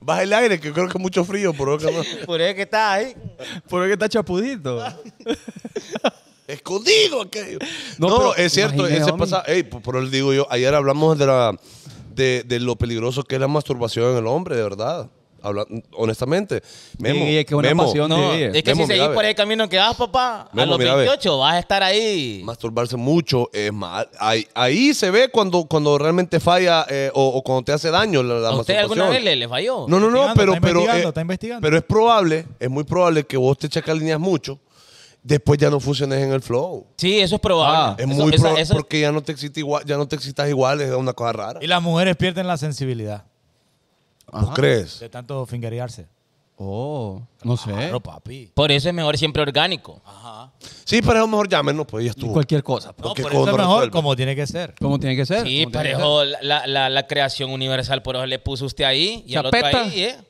[SPEAKER 3] Baja el aire, que creo que es mucho frío, pero creo que no.
[SPEAKER 4] Por eso que estás ahí.
[SPEAKER 1] Porque está chapudito.
[SPEAKER 3] Escondido aquello.
[SPEAKER 1] No,
[SPEAKER 3] No,
[SPEAKER 1] pero
[SPEAKER 3] es cierto,
[SPEAKER 1] imagínese,
[SPEAKER 3] ese
[SPEAKER 1] homie.
[SPEAKER 3] pasa. Ey, por, por eso digo yo, ayer hablamos de, la, de, de lo peligroso que es la masturbación en el hombre, de verdad. Habla- honestamente. Memo,
[SPEAKER 1] Sí, es que una
[SPEAKER 3] Memo,
[SPEAKER 1] pasión
[SPEAKER 4] No,
[SPEAKER 1] Sí,
[SPEAKER 4] es que
[SPEAKER 3] Memo,
[SPEAKER 4] si seguís
[SPEAKER 3] mira, ve.
[SPEAKER 4] por el camino que vas, papá, a
[SPEAKER 3] Memo,
[SPEAKER 4] los
[SPEAKER 3] mira, ve.
[SPEAKER 4] 28 vas a estar ahí.
[SPEAKER 3] Masturbarse mucho es mal. Ahí, ahí se ve cuando, cuando realmente falla eh, o, o cuando te hace daño la, la
[SPEAKER 4] ¿A usted
[SPEAKER 3] masturbación.
[SPEAKER 4] alguna vez le, le falló?
[SPEAKER 3] No, no, no,
[SPEAKER 2] Investigando,
[SPEAKER 3] pero,
[SPEAKER 2] está
[SPEAKER 3] pero,
[SPEAKER 2] investigando,
[SPEAKER 3] eh,
[SPEAKER 2] está investigando.
[SPEAKER 3] pero es probable, es muy probable que vos te chacalineas mucho, después ya no funciones en el flow.
[SPEAKER 4] Sí, eso es
[SPEAKER 1] Ah,
[SPEAKER 4] probable.
[SPEAKER 3] Es
[SPEAKER 4] Eso-
[SPEAKER 3] muy
[SPEAKER 4] esa-
[SPEAKER 3] probable
[SPEAKER 4] eso-
[SPEAKER 3] porque ya no te excitas igual, ya no te excitas igual, es una cosa rara.
[SPEAKER 2] Y las mujeres pierden la sensibilidad
[SPEAKER 3] ¿Vos crees?
[SPEAKER 2] de tanto
[SPEAKER 4] ¿Eh?
[SPEAKER 2] fingerearse.
[SPEAKER 1] Oh, no sé.
[SPEAKER 2] Claro, papi.
[SPEAKER 4] Por eso es mejor siempre orgánico.
[SPEAKER 3] Ah, Sí, pero eso mejor llámenos, pues ya estuvo.
[SPEAKER 1] Cualquier cosa. pues.
[SPEAKER 3] Porque
[SPEAKER 2] Por
[SPEAKER 3] como
[SPEAKER 2] eso es
[SPEAKER 3] no
[SPEAKER 2] mejor
[SPEAKER 3] resuelve.
[SPEAKER 2] como tiene que ser.
[SPEAKER 1] ¿Cómo tiene que ser?
[SPEAKER 4] Sí,
[SPEAKER 1] ¿Cómo tiene que
[SPEAKER 4] parejo, la, la- la creación universal, por eso le puso usted ahí y al otro
[SPEAKER 1] Chapeta.
[SPEAKER 4] ahí, ¿eh?
[SPEAKER 1] ser?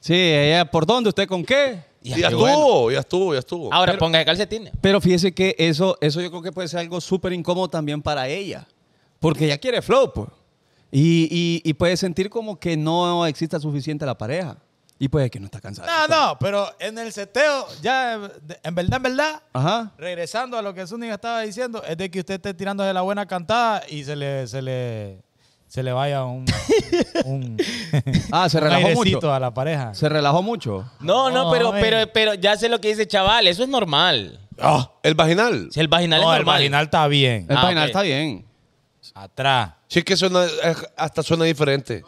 [SPEAKER 1] Sí, ella, ¿por dónde? ¿Usted con qué?
[SPEAKER 4] Y
[SPEAKER 3] ya
[SPEAKER 4] ahí,
[SPEAKER 3] estuvo,
[SPEAKER 4] bueno.
[SPEAKER 3] ya estuvo, ya estuvo.
[SPEAKER 4] Ahora ponga calcetines.
[SPEAKER 1] Pero fíjese que eso, eso yo creo que puede ser algo súper incómodo también para ella. Porque ella quiere flow, pues. Y, y, y puedes sentir como que no exista suficiente la pareja. Y puede que no está cansado.
[SPEAKER 2] No, no, pero en el seteo, ya, eh, de- en verdad, en verdad,
[SPEAKER 1] Ajá.
[SPEAKER 2] regresando a lo que Zúñiga estaba diciendo, es de que usted esté tirando de la buena cantada y se le, se le, se le vaya un, un,
[SPEAKER 1] Ah, se
[SPEAKER 2] un
[SPEAKER 1] relajó
[SPEAKER 2] airecito
[SPEAKER 1] mucho.
[SPEAKER 2] a la pareja.
[SPEAKER 1] Se relajó mucho.
[SPEAKER 4] No, no,
[SPEAKER 2] No,
[SPEAKER 4] pero,
[SPEAKER 2] hombre.
[SPEAKER 4] pero, pero ya sé lo que dice chaval, eso es normal.
[SPEAKER 3] Ah, el vaginal.
[SPEAKER 4] Si el vaginal
[SPEAKER 2] no, el
[SPEAKER 4] es normal.
[SPEAKER 2] vaginal está bien.
[SPEAKER 1] El
[SPEAKER 4] Ah,
[SPEAKER 1] vaginal
[SPEAKER 4] ok.
[SPEAKER 1] está bien.
[SPEAKER 2] Atrás.
[SPEAKER 3] Sí, que suena, eh, hasta suena diferente.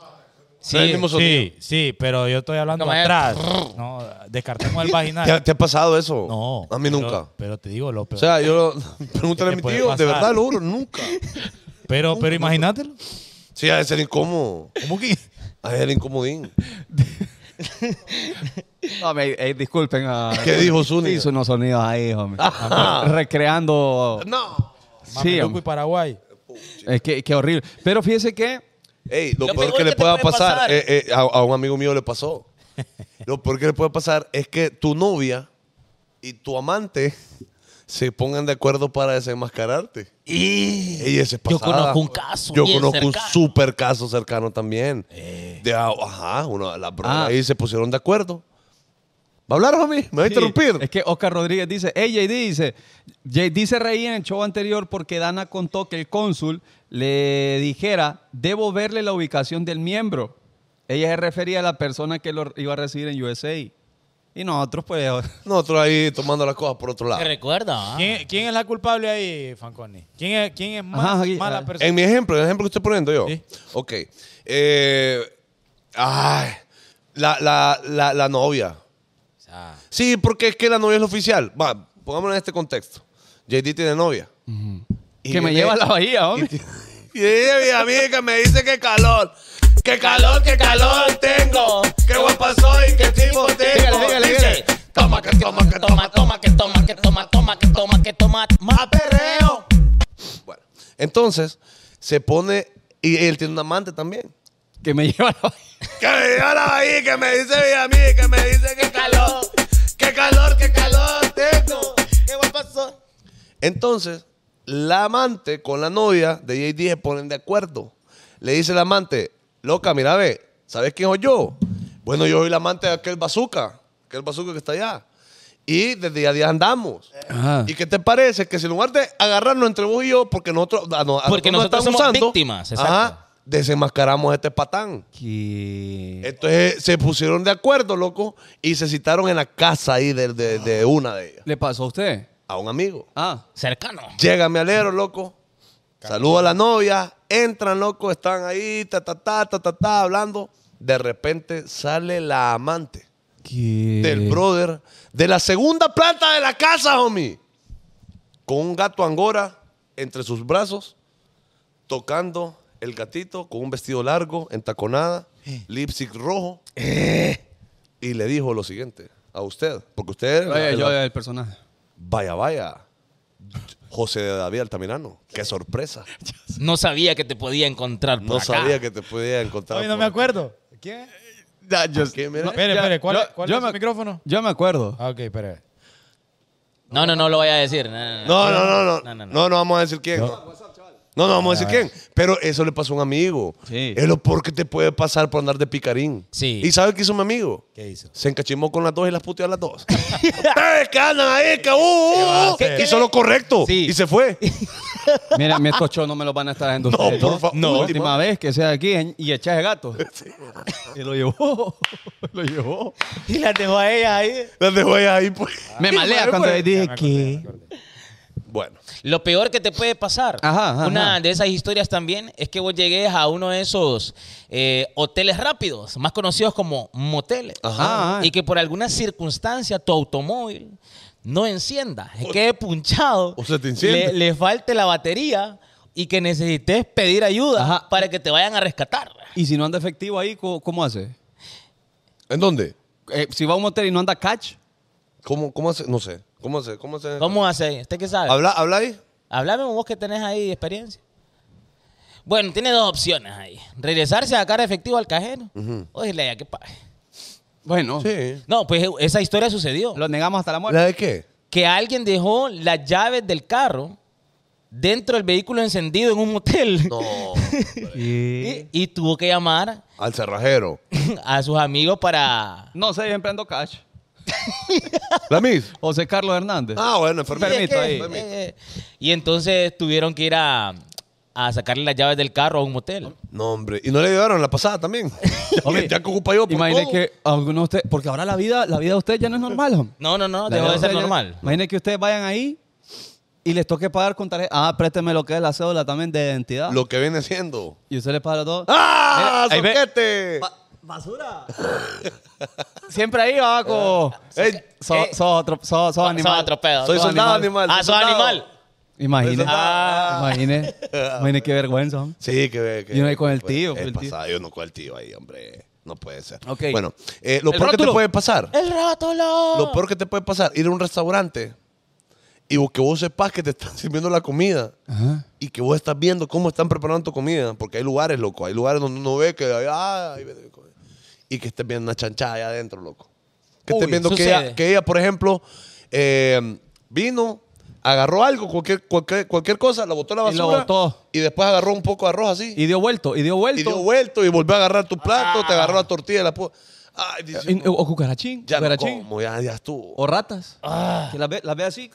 [SPEAKER 4] Sí.
[SPEAKER 3] No es el mismo sonido.
[SPEAKER 2] Sí, sí, pero yo estoy hablando
[SPEAKER 4] Como es.
[SPEAKER 2] atrás. No, descartemos el
[SPEAKER 3] ¿Te, ha-
[SPEAKER 2] vaginal.
[SPEAKER 3] te ha pasado eso?
[SPEAKER 2] Ah. No.
[SPEAKER 3] A mí
[SPEAKER 2] pero-
[SPEAKER 3] nunca.
[SPEAKER 2] Pero te digo, lo
[SPEAKER 3] O
[SPEAKER 2] peor.
[SPEAKER 3] sea, yo pregúntale a
[SPEAKER 2] ¿Qué
[SPEAKER 3] mi
[SPEAKER 2] puede
[SPEAKER 3] tío, de
[SPEAKER 2] pasar?
[SPEAKER 3] verdad, lo juro, nunca.
[SPEAKER 2] pero, pero imagínatelo.
[SPEAKER 3] Sí, ha de ser incómodo.
[SPEAKER 2] ¿Cómo que?
[SPEAKER 3] Ha de ser incomodín.
[SPEAKER 1] No, me- eh, disculpen. a-
[SPEAKER 3] ¿Qué dijo Zúñiga?
[SPEAKER 1] Hizo unos sonidos ahí, pues, hombre. Ah, Recreando.
[SPEAKER 3] No.
[SPEAKER 1] Sí,
[SPEAKER 2] Mameluco y
[SPEAKER 1] hombre.
[SPEAKER 2] Paraguay.
[SPEAKER 1] es que, que horrible. Pero fíjese que.
[SPEAKER 3] Ey, lo,
[SPEAKER 4] Lo
[SPEAKER 3] peor
[SPEAKER 4] peor
[SPEAKER 3] que le
[SPEAKER 4] que te
[SPEAKER 3] pueda
[SPEAKER 4] puede
[SPEAKER 3] pasar,
[SPEAKER 4] pasar.
[SPEAKER 3] eh, eh, a, a un amigo mío le pasó. lo peor que le puede pasar es que tu novia y tu amante se pongan de acuerdo para desenmascararte. Ey, ese es
[SPEAKER 4] Yo
[SPEAKER 3] pasada.
[SPEAKER 4] conozco un caso
[SPEAKER 3] Yo
[SPEAKER 4] bien
[SPEAKER 3] conozco
[SPEAKER 4] cercano.
[SPEAKER 3] un super caso cercano también. De, ah, ajá, una, la broma
[SPEAKER 1] Ah.
[SPEAKER 3] ahí se pusieron de acuerdo. ¿Va a hablar, mí? ¿Me va a
[SPEAKER 1] Sí,
[SPEAKER 3] interrumpir?
[SPEAKER 1] Es que Oscar Rodríguez dice, hey JD, dice, JD se reía en el show anterior porque Dana contó que el cónsul le dijera, debo verle la ubicación del miembro. Ella se refería a la persona que lo iba a recibir en USA. Y nosotros, pues,
[SPEAKER 3] Nosotros ahí tomando las cosas por otro lado.
[SPEAKER 4] ¿Te recuerda? ah?
[SPEAKER 2] ¿Quién, quién es la culpable ahí, Fanconi? ¿Quién es, quién es más
[SPEAKER 1] Ajá, aquí,
[SPEAKER 2] mala
[SPEAKER 1] ah.
[SPEAKER 2] persona?
[SPEAKER 3] En mi ejemplo, en el ejemplo que estoy poniendo yo.
[SPEAKER 2] Sí.
[SPEAKER 3] Ok. Eh, ay, la, la, la, la novia.
[SPEAKER 2] O sea,
[SPEAKER 3] Sí, porque es que la novia es la oficial. Va, pongámoslo en este contexto. JD tiene novia. Y
[SPEAKER 1] que me
[SPEAKER 3] viene-
[SPEAKER 1] lleva a la bahía, hombre.
[SPEAKER 3] Y ella, mi amiga, me dice que calor. Que calor, que calor tengo. Que guapa soy, que tipo tengo.
[SPEAKER 4] Dígale, dígale,
[SPEAKER 3] Dice,
[SPEAKER 4] dígale.
[SPEAKER 3] toma, que toma, que toma,
[SPEAKER 4] Toma, toma, que toma, que toma, toma, que toma, que toma.
[SPEAKER 3] más perreo. Bueno, entonces se pone. Y él tiene un amante también.
[SPEAKER 1] Que me lleva a la bahía.
[SPEAKER 3] Que me diga la bahía, que me dice bien a mí, que me dice que calor, que calor, que calor tengo.
[SPEAKER 4] ¿Qué va a pasar?
[SPEAKER 3] Entonces, la amante con la novia de JD se ponen de acuerdo. Le dice la amante, loca, mira, ve, ¿sabes quién soy yo? Bueno, yo soy la amante de aquel bazooka, aquel bazooka que está allá. Y desde a día andamos.
[SPEAKER 1] Ajá.
[SPEAKER 3] ¿Y qué te parece? Que si en lugar de agarrarnos entre vos y yo, porque nosotros, a no- a
[SPEAKER 4] Porque
[SPEAKER 3] nos
[SPEAKER 4] nosotros
[SPEAKER 3] están
[SPEAKER 4] somos víctimas, exacto.
[SPEAKER 3] desenmascaramos a este patán.
[SPEAKER 1] Que...
[SPEAKER 3] Entonces se pusieron de acuerdo, loco, y se citaron en la casa ahí de, de- de una de ellas,
[SPEAKER 1] ¿Le pasó a usted?
[SPEAKER 3] a un amigo.
[SPEAKER 1] Ah.
[SPEAKER 4] Cercano.
[SPEAKER 3] Llega mi alero, loco, saluda a la novia, entran, loco, están ahí, ta, ta, ta, ta, ta, ta, hablando. De repente sale la amante
[SPEAKER 1] Que...
[SPEAKER 3] del brother de la segunda planta de la casa, homie, con un gato angora entre sus brazos, tocando el gatito con un vestido largo, entaconada, lipstick rojo, y le dijo lo siguiente a usted, porque usted,
[SPEAKER 1] Oye, yo, el personaje.
[SPEAKER 3] vaya, vaya, José David Altamirano, qué sorpresa,
[SPEAKER 4] No sabía que te podía encontrar por
[SPEAKER 3] no
[SPEAKER 4] acá.
[SPEAKER 3] sabía que te podía encontrar.
[SPEAKER 2] Hoy no
[SPEAKER 3] por-
[SPEAKER 2] me acuerdo. ¿Quién?
[SPEAKER 3] ¿Qué, mira?
[SPEAKER 2] Espere, espere, ¿cuál,
[SPEAKER 1] yo-
[SPEAKER 2] cuál
[SPEAKER 1] yo
[SPEAKER 2] es
[SPEAKER 1] me-
[SPEAKER 2] el micrófono?
[SPEAKER 1] Yo me acuerdo.
[SPEAKER 2] Ah, ok, espere.
[SPEAKER 4] No, no, no lo vaya a decir. No, no,
[SPEAKER 3] No, no, no, no. No,
[SPEAKER 4] No, no, no.
[SPEAKER 3] no vamos a decir quién. No, no, no vamos a decir quién. Pero eso le pasó a un amigo.
[SPEAKER 1] Sí.
[SPEAKER 3] Es lo peor que te puede pasar por andar de picarín.
[SPEAKER 4] Sí.
[SPEAKER 3] ¿Y sabe qué hizo mi amigo?
[SPEAKER 2] ¿Qué hizo?
[SPEAKER 3] Se encachimó con las dos y las puteó a las dos. Ustedes que andan ahí, que uh, uh, uh,
[SPEAKER 2] ¿Qué va a hacer?
[SPEAKER 3] hizo lo correcto.
[SPEAKER 1] Sí.
[SPEAKER 3] Y se fue.
[SPEAKER 1] Mira, mi shows no me lo van a estar haciendo
[SPEAKER 3] No,
[SPEAKER 1] ustedes.
[SPEAKER 3] por favor.
[SPEAKER 1] No,
[SPEAKER 3] Última.
[SPEAKER 1] última, vez que sea aquí en- y echas de gato. Y lo llevó. Lo llevó.
[SPEAKER 2] Y la dejó a ella ahí.
[SPEAKER 3] Las dejó ahí, ahí, pues.
[SPEAKER 1] Me malea cuando le dije que.
[SPEAKER 3] Bueno.
[SPEAKER 4] Lo peor que te puede pasar,
[SPEAKER 1] Ajá, ajá,
[SPEAKER 4] una
[SPEAKER 1] ajá.
[SPEAKER 4] de esas historias también, es que vos llegues a uno de esos eh, hoteles rápidos, más conocidos como moteles,
[SPEAKER 1] Ajá.
[SPEAKER 4] y que por alguna circunstancia tu automóvil no encienda, que quede punchado,
[SPEAKER 3] o se te enciende.
[SPEAKER 4] le, le falte la batería y que necesites pedir ayuda
[SPEAKER 1] Ajá.
[SPEAKER 4] para que te vayan a rescatar.
[SPEAKER 1] Y si no anda efectivo ahí, ¿cómo, cómo hace?
[SPEAKER 3] ¿En dónde?
[SPEAKER 1] Eh, si va a un hotel y no anda catch,
[SPEAKER 3] ¿Cómo, cómo hace? No sé. ¿Cómo hace? ¿Cómo hace?
[SPEAKER 4] ¿Cómo haces? ¿Usted qué sabe?
[SPEAKER 3] ¿Habla, habla ahí?
[SPEAKER 4] Hablame vos que tenés ahí de experiencia. Bueno, tiene dos opciones ahí. Regresarse a sacar efectivo al cajero o decirle ya que pague.
[SPEAKER 1] bueno,
[SPEAKER 3] Sí.
[SPEAKER 4] No, pues esa historia sucedió.
[SPEAKER 1] lo negamos hasta la muerte.
[SPEAKER 3] ¿La de qué?
[SPEAKER 4] Que alguien dejó las llaves del carro dentro del vehículo encendido en un motel.
[SPEAKER 3] No.
[SPEAKER 4] Y, y tuvo que llamar
[SPEAKER 3] Al cerrajero.
[SPEAKER 4] a sus amigos para...
[SPEAKER 1] No sé, siempre ando cash.
[SPEAKER 3] ¿La mis?
[SPEAKER 1] José Carlos Hernández.
[SPEAKER 3] Ah, bueno,
[SPEAKER 1] Sí,
[SPEAKER 3] enfermito
[SPEAKER 1] es que-
[SPEAKER 3] ahí.
[SPEAKER 4] Eh, y entonces tuvieron que ir a, a sacarle las llaves del carro a un motel.
[SPEAKER 3] No, hombre. Y no le ayudaron la pasada también.
[SPEAKER 1] Hombre,
[SPEAKER 3] ya que ocupa yo pues, por
[SPEAKER 1] Imagine
[SPEAKER 3] todo.
[SPEAKER 1] que alguno de ustedes, porque ahora la vida, la vida de ustedes ya no es normal, hombre.
[SPEAKER 4] No, no, no,
[SPEAKER 1] La
[SPEAKER 4] dejó
[SPEAKER 1] vida
[SPEAKER 4] de ser
[SPEAKER 1] ustedes ya-
[SPEAKER 4] normal.
[SPEAKER 1] Imagine que ustedes vayan ahí y les toque pagar con tarjeta. Ah, présteme lo que es la cédula también de identidad.
[SPEAKER 3] Lo que viene siendo.
[SPEAKER 1] Y usted le paga todo.
[SPEAKER 3] ¡Ah!
[SPEAKER 1] Mira, Eh, ahí ve- Ah,
[SPEAKER 3] ¡Soquete!
[SPEAKER 1] ¡Basura! Siempre ahí, vaco.
[SPEAKER 3] Ey,
[SPEAKER 1] Sos
[SPEAKER 4] eh,
[SPEAKER 1] sos otro, sos- sos
[SPEAKER 4] Son
[SPEAKER 1] animal.
[SPEAKER 4] atropedos.
[SPEAKER 3] soy
[SPEAKER 1] sos
[SPEAKER 3] soldado
[SPEAKER 1] animal.
[SPEAKER 3] animal.
[SPEAKER 4] Ah, sos
[SPEAKER 3] soldado.
[SPEAKER 4] animal.
[SPEAKER 1] Imagine.
[SPEAKER 3] Ah.
[SPEAKER 1] Imagine. Imagine qué vergüenza. hombre.
[SPEAKER 3] Sí, que, que
[SPEAKER 1] Y uno ahí con el
[SPEAKER 3] pues,
[SPEAKER 1] tío,
[SPEAKER 3] es
[SPEAKER 1] con el tío.
[SPEAKER 3] pasada, yo no con el tío ahí, hombre. No puede ser.
[SPEAKER 1] Ok.
[SPEAKER 3] Bueno, eh, lo
[SPEAKER 1] El
[SPEAKER 3] peor que te
[SPEAKER 1] rótulo. Eh,
[SPEAKER 3] puede pasar,
[SPEAKER 4] El rótulo.
[SPEAKER 3] lo peor que te puede pasar, ir a un restaurante y vos- que vos sepas que te están sirviendo la comida
[SPEAKER 1] Ajá.
[SPEAKER 3] y que vos estás viendo cómo están preparando tu comida, porque hay lugares, loco, hay lugares donde uno ve que ay, ay, viene mi comida. y que estés viendo una chanchada allá adentro, loco. Que estés
[SPEAKER 4] Uy,
[SPEAKER 3] viendo que
[SPEAKER 4] sucede.
[SPEAKER 3] ella, que ella, por ejemplo, eh, vino, agarró algo, cualquier, cualquier, cualquier cosa, la botó a la
[SPEAKER 1] Y
[SPEAKER 3] basura
[SPEAKER 1] lo botó.
[SPEAKER 3] y después agarró un poco de arroz así
[SPEAKER 1] Y dio vuelto, y dio vuelto. Ah.
[SPEAKER 3] y dio vuelto y volvió a agarrar tu plato, te agarró la tortilla y la puso. Ay, dice,
[SPEAKER 1] Y- uh,
[SPEAKER 3] uno,
[SPEAKER 1] o cucarachín.
[SPEAKER 3] ya no
[SPEAKER 1] cucarachín.
[SPEAKER 3] como, ya, ya estuvo.
[SPEAKER 1] O ratas.
[SPEAKER 4] Ah.
[SPEAKER 1] Que las ve, las ve así.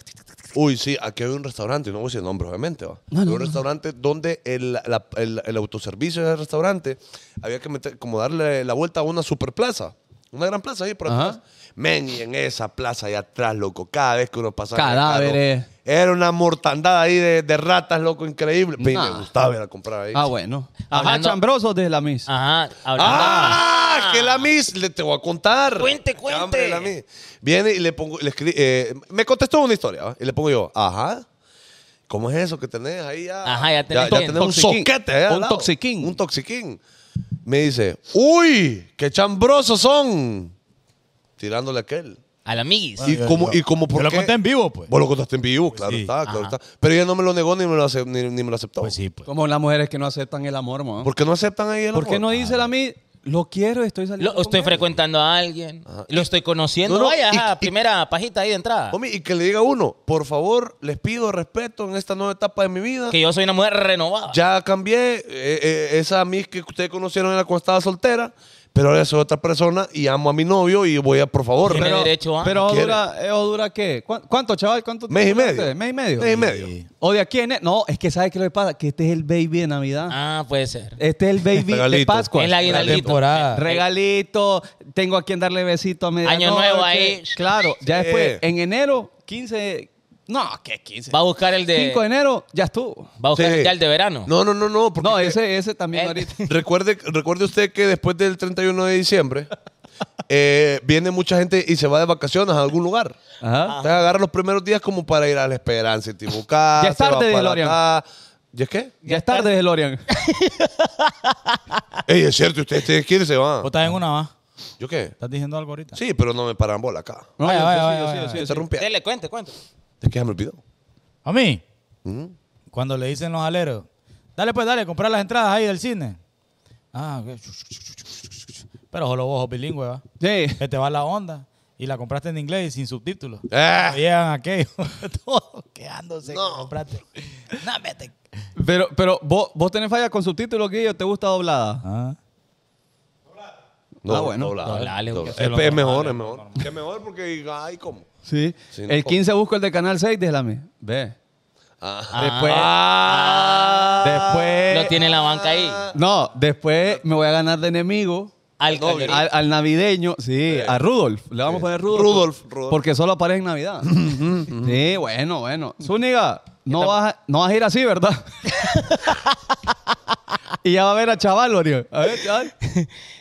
[SPEAKER 3] Uy, sí, aquí hay un restaurante, no voy a decir el nombre, obviamente. va.
[SPEAKER 1] No, no,
[SPEAKER 3] Hay
[SPEAKER 1] no.
[SPEAKER 3] un restaurante donde el, la- el- el autoservicio del restaurante había que meter, como darle la vuelta a una superplaza. Una gran plaza ahí por
[SPEAKER 1] Ajá.
[SPEAKER 3] atrás. Men, y en esa plaza allá atrás, loco, cada vez que uno pasaba.
[SPEAKER 1] Cadáveres.
[SPEAKER 3] en el carro, Era una mortandada ahí de, de ratas, loco, increíble. Ven,
[SPEAKER 1] Nah.
[SPEAKER 3] Me gustaba ir a comprar ahí.
[SPEAKER 1] Ah, bueno. Ajá,
[SPEAKER 4] Hablando-
[SPEAKER 1] chambrosos de la mis.
[SPEAKER 4] Ajá, hablando.
[SPEAKER 3] ¡Ah! Que la Miss, le te voy a contar.
[SPEAKER 4] Cuente, cuente.
[SPEAKER 3] Hombre, la Miss. Viene y le pongo, le escri- eh, me contestó una historia, ¿va? y le pongo yo, ajá. ¿Cómo es eso que tenés ahí ya?
[SPEAKER 4] Ajá, ya tenés
[SPEAKER 3] ya,
[SPEAKER 4] un
[SPEAKER 3] tenés un
[SPEAKER 1] toxiquín.
[SPEAKER 3] soquete. ahí al
[SPEAKER 1] Un
[SPEAKER 3] lado.
[SPEAKER 1] toxiquín.
[SPEAKER 3] Un toxiquín. Me dice, uy, qué chambrosos son. Tirándole a aquel.
[SPEAKER 4] Al amiguis.
[SPEAKER 3] y, como, y como
[SPEAKER 2] Ah,
[SPEAKER 3] por
[SPEAKER 2] Yo lo
[SPEAKER 3] qué-
[SPEAKER 2] conté en vivo, pues.
[SPEAKER 3] Vos lo contaste en vivo, claro
[SPEAKER 2] sí.
[SPEAKER 3] está, claro
[SPEAKER 4] Ajá.
[SPEAKER 3] está. Pero ella no me lo negó ni me lo, ace- ni, ni me lo aceptó.
[SPEAKER 2] Pues sí, pues.
[SPEAKER 1] Como las mujeres que no aceptan el amor, mo.
[SPEAKER 3] ¿Por qué no aceptan ahí el
[SPEAKER 1] ¿Por qué
[SPEAKER 3] amor?
[SPEAKER 1] no dice la mis? Lo quiero, estoy saliendo.
[SPEAKER 4] Lo, estoy
[SPEAKER 1] con él"?
[SPEAKER 4] frecuentando a alguien. Lo estoy conociendo.
[SPEAKER 3] No, no,
[SPEAKER 4] Vaya,
[SPEAKER 3] y-
[SPEAKER 4] ajá,
[SPEAKER 3] y-
[SPEAKER 4] primera pajita ahí de entrada.
[SPEAKER 3] Homie, y que le diga a uno, por favor, les pido respeto en esta nueva etapa de mi vida.
[SPEAKER 4] Que yo soy una mujer renovada.
[SPEAKER 3] Ya cambié, eh, eh, esa Miss que ustedes conocieron era cuando estaba soltera, pero ahora soy otra persona y amo a mi novio y voy a, por favor,
[SPEAKER 4] Tiene
[SPEAKER 3] pero-
[SPEAKER 4] derecho a.
[SPEAKER 1] Pero
[SPEAKER 3] ¿Quiere?
[SPEAKER 1] dura, eh, ¿o dura qué? ¿Cuán- ¿Cuánto, chaval? ¿Cuánto?
[SPEAKER 3] mes y
[SPEAKER 1] dura
[SPEAKER 3] medio.
[SPEAKER 1] ustedes? ¿Mes y medio?
[SPEAKER 3] Mes y medio.
[SPEAKER 1] ¿O de a quién es? No, es que ¿sabes qué lo que pasa? Que este es el baby de Navidad.
[SPEAKER 4] Ah, puede ser.
[SPEAKER 1] Este es el baby de
[SPEAKER 3] Regalito.
[SPEAKER 1] Pascua.
[SPEAKER 4] Es la
[SPEAKER 2] La
[SPEAKER 4] aguinaldito.
[SPEAKER 1] Eh,
[SPEAKER 2] temporada.
[SPEAKER 1] Regalito, tengo a quien darle besito a medianoche.
[SPEAKER 4] Año nuevo ahí.
[SPEAKER 1] Claro, ya
[SPEAKER 3] Sí.
[SPEAKER 1] después, en enero, 15... No, ¿qué 15?
[SPEAKER 4] Va a buscar el de.
[SPEAKER 1] 5 de enero, ya estuvo.
[SPEAKER 4] Va a buscar
[SPEAKER 3] Sí.
[SPEAKER 4] ya el de verano.
[SPEAKER 3] No, no, no, no. porque-
[SPEAKER 1] No, ese, ese también
[SPEAKER 4] Eh.
[SPEAKER 1] ahorita.
[SPEAKER 3] Recuerde, recuerde usted que después del 31 de diciembre eh, viene mucha gente y se va de vacaciones a algún lugar.
[SPEAKER 4] Ah.
[SPEAKER 1] Ajá.
[SPEAKER 3] Entonces agarra los primeros días como para ir a la Esperanza, Tibucá.
[SPEAKER 1] Ya es
[SPEAKER 3] se va
[SPEAKER 1] tarde,
[SPEAKER 3] para
[SPEAKER 1] DeLorean.
[SPEAKER 3] acá. ¿Y es qué?
[SPEAKER 1] Ya es tarde, DeLorean.
[SPEAKER 3] Ey, es cierto, ustedes tienen que ir, se van.
[SPEAKER 2] Vos estás en una más.
[SPEAKER 3] ¿Yo qué?
[SPEAKER 2] ¿Estás diciendo algo ahorita?
[SPEAKER 3] Sí, pero no me paran bola acá.
[SPEAKER 1] No,
[SPEAKER 2] Vaya,
[SPEAKER 1] yo-
[SPEAKER 2] vaya,
[SPEAKER 1] yo sí,
[SPEAKER 2] vaya,
[SPEAKER 3] Ah,
[SPEAKER 1] yo sí,
[SPEAKER 2] vaya.
[SPEAKER 1] yo sí, yo sí.
[SPEAKER 3] Interrumpí.
[SPEAKER 4] Dele, cuente, cuente.
[SPEAKER 3] Es que ya me olvidó.
[SPEAKER 2] A mí,
[SPEAKER 3] Mm.
[SPEAKER 2] cuando le dicen los aleros, dale pues, dale, comprar las entradas ahí del cine. Ah, ok. pero solo vos, sos bilingüe, va.
[SPEAKER 1] Sí.
[SPEAKER 2] Que te va la onda y la compraste en inglés y sin subtítulos.
[SPEAKER 3] Ah.
[SPEAKER 2] No llegan aquellos, todos quedándose. que
[SPEAKER 3] No.
[SPEAKER 2] compraste. No, vete.
[SPEAKER 1] Pero, pero vos, vos tenés falla con subtítulos, Guillo, ¿te gusta doblada?
[SPEAKER 2] Ah.
[SPEAKER 1] Ah, bueno.
[SPEAKER 4] Doblale,
[SPEAKER 3] doblale.
[SPEAKER 4] porque
[SPEAKER 3] Es, es mejor, es mejor. Es mejor porque, ay, ¿cómo?
[SPEAKER 1] Sí.
[SPEAKER 3] Sí, no,
[SPEAKER 1] el
[SPEAKER 3] ¿cómo?
[SPEAKER 1] 15 busco el de Canal 6, déjame. Ve.
[SPEAKER 3] Ah.
[SPEAKER 1] Después.
[SPEAKER 3] Eh,
[SPEAKER 1] después.
[SPEAKER 4] Lo tiene en la banca ahí.
[SPEAKER 1] No, después me voy a ganar de enemigo.
[SPEAKER 4] Al
[SPEAKER 3] Doble.
[SPEAKER 1] Al, al navideño, sí, a Rudolf. Le vamos a poner Rudolf.
[SPEAKER 3] Rudolf, Rudolf.
[SPEAKER 1] Porque solo aparece en Navidad. sí, bueno, bueno. Zúñiga, no vas, a, no vas a ir así, ¿verdad? y ya va a ver a chaval, Oriol. A ver, chaval.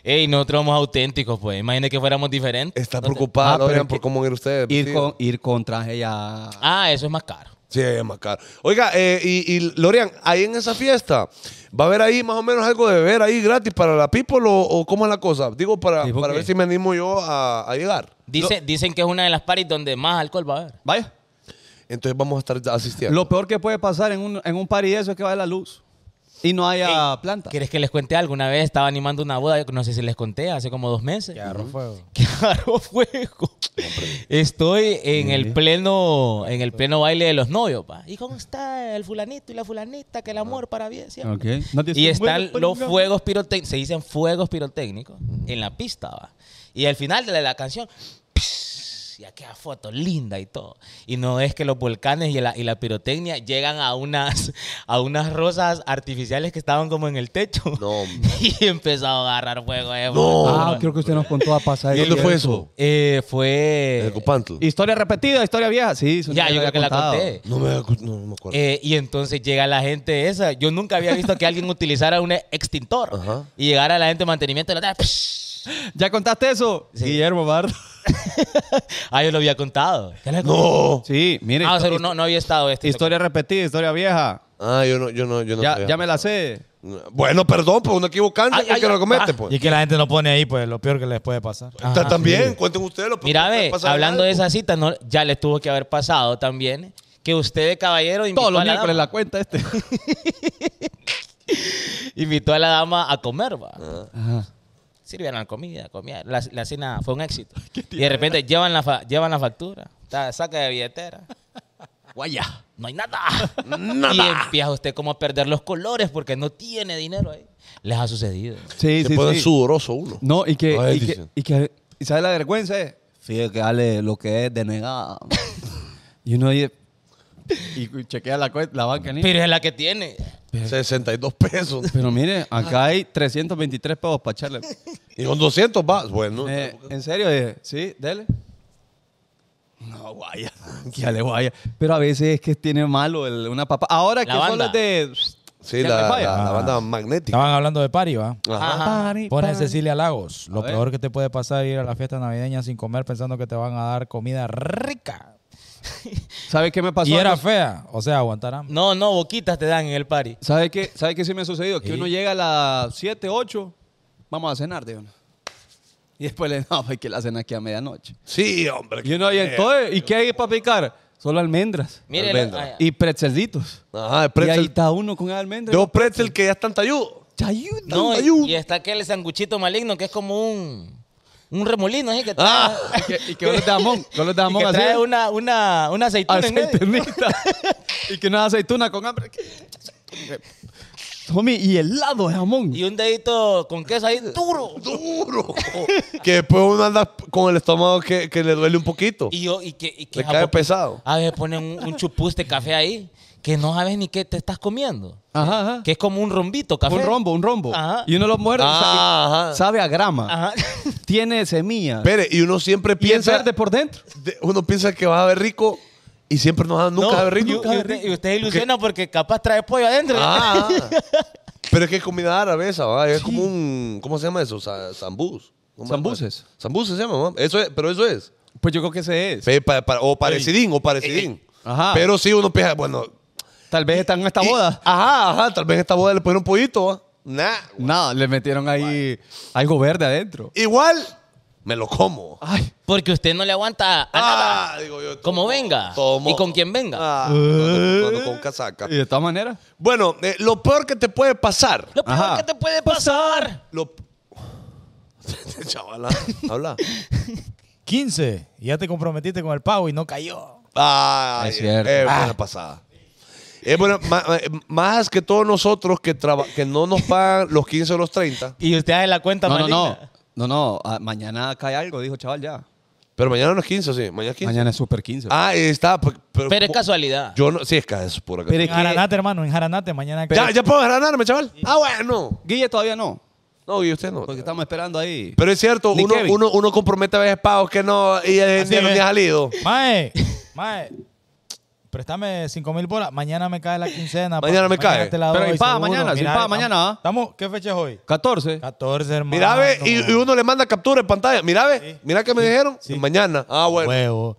[SPEAKER 4] Ey, nosotros somos auténticos, pues. Imagínate que fuéramos diferentes.
[SPEAKER 3] Está
[SPEAKER 1] Ah,
[SPEAKER 3] preocupada,
[SPEAKER 1] pero
[SPEAKER 3] Lorian,
[SPEAKER 1] es
[SPEAKER 3] por
[SPEAKER 1] que-
[SPEAKER 3] cómo ir ustedes.
[SPEAKER 1] Ir
[SPEAKER 3] vestido.
[SPEAKER 1] con, ir con traje ya.
[SPEAKER 4] Ah, eso es más caro.
[SPEAKER 3] Sí, es más caro. Oiga, eh, y, y Lorian, ahí en esa fiesta, ¿va a haber ahí más o menos algo de beber ahí gratis para la people o, o cómo es la cosa? Digo, para,
[SPEAKER 1] Sí, ¿por
[SPEAKER 3] para
[SPEAKER 1] qué?
[SPEAKER 3] ver si me animo yo a, a llegar.
[SPEAKER 4] Dice- Dicen que es una de las parties donde más alcohol va a haber.
[SPEAKER 1] Vaya.
[SPEAKER 3] Entonces vamos a estar asistiendo.
[SPEAKER 1] Lo peor que puede pasar en un, en un party de eso es que vaya la luz. y no haya planta.
[SPEAKER 4] ¿Quieres que les cuente algo? Una vez estaba animando una boda, yo no sé si les conté, hace como dos meses.
[SPEAKER 2] Que agarró fuego.
[SPEAKER 4] que agarró fuego. Estoy en el pleno, en el pleno baile de los novios, pa. ¿Y cómo está el fulanito y la fulanita? Que el amor para bien siempre.
[SPEAKER 1] Ah. Ok. No te
[SPEAKER 4] Y
[SPEAKER 1] dicen,
[SPEAKER 4] están
[SPEAKER 1] "Bueno,
[SPEAKER 4] los
[SPEAKER 1] venga".
[SPEAKER 4] fuegos pirotécnicos, se dicen fuegos pirotécnicos en la pista, va. Y al final de la canción, ¡pss! y aquella foto linda y todo. Y no es que los volcanes y la, y la pirotecnia llegan a unas, a unas rosas artificiales que estaban como en el techo.
[SPEAKER 3] No, hombre.
[SPEAKER 4] y empezó a agarrar fuego. eh,
[SPEAKER 3] No.
[SPEAKER 1] Ah,
[SPEAKER 4] bueno.
[SPEAKER 1] creo que usted nos contó a pasar.
[SPEAKER 3] ¿Y dónde fue eso?
[SPEAKER 4] Eh,
[SPEAKER 3] En
[SPEAKER 4] fue.
[SPEAKER 3] el Copantla.
[SPEAKER 1] Historia repetida, historia vieja. Sí, eso
[SPEAKER 4] Ya,
[SPEAKER 1] lo
[SPEAKER 4] yo
[SPEAKER 1] había
[SPEAKER 4] creo que la
[SPEAKER 1] contado.
[SPEAKER 4] conté.
[SPEAKER 3] No me, acu- no, no me acuerdo.
[SPEAKER 4] Eh, y entonces llega la gente esa. Yo nunca había visto que alguien utilizara un extintor
[SPEAKER 3] Ajá.
[SPEAKER 4] y llegara la gente de mantenimiento y la ¡psh!
[SPEAKER 1] ¿Ya contaste eso?
[SPEAKER 4] Sí.
[SPEAKER 1] Guillermo Bardo.
[SPEAKER 4] Ah, yo lo había contado. Ya la-
[SPEAKER 3] ¡No!
[SPEAKER 1] Sí, mire.
[SPEAKER 4] Ah, o sea,
[SPEAKER 1] histo-
[SPEAKER 4] no, no había estado este.
[SPEAKER 1] Historia repetida, historia vieja.
[SPEAKER 3] Ah, yo no, yo no, yo no
[SPEAKER 1] Ya,
[SPEAKER 3] sabía.
[SPEAKER 1] ya me la sé.
[SPEAKER 3] Bueno, perdón, pues uno equivocante
[SPEAKER 4] Ay, ay,
[SPEAKER 3] que lo comete,
[SPEAKER 4] ah,
[SPEAKER 3] pues.
[SPEAKER 2] Y que la gente no pone ahí, pues lo peor que les puede pasar.
[SPEAKER 3] Ta-
[SPEAKER 1] ah,
[SPEAKER 3] también, cuenten ustedes lo
[SPEAKER 4] Mira,
[SPEAKER 3] puede
[SPEAKER 4] ve,
[SPEAKER 3] pasar
[SPEAKER 4] hablando de
[SPEAKER 3] algo.
[SPEAKER 4] esa cita, no, ya les tuvo que haber pasado también que usted, caballero, invitó,
[SPEAKER 1] Todos los
[SPEAKER 4] a, la
[SPEAKER 1] miércoles
[SPEAKER 4] dama,
[SPEAKER 1] la cuenta este.
[SPEAKER 4] invitó a la dama a comer, va. Sirvieron la comida, comida. La, la cena fue un éxito. Y de repente llevan la, fa- llevan la factura, ta- saca de billetera.
[SPEAKER 1] Guaya.
[SPEAKER 4] No hay nada.
[SPEAKER 3] Nada.
[SPEAKER 4] Y empieza usted como a perder los colores porque no tiene dinero ahí. Les ha sucedido.
[SPEAKER 1] Sí,
[SPEAKER 3] Se
[SPEAKER 1] sí,
[SPEAKER 3] pone
[SPEAKER 1] sí.
[SPEAKER 3] sudoroso uno.
[SPEAKER 1] No, y que,
[SPEAKER 3] Ay,
[SPEAKER 1] y que,
[SPEAKER 3] dicen.
[SPEAKER 1] y que- y ¿sabes la vergüenza? eh. es? Fíjate que dale lo que es denegada. y uno dice, y chequea la, cuenta, la banca. ni-
[SPEAKER 4] Pero es la que tiene.
[SPEAKER 3] 62 pesos.
[SPEAKER 1] Pero mire, acá hay 323 pesos para echarle.
[SPEAKER 3] Y con 200 vas. Bueno,
[SPEAKER 1] Eh, en serio, dije, sí, dele. No, guaya. Ya le guaya. Pero a veces es que tiene malo el- una papa. Ahora que
[SPEAKER 4] La
[SPEAKER 1] solo
[SPEAKER 4] banda.
[SPEAKER 1] es de.
[SPEAKER 3] sí,
[SPEAKER 1] ya
[SPEAKER 3] la,
[SPEAKER 1] me
[SPEAKER 3] la,
[SPEAKER 1] falla. Ah.
[SPEAKER 3] la banda magnética.
[SPEAKER 2] Estaban hablando de pari, ¿va?
[SPEAKER 3] Ajá.
[SPEAKER 1] Party,
[SPEAKER 2] Pone
[SPEAKER 1] party.
[SPEAKER 2] Cecilia Lagos. Lo
[SPEAKER 1] ver.
[SPEAKER 2] peor que te puede pasar es ir a la fiesta navideña sin comer pensando que te van a dar comida rica.
[SPEAKER 1] ¿Sabe qué me pasó?
[SPEAKER 2] Y era
[SPEAKER 1] Algo-
[SPEAKER 2] fea. O sea, aguantarán.
[SPEAKER 4] No, no, boquitas te dan en el party.
[SPEAKER 1] ¿Sabe qué, ¿Sabe qué sí me ha sucedido? Que uno llega a las 7, 8, vamos a cenar, digo. ¿no? Y después le no, pues que la cena aquí a medianoche.
[SPEAKER 3] Sí, hombre.
[SPEAKER 1] Y uno, y
[SPEAKER 3] Eh,
[SPEAKER 1] entonces, ¿y qué hay para picar? Solo almendras
[SPEAKER 4] Mire,
[SPEAKER 3] Almendra.
[SPEAKER 4] la- ay,
[SPEAKER 1] y pretzelitos.
[SPEAKER 3] Ajá,
[SPEAKER 1] Y
[SPEAKER 3] el
[SPEAKER 1] ahí
[SPEAKER 3] pretzel.
[SPEAKER 1] está uno con almendras.
[SPEAKER 3] Dos pretzel que ya están talludos.
[SPEAKER 1] Chayuta.
[SPEAKER 4] no,
[SPEAKER 3] hay un-
[SPEAKER 4] y, y está aquel sanguchito maligno que es como un, un remolino. así que trae-
[SPEAKER 3] Ah,
[SPEAKER 1] Y que- y que unos de jamón, que unos de jamón
[SPEAKER 4] y que
[SPEAKER 1] así.
[SPEAKER 4] trae una, una, una aceituna en medio.
[SPEAKER 1] aceitunita. y que una aceituna con hambre. Tommy, y helado de jamón.
[SPEAKER 4] Y un dedito con queso ahí duro.
[SPEAKER 3] Duro. que después uno anda con el estómago que, que le duele un poquito.
[SPEAKER 4] Y yo, y que, y que
[SPEAKER 3] le
[SPEAKER 4] a
[SPEAKER 3] cae
[SPEAKER 4] poco-
[SPEAKER 3] pesado.
[SPEAKER 4] A veces ponen un, un chupus de café ahí que no sabes ni qué te estás comiendo.
[SPEAKER 1] Ajá, ajá.
[SPEAKER 4] Que es como un rombito café.
[SPEAKER 1] Un rombo, un rombo.
[SPEAKER 4] Ajá.
[SPEAKER 1] Y uno lo muerde. y
[SPEAKER 3] Ah,
[SPEAKER 1] sabe,
[SPEAKER 3] ajá.
[SPEAKER 1] sabe a grama.
[SPEAKER 4] Ajá.
[SPEAKER 1] Tiene semilla.
[SPEAKER 3] Espere, y uno siempre
[SPEAKER 1] y es
[SPEAKER 3] piensa.
[SPEAKER 1] verde por dentro.
[SPEAKER 3] de- uno piensa que va a ver rico y siempre no, nunca va a
[SPEAKER 4] No,
[SPEAKER 3] ver rico.
[SPEAKER 4] y- y, usted, y usted ilusiona porque capaz trae pollo adentro.
[SPEAKER 3] Ah, pero es que es comida árabe esa, ¿va? Es como un. ¿Cómo se llama eso? Sa- Zambús. ¿Cómo se llama?
[SPEAKER 1] Zambuses.
[SPEAKER 3] Zambuses se llama, ¿va? Eso es, pero eso es.
[SPEAKER 1] Pues yo creo que ese es.
[SPEAKER 3] Fe- pa- pa- o parecidín, o parecidín.
[SPEAKER 1] Ajá.
[SPEAKER 3] Pero sí uno piensa, bueno.
[SPEAKER 1] Tal vez están en esta
[SPEAKER 3] y-
[SPEAKER 1] boda.
[SPEAKER 3] Ajá, ajá. Tal vez esta boda le pusieron un pollito, ¿va? Nah.
[SPEAKER 1] No, le metieron ahí algo verde adentro.
[SPEAKER 3] Igual me lo como.
[SPEAKER 1] Ay,
[SPEAKER 4] Porque usted no le aguanta a Ah, nada.
[SPEAKER 3] Ah, digo yo.
[SPEAKER 4] Como
[SPEAKER 3] tomo,
[SPEAKER 4] venga.
[SPEAKER 3] tomo.
[SPEAKER 4] Y con quien venga.
[SPEAKER 3] Ah, cuando- cuando con casaca.
[SPEAKER 1] y de todas maneras.
[SPEAKER 3] Bueno, eh, lo peor que te puede pasar.
[SPEAKER 4] Lo peor
[SPEAKER 1] Ajá.
[SPEAKER 4] que te puede pasar.
[SPEAKER 3] Lo. Chavala, habla.
[SPEAKER 2] 15. Ya te comprometiste con el pavo y no cayó.
[SPEAKER 3] Ah,
[SPEAKER 1] Es cierto.
[SPEAKER 3] Es buena pasada. Es buena- ma- ma- más que todos nosotros que, traba- que no nos pagan los 15 o los 30.
[SPEAKER 4] Y usted hace la cuenta
[SPEAKER 1] No, no,
[SPEAKER 4] maligna.
[SPEAKER 1] no. No, no. ah, mañana cae algo, dijo chaval ya.
[SPEAKER 3] Pero mañana no es 15, sí. Mañana es 15.
[SPEAKER 1] Mañana es super 15.
[SPEAKER 3] Ah, eh, está. Pero,
[SPEAKER 4] Pero es casualidad.
[SPEAKER 3] Yo no. Sí, es casual. Es pura
[SPEAKER 1] Pero
[SPEAKER 3] casualidad.
[SPEAKER 1] es
[SPEAKER 2] En Jaranate, hermano, en Jaranate. Mañana
[SPEAKER 3] ya, ya puedo ganarme, chaval. Ah, bueno.
[SPEAKER 1] Guille todavía no.
[SPEAKER 3] No, y usted no.
[SPEAKER 1] Porque estamos esperando ahí.
[SPEAKER 3] Pero es cierto,
[SPEAKER 1] Ni
[SPEAKER 3] uno,
[SPEAKER 1] Kevin.
[SPEAKER 3] uno, uno compromete a veces pagos que no. Y el
[SPEAKER 2] Así
[SPEAKER 3] dinero
[SPEAKER 2] es.
[SPEAKER 3] ni ha salido.
[SPEAKER 2] Mae, mae. Préstame 5 mil bolas. Mañana me cae la quincena. papi.
[SPEAKER 3] Mañana me cae.
[SPEAKER 2] te la
[SPEAKER 1] Pero
[SPEAKER 2] doy,
[SPEAKER 1] sin paga
[SPEAKER 2] seguro.
[SPEAKER 1] mañana, sin
[SPEAKER 2] Mira,
[SPEAKER 1] paga
[SPEAKER 2] estamos-
[SPEAKER 1] mañana, ¿ah?
[SPEAKER 2] Estamos, ¿Qué fecha es hoy?
[SPEAKER 1] 14.
[SPEAKER 2] 14, hermano.
[SPEAKER 3] Mira,
[SPEAKER 1] Ah,
[SPEAKER 3] ve, y, y uno le manda captura en pantalla. Mira, ve, mira que me dijeron.
[SPEAKER 2] sí.
[SPEAKER 3] Mañana. Ah, bueno.
[SPEAKER 2] Huevo.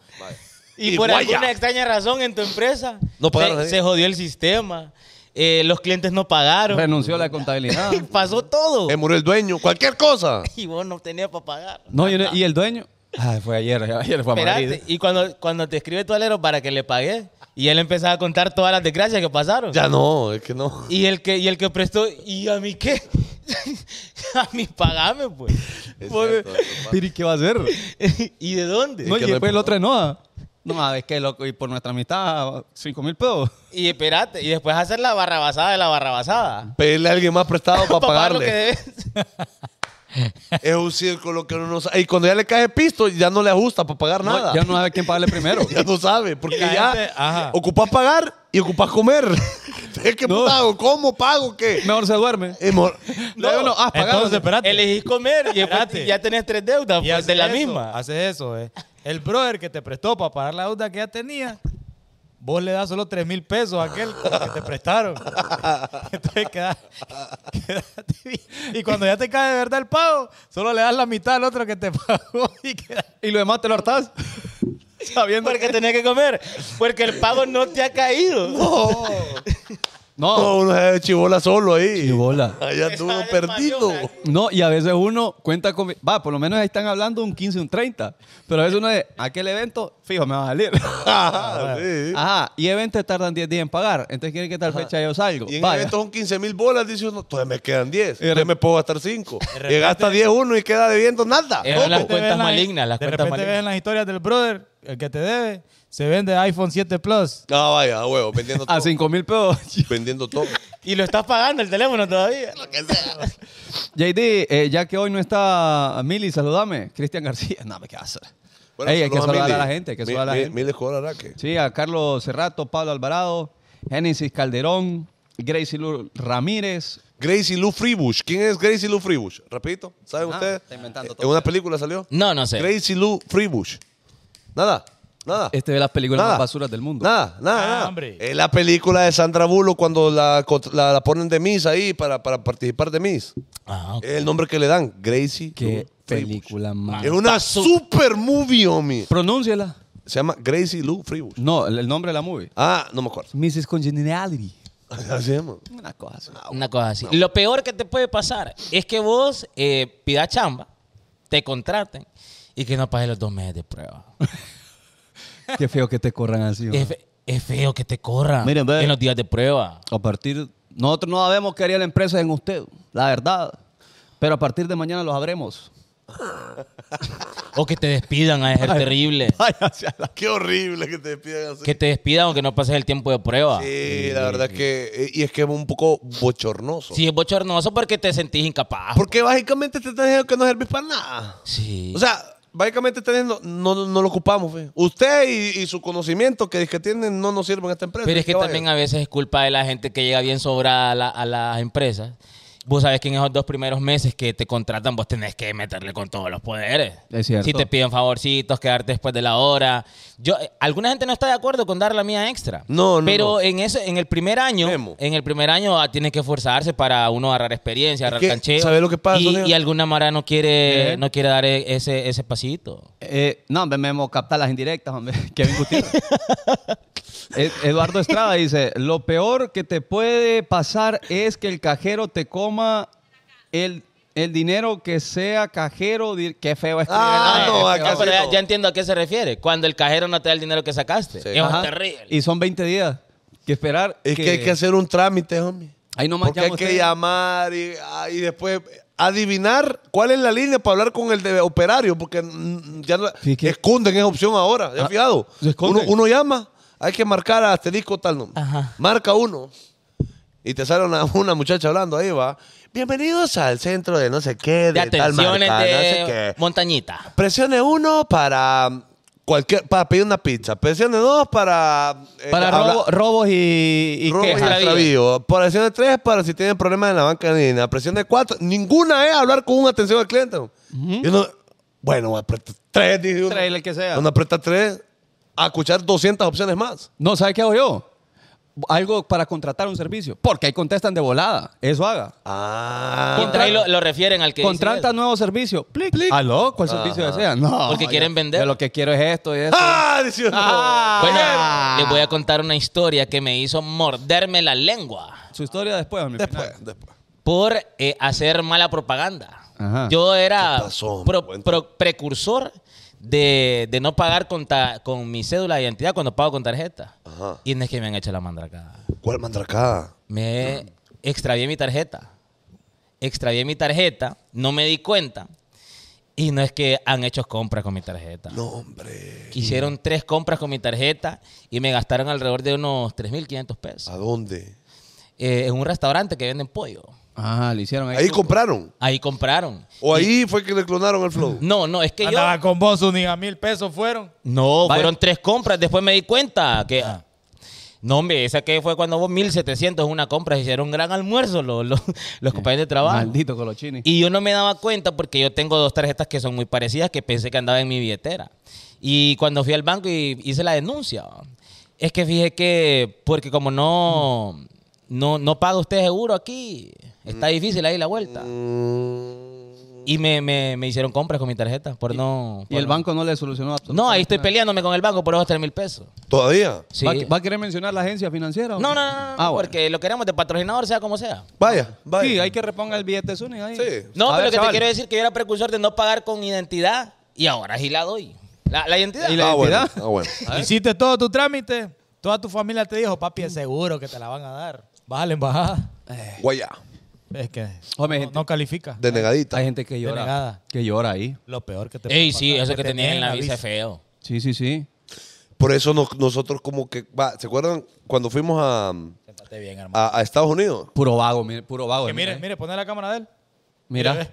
[SPEAKER 4] Y,
[SPEAKER 3] Y
[SPEAKER 4] por
[SPEAKER 3] guaya.
[SPEAKER 4] alguna extraña razón en tu empresa
[SPEAKER 3] No pagaron,
[SPEAKER 4] se,
[SPEAKER 3] ¿eh?
[SPEAKER 4] se jodió el sistema. Eh, los clientes no pagaron.
[SPEAKER 1] Renunció a la contabilidad.
[SPEAKER 4] Pasó
[SPEAKER 3] Em-
[SPEAKER 4] todo.
[SPEAKER 3] Eh, murió el dueño. Cualquier cosa.
[SPEAKER 4] Y vos no tenías para pagar.
[SPEAKER 1] No, y, y el dueño. Ay, fue ayer, ayer fue a Madrid.
[SPEAKER 4] Espérate, y cuando, cuando te escribe tu alero para que le pague, y él empezaba a contar todas las desgracias que pasaron.
[SPEAKER 3] Ya no, es que no.
[SPEAKER 4] Y el que, y el que prestó, ¿y a mí qué? a mí pagame, pues.
[SPEAKER 3] Es
[SPEAKER 4] Porque-
[SPEAKER 3] cierto, papá.
[SPEAKER 1] Pero, ¿y qué va a hacer?
[SPEAKER 4] ¿Y de dónde?
[SPEAKER 1] No, y
[SPEAKER 3] que no hay
[SPEAKER 1] después el
[SPEAKER 3] por-
[SPEAKER 1] otro no. No, ah, es que loco, y por nuestra amistad, cinco mil pesos.
[SPEAKER 4] Y espérate, y después hacer la barrabasada de la barrabasada.
[SPEAKER 3] Pedirle a alguien más prestado para
[SPEAKER 4] Pa' pagar lo que
[SPEAKER 3] pagarle.
[SPEAKER 4] debes.
[SPEAKER 3] Es un círculo que uno no sabe. Y cuando ya le cae pisto, ya no le ajusta para pagar nada.
[SPEAKER 1] No, ya no sabe quién pagarle primero.
[SPEAKER 3] Ya no sabe, porque
[SPEAKER 2] Y la
[SPEAKER 3] ya
[SPEAKER 2] gente, ajá.
[SPEAKER 3] ocupas pagar y ocupas comer. es que puta hago? ¿Cómo pago? ¿Qué?
[SPEAKER 1] Mejor se duerme.
[SPEAKER 3] Eh, mor-
[SPEAKER 1] No, no,
[SPEAKER 2] ah,
[SPEAKER 4] ah,
[SPEAKER 1] has pagado.
[SPEAKER 2] Entonces, espérate.
[SPEAKER 4] Elegís comer y después
[SPEAKER 2] Espérate.
[SPEAKER 4] ya tenés tres deudas
[SPEAKER 2] Y
[SPEAKER 4] pues,
[SPEAKER 2] haces
[SPEAKER 4] de la
[SPEAKER 2] eso,
[SPEAKER 4] misma.
[SPEAKER 2] Haces eso, eh. El brother que te prestó para pagar la deuda que ya tenía, vos le das solo 3 mil pesos a aquel que te prestaron. Entonces queda, quedate bien. Y cuando ya te cae de verdad el pago, solo le das la mitad al otro que te pagó y queda.
[SPEAKER 1] Y lo demás te lo hartás. Sabiendo.
[SPEAKER 4] Porque tenés que comer. Porque el pago no te ha caído.
[SPEAKER 1] No.
[SPEAKER 3] No, uno se chivola solo ahí.
[SPEAKER 1] Chibola.
[SPEAKER 3] Allá
[SPEAKER 4] Está
[SPEAKER 3] estuvo
[SPEAKER 4] de
[SPEAKER 3] perdido.
[SPEAKER 4] español,
[SPEAKER 1] No, y a veces uno cuenta con. Va, por lo menos ahí están hablando un 15, un 30. Pero a veces uno dice, aquel evento, fijo, me va a salir.
[SPEAKER 3] Ajá, Ah, sí.
[SPEAKER 1] Ajá, y eventos tardan 10 días en pagar. Entonces quieren que tal fecha yo salgo.
[SPEAKER 3] Y en
[SPEAKER 1] Vaya.
[SPEAKER 3] eventos son 15 mil bolas, dice uno. Entonces me quedan 10.
[SPEAKER 1] Y de
[SPEAKER 3] Entonces me puedo gastar 5. Y gasta 10 uno y queda debiendo nada.
[SPEAKER 4] Era
[SPEAKER 3] Todo.
[SPEAKER 4] la-
[SPEAKER 2] Te
[SPEAKER 4] cuentas
[SPEAKER 2] ven
[SPEAKER 4] malignas, las
[SPEAKER 2] de
[SPEAKER 4] cuentas
[SPEAKER 2] repente
[SPEAKER 4] malignas.
[SPEAKER 2] ven las historias del brother, el que te debe, se vende iPhone 7 Plus.
[SPEAKER 3] Ah, vaya, a huevo, vendiendo todo.
[SPEAKER 1] A 5 mil pesos.
[SPEAKER 3] Vendiendo todo.
[SPEAKER 4] Y lo estás pagando el teléfono todavía.
[SPEAKER 1] JD, eh, ya que hoy no está Mili, saludame. Cristian García. No, me qué hacer.
[SPEAKER 3] Bueno,
[SPEAKER 1] Ey, hay que
[SPEAKER 3] saludos
[SPEAKER 1] saludar a
[SPEAKER 3] Mili.
[SPEAKER 1] la gente. Hay que
[SPEAKER 3] Mi-
[SPEAKER 1] saludar a la
[SPEAKER 3] mi-
[SPEAKER 1] gente.
[SPEAKER 3] Mili Escobar Araque.
[SPEAKER 1] Sí, a Carlos Cerrato, Pablo Alvarado, Génesis Calderón, Gracie Lu Ramírez.
[SPEAKER 3] Gracie Lou Freebush. ¿Quién es Gracie Lou Freebush? Repito, ¿saben
[SPEAKER 1] Ah,
[SPEAKER 3] ustedes? Eh,
[SPEAKER 1] está inventando
[SPEAKER 3] ¿En
[SPEAKER 1] todo.
[SPEAKER 3] una película salió?
[SPEAKER 1] Mm,
[SPEAKER 4] No, no sé.
[SPEAKER 3] Gracie Lou Freebush. Nada, nada.
[SPEAKER 1] Este ve las películas
[SPEAKER 3] Nada.
[SPEAKER 1] más basuras del mundo.
[SPEAKER 3] Nada, nada,
[SPEAKER 2] Ah,
[SPEAKER 3] nada.
[SPEAKER 2] hombre.
[SPEAKER 3] Es la película de Sandra Bullock cuando la, cont- la- la ponen de Miss ahí para, para participar de Miss.
[SPEAKER 4] Ah, ok.
[SPEAKER 3] Es el nombre que le dan, Gracie.
[SPEAKER 1] Qué
[SPEAKER 3] Lou Freebush.
[SPEAKER 1] película más.
[SPEAKER 3] Es una super movie, homie.
[SPEAKER 1] Pronúnciala.
[SPEAKER 3] Se llama Gracie Lou Freebush.
[SPEAKER 1] No, el el nombre de la movie.
[SPEAKER 3] Ah, no me acuerdo.
[SPEAKER 1] Mrs. Congeniality.
[SPEAKER 3] Así se llama.
[SPEAKER 1] Una cosa así.
[SPEAKER 4] Una cosa así. Lo peor que te puede pasar es que vos eh, pidas chamba, te contraten y que no pagues los dos meses de prueba.
[SPEAKER 1] Qué feo que te corran así. ¿no?
[SPEAKER 4] Es, fe- es feo que te corran
[SPEAKER 1] Miren, ve.
[SPEAKER 4] en los días de prueba.
[SPEAKER 1] A partir. Nosotros no sabemos qué haría la empresa en usted, la verdad. Pero a partir de mañana lo sabremos.
[SPEAKER 4] O que te despidan, a ser terrible.
[SPEAKER 3] Qué horrible que te pidan así.
[SPEAKER 4] Que te despidan aunque no pases el tiempo de prueba.
[SPEAKER 3] Sí, la verdad que. eh, Y es que es un poco bochornoso.
[SPEAKER 4] Sí, es bochornoso porque te sentís incapaz.
[SPEAKER 3] Porque básicamente te están diciendo que no servís para nada.
[SPEAKER 4] Sí.
[SPEAKER 3] O sea, básicamente están diciendo, no, no, no lo ocupamos. fe. Usted y, y su conocimiento que, que tienen no nos sirven a esta empresa.
[SPEAKER 4] Pero es que
[SPEAKER 3] Caballo.
[SPEAKER 4] también a veces es culpa de la gente que llega bien sobrada a, la- a las empresas. Vos sabés que en esos dos primeros meses que te contratan, vos tenés que meterle con todos los poderes.
[SPEAKER 1] Es cierto.
[SPEAKER 4] Si te piden favorcitos, quedarte después de la hora. Yo, eh, alguna gente no está de acuerdo con dar la mía extra.
[SPEAKER 3] No, no,
[SPEAKER 4] Pero
[SPEAKER 3] no.
[SPEAKER 4] en eso, en el primer año,
[SPEAKER 3] Memo.
[SPEAKER 4] en el primer año ah, tienes que esforzarse para uno agarrar experiencia, agarrar
[SPEAKER 3] que,
[SPEAKER 4] cancheo.
[SPEAKER 3] ¿sabés lo que pasa,
[SPEAKER 4] Y,
[SPEAKER 3] Leo?
[SPEAKER 4] y alguna mara no quiere,
[SPEAKER 1] ¿Eh?
[SPEAKER 4] no quiere dar e- ese, ese pasito.
[SPEAKER 1] Eh, no, hombre, Memo, capta las indirectas, hombre. Kevin Gutiérrez. Ed- Eduardo Estrada dice, lo peor que te puede pasar es que el cajero te coma el, el dinero que sea cajero. Di- Qué feo es.
[SPEAKER 3] Ah, no,
[SPEAKER 4] Ah,
[SPEAKER 3] acá sí
[SPEAKER 4] pero ya,
[SPEAKER 3] no.
[SPEAKER 4] ya entiendo a qué se refiere. Cuando el cajero no te da el dinero que sacaste.
[SPEAKER 3] Sí.
[SPEAKER 4] Es un terrible.
[SPEAKER 1] Y son 20 días que esperar.
[SPEAKER 3] Es que, hay que hacer un trámite, homie.
[SPEAKER 1] Ahí nomás
[SPEAKER 3] Porque hay
[SPEAKER 1] llama
[SPEAKER 3] que
[SPEAKER 1] usted.
[SPEAKER 3] llamar y, ah, y después adivinar cuál es la línea para hablar con el de operario, porque mm, ya no-
[SPEAKER 1] Sí, que-
[SPEAKER 3] esconden esa opción ahora, ¿ya
[SPEAKER 1] Ah, lo
[SPEAKER 3] fijado? Uno,
[SPEAKER 1] esconden.
[SPEAKER 3] uno llama, hay que marcar a asterisco tal nombre.
[SPEAKER 4] Ajá.
[SPEAKER 3] Marca uno y te sale una, una muchacha hablando, ahí va. Bienvenidos al centro de no sé qué, de,
[SPEAKER 4] de
[SPEAKER 3] tal
[SPEAKER 4] atenciones
[SPEAKER 3] marca, no sé
[SPEAKER 4] de
[SPEAKER 3] qué.
[SPEAKER 4] montañita.
[SPEAKER 3] Presione uno para cualquier para pedir una pizza. Presione dos para eh,
[SPEAKER 1] Para
[SPEAKER 3] habla-
[SPEAKER 1] robo- robos y, y
[SPEAKER 3] Robo y
[SPEAKER 1] quejas.
[SPEAKER 3] extravío. Presión de tres para si tienen problemas en la banca de línea. Presión de cuatro. Ninguna es hablar con una atención al cliente. Y uno, bueno, voy a apretar tres, dije uno.
[SPEAKER 1] Tres, el que sea.
[SPEAKER 3] Uno aprieta tres a escuchar 200 opciones más.
[SPEAKER 1] No, ¿sabe qué hago yo? Algo para contratar un servicio. Porque ahí contestan de volada. Eso haga.
[SPEAKER 3] Ah.
[SPEAKER 4] Contra- ahí lo, lo refieren al que dice
[SPEAKER 1] Contrata
[SPEAKER 4] eso.
[SPEAKER 1] nuevo servicio. Plic. ¿Aló? ¿Cuál servicio desea? No.
[SPEAKER 4] Porque quieren
[SPEAKER 1] yo-
[SPEAKER 4] vender.
[SPEAKER 1] yo lo que quiero es esto y esto.
[SPEAKER 3] ¡Ah! Dice uno.
[SPEAKER 1] Ah.
[SPEAKER 4] Bueno,
[SPEAKER 1] Ah.
[SPEAKER 4] les voy a contar una historia que me hizo morderme la lengua
[SPEAKER 1] Su historia después, mi
[SPEAKER 3] Después,
[SPEAKER 1] final.
[SPEAKER 3] después.
[SPEAKER 4] por eh, hacer mala propaganda.
[SPEAKER 1] Ajá.
[SPEAKER 4] Yo era
[SPEAKER 3] ¿Qué pasó?
[SPEAKER 4] pro-
[SPEAKER 3] Me
[SPEAKER 4] pro- precursor de, de no pagar con, ta- con mi cédula de identidad cuando pago con tarjeta.
[SPEAKER 3] Ajá.
[SPEAKER 4] Y no es que me han hecho la mandracada.
[SPEAKER 3] ¿Cuál mandracada?
[SPEAKER 4] Me extravié mi tarjeta. Extravié mi tarjeta, no me di cuenta. Y no es que han hecho compras con mi tarjeta.
[SPEAKER 3] No, hombre.
[SPEAKER 4] Hicieron tres compras con mi tarjeta y me gastaron alrededor de unos 3.500
[SPEAKER 3] ¿A
[SPEAKER 4] pesos.
[SPEAKER 3] dónde?
[SPEAKER 4] Eh, en un restaurante que venden pollo.
[SPEAKER 1] Ajá, Ah, le hicieron
[SPEAKER 3] Ahí
[SPEAKER 1] como-
[SPEAKER 3] compraron.
[SPEAKER 4] Ahí compraron.
[SPEAKER 3] O ahí fue que le clonaron el flow.
[SPEAKER 4] No, no, es que yo...
[SPEAKER 2] Andaba con vos, ni a mil pesos fueron.
[SPEAKER 4] No,
[SPEAKER 1] Vaya.
[SPEAKER 4] fueron tres compras. Después me di cuenta que... No, hombre, esa que fue cuando hubo 1.700 una compra. Hicieron un gran almuerzo los, los- los compañeros de trabajo.
[SPEAKER 1] Maldito Colochini.
[SPEAKER 4] Y yo no me daba cuenta porque yo tengo dos tarjetas que son muy parecidas que pensé que andaba en mi billetera. Y cuando fui al banco y hice la denuncia, ¿va? es que fijé que porque como no no no paga usted seguro aquí, está difícil ahí la vuelta. Y me, me- me hicieron compras con mi tarjeta por no
[SPEAKER 1] Y
[SPEAKER 4] por
[SPEAKER 1] el
[SPEAKER 4] no-
[SPEAKER 1] banco no le solucionó absolutamente
[SPEAKER 4] No, ahí estoy
[SPEAKER 1] nada.
[SPEAKER 4] peleándome con el banco por esos 3 mil pesos.
[SPEAKER 3] ¿Todavía?
[SPEAKER 4] Sí.
[SPEAKER 1] ¿Va, a- va a querer mencionar la agencia financiera? o
[SPEAKER 4] No, no,
[SPEAKER 1] qué?
[SPEAKER 4] no, no, no,
[SPEAKER 1] Ah, bueno.
[SPEAKER 4] porque lo queremos de patrocinador, sea como sea.
[SPEAKER 3] Vaya, vaya.
[SPEAKER 1] Sí, hay que reponga el billete Zuni ahí.
[SPEAKER 3] Sí.
[SPEAKER 4] No,
[SPEAKER 1] A
[SPEAKER 4] pero
[SPEAKER 1] ver,
[SPEAKER 4] lo que
[SPEAKER 1] chaval.
[SPEAKER 4] te quiero decir que yo era precursor de no pagar con identidad y ahora sí la doy. La, la identidad.
[SPEAKER 1] Y la-
[SPEAKER 3] ah, bueno.
[SPEAKER 1] identidad.
[SPEAKER 3] Ah, bueno.
[SPEAKER 2] Hiciste todo tu trámite. Toda tu familia te dijo, papi, es seguro que te la van a dar. Vas a la embajada.
[SPEAKER 3] Guaya.
[SPEAKER 2] Es que
[SPEAKER 1] Hombre,
[SPEAKER 2] no,
[SPEAKER 1] gente-
[SPEAKER 2] no califica.
[SPEAKER 3] Denegadita.
[SPEAKER 1] Hay gente que llora.
[SPEAKER 2] Denegada.
[SPEAKER 1] Que llora ahí.
[SPEAKER 2] Lo peor que te
[SPEAKER 4] Ey,
[SPEAKER 2] puede
[SPEAKER 4] sí,
[SPEAKER 2] pasar,
[SPEAKER 4] eso que
[SPEAKER 2] te
[SPEAKER 4] tenías en la
[SPEAKER 2] nieguen
[SPEAKER 4] visa es feo.
[SPEAKER 1] Sí, sí, sí.
[SPEAKER 3] Por eso no- nosotros como que... va, ¿Se acuerdan cuando fuimos a,
[SPEAKER 2] Séntate bien, hermano.
[SPEAKER 3] a- a Estados Unidos?
[SPEAKER 1] Puro vago, mire, puro vago.
[SPEAKER 2] Que mire,
[SPEAKER 1] eh.
[SPEAKER 2] mire, pone la cámara de él.
[SPEAKER 1] Mira.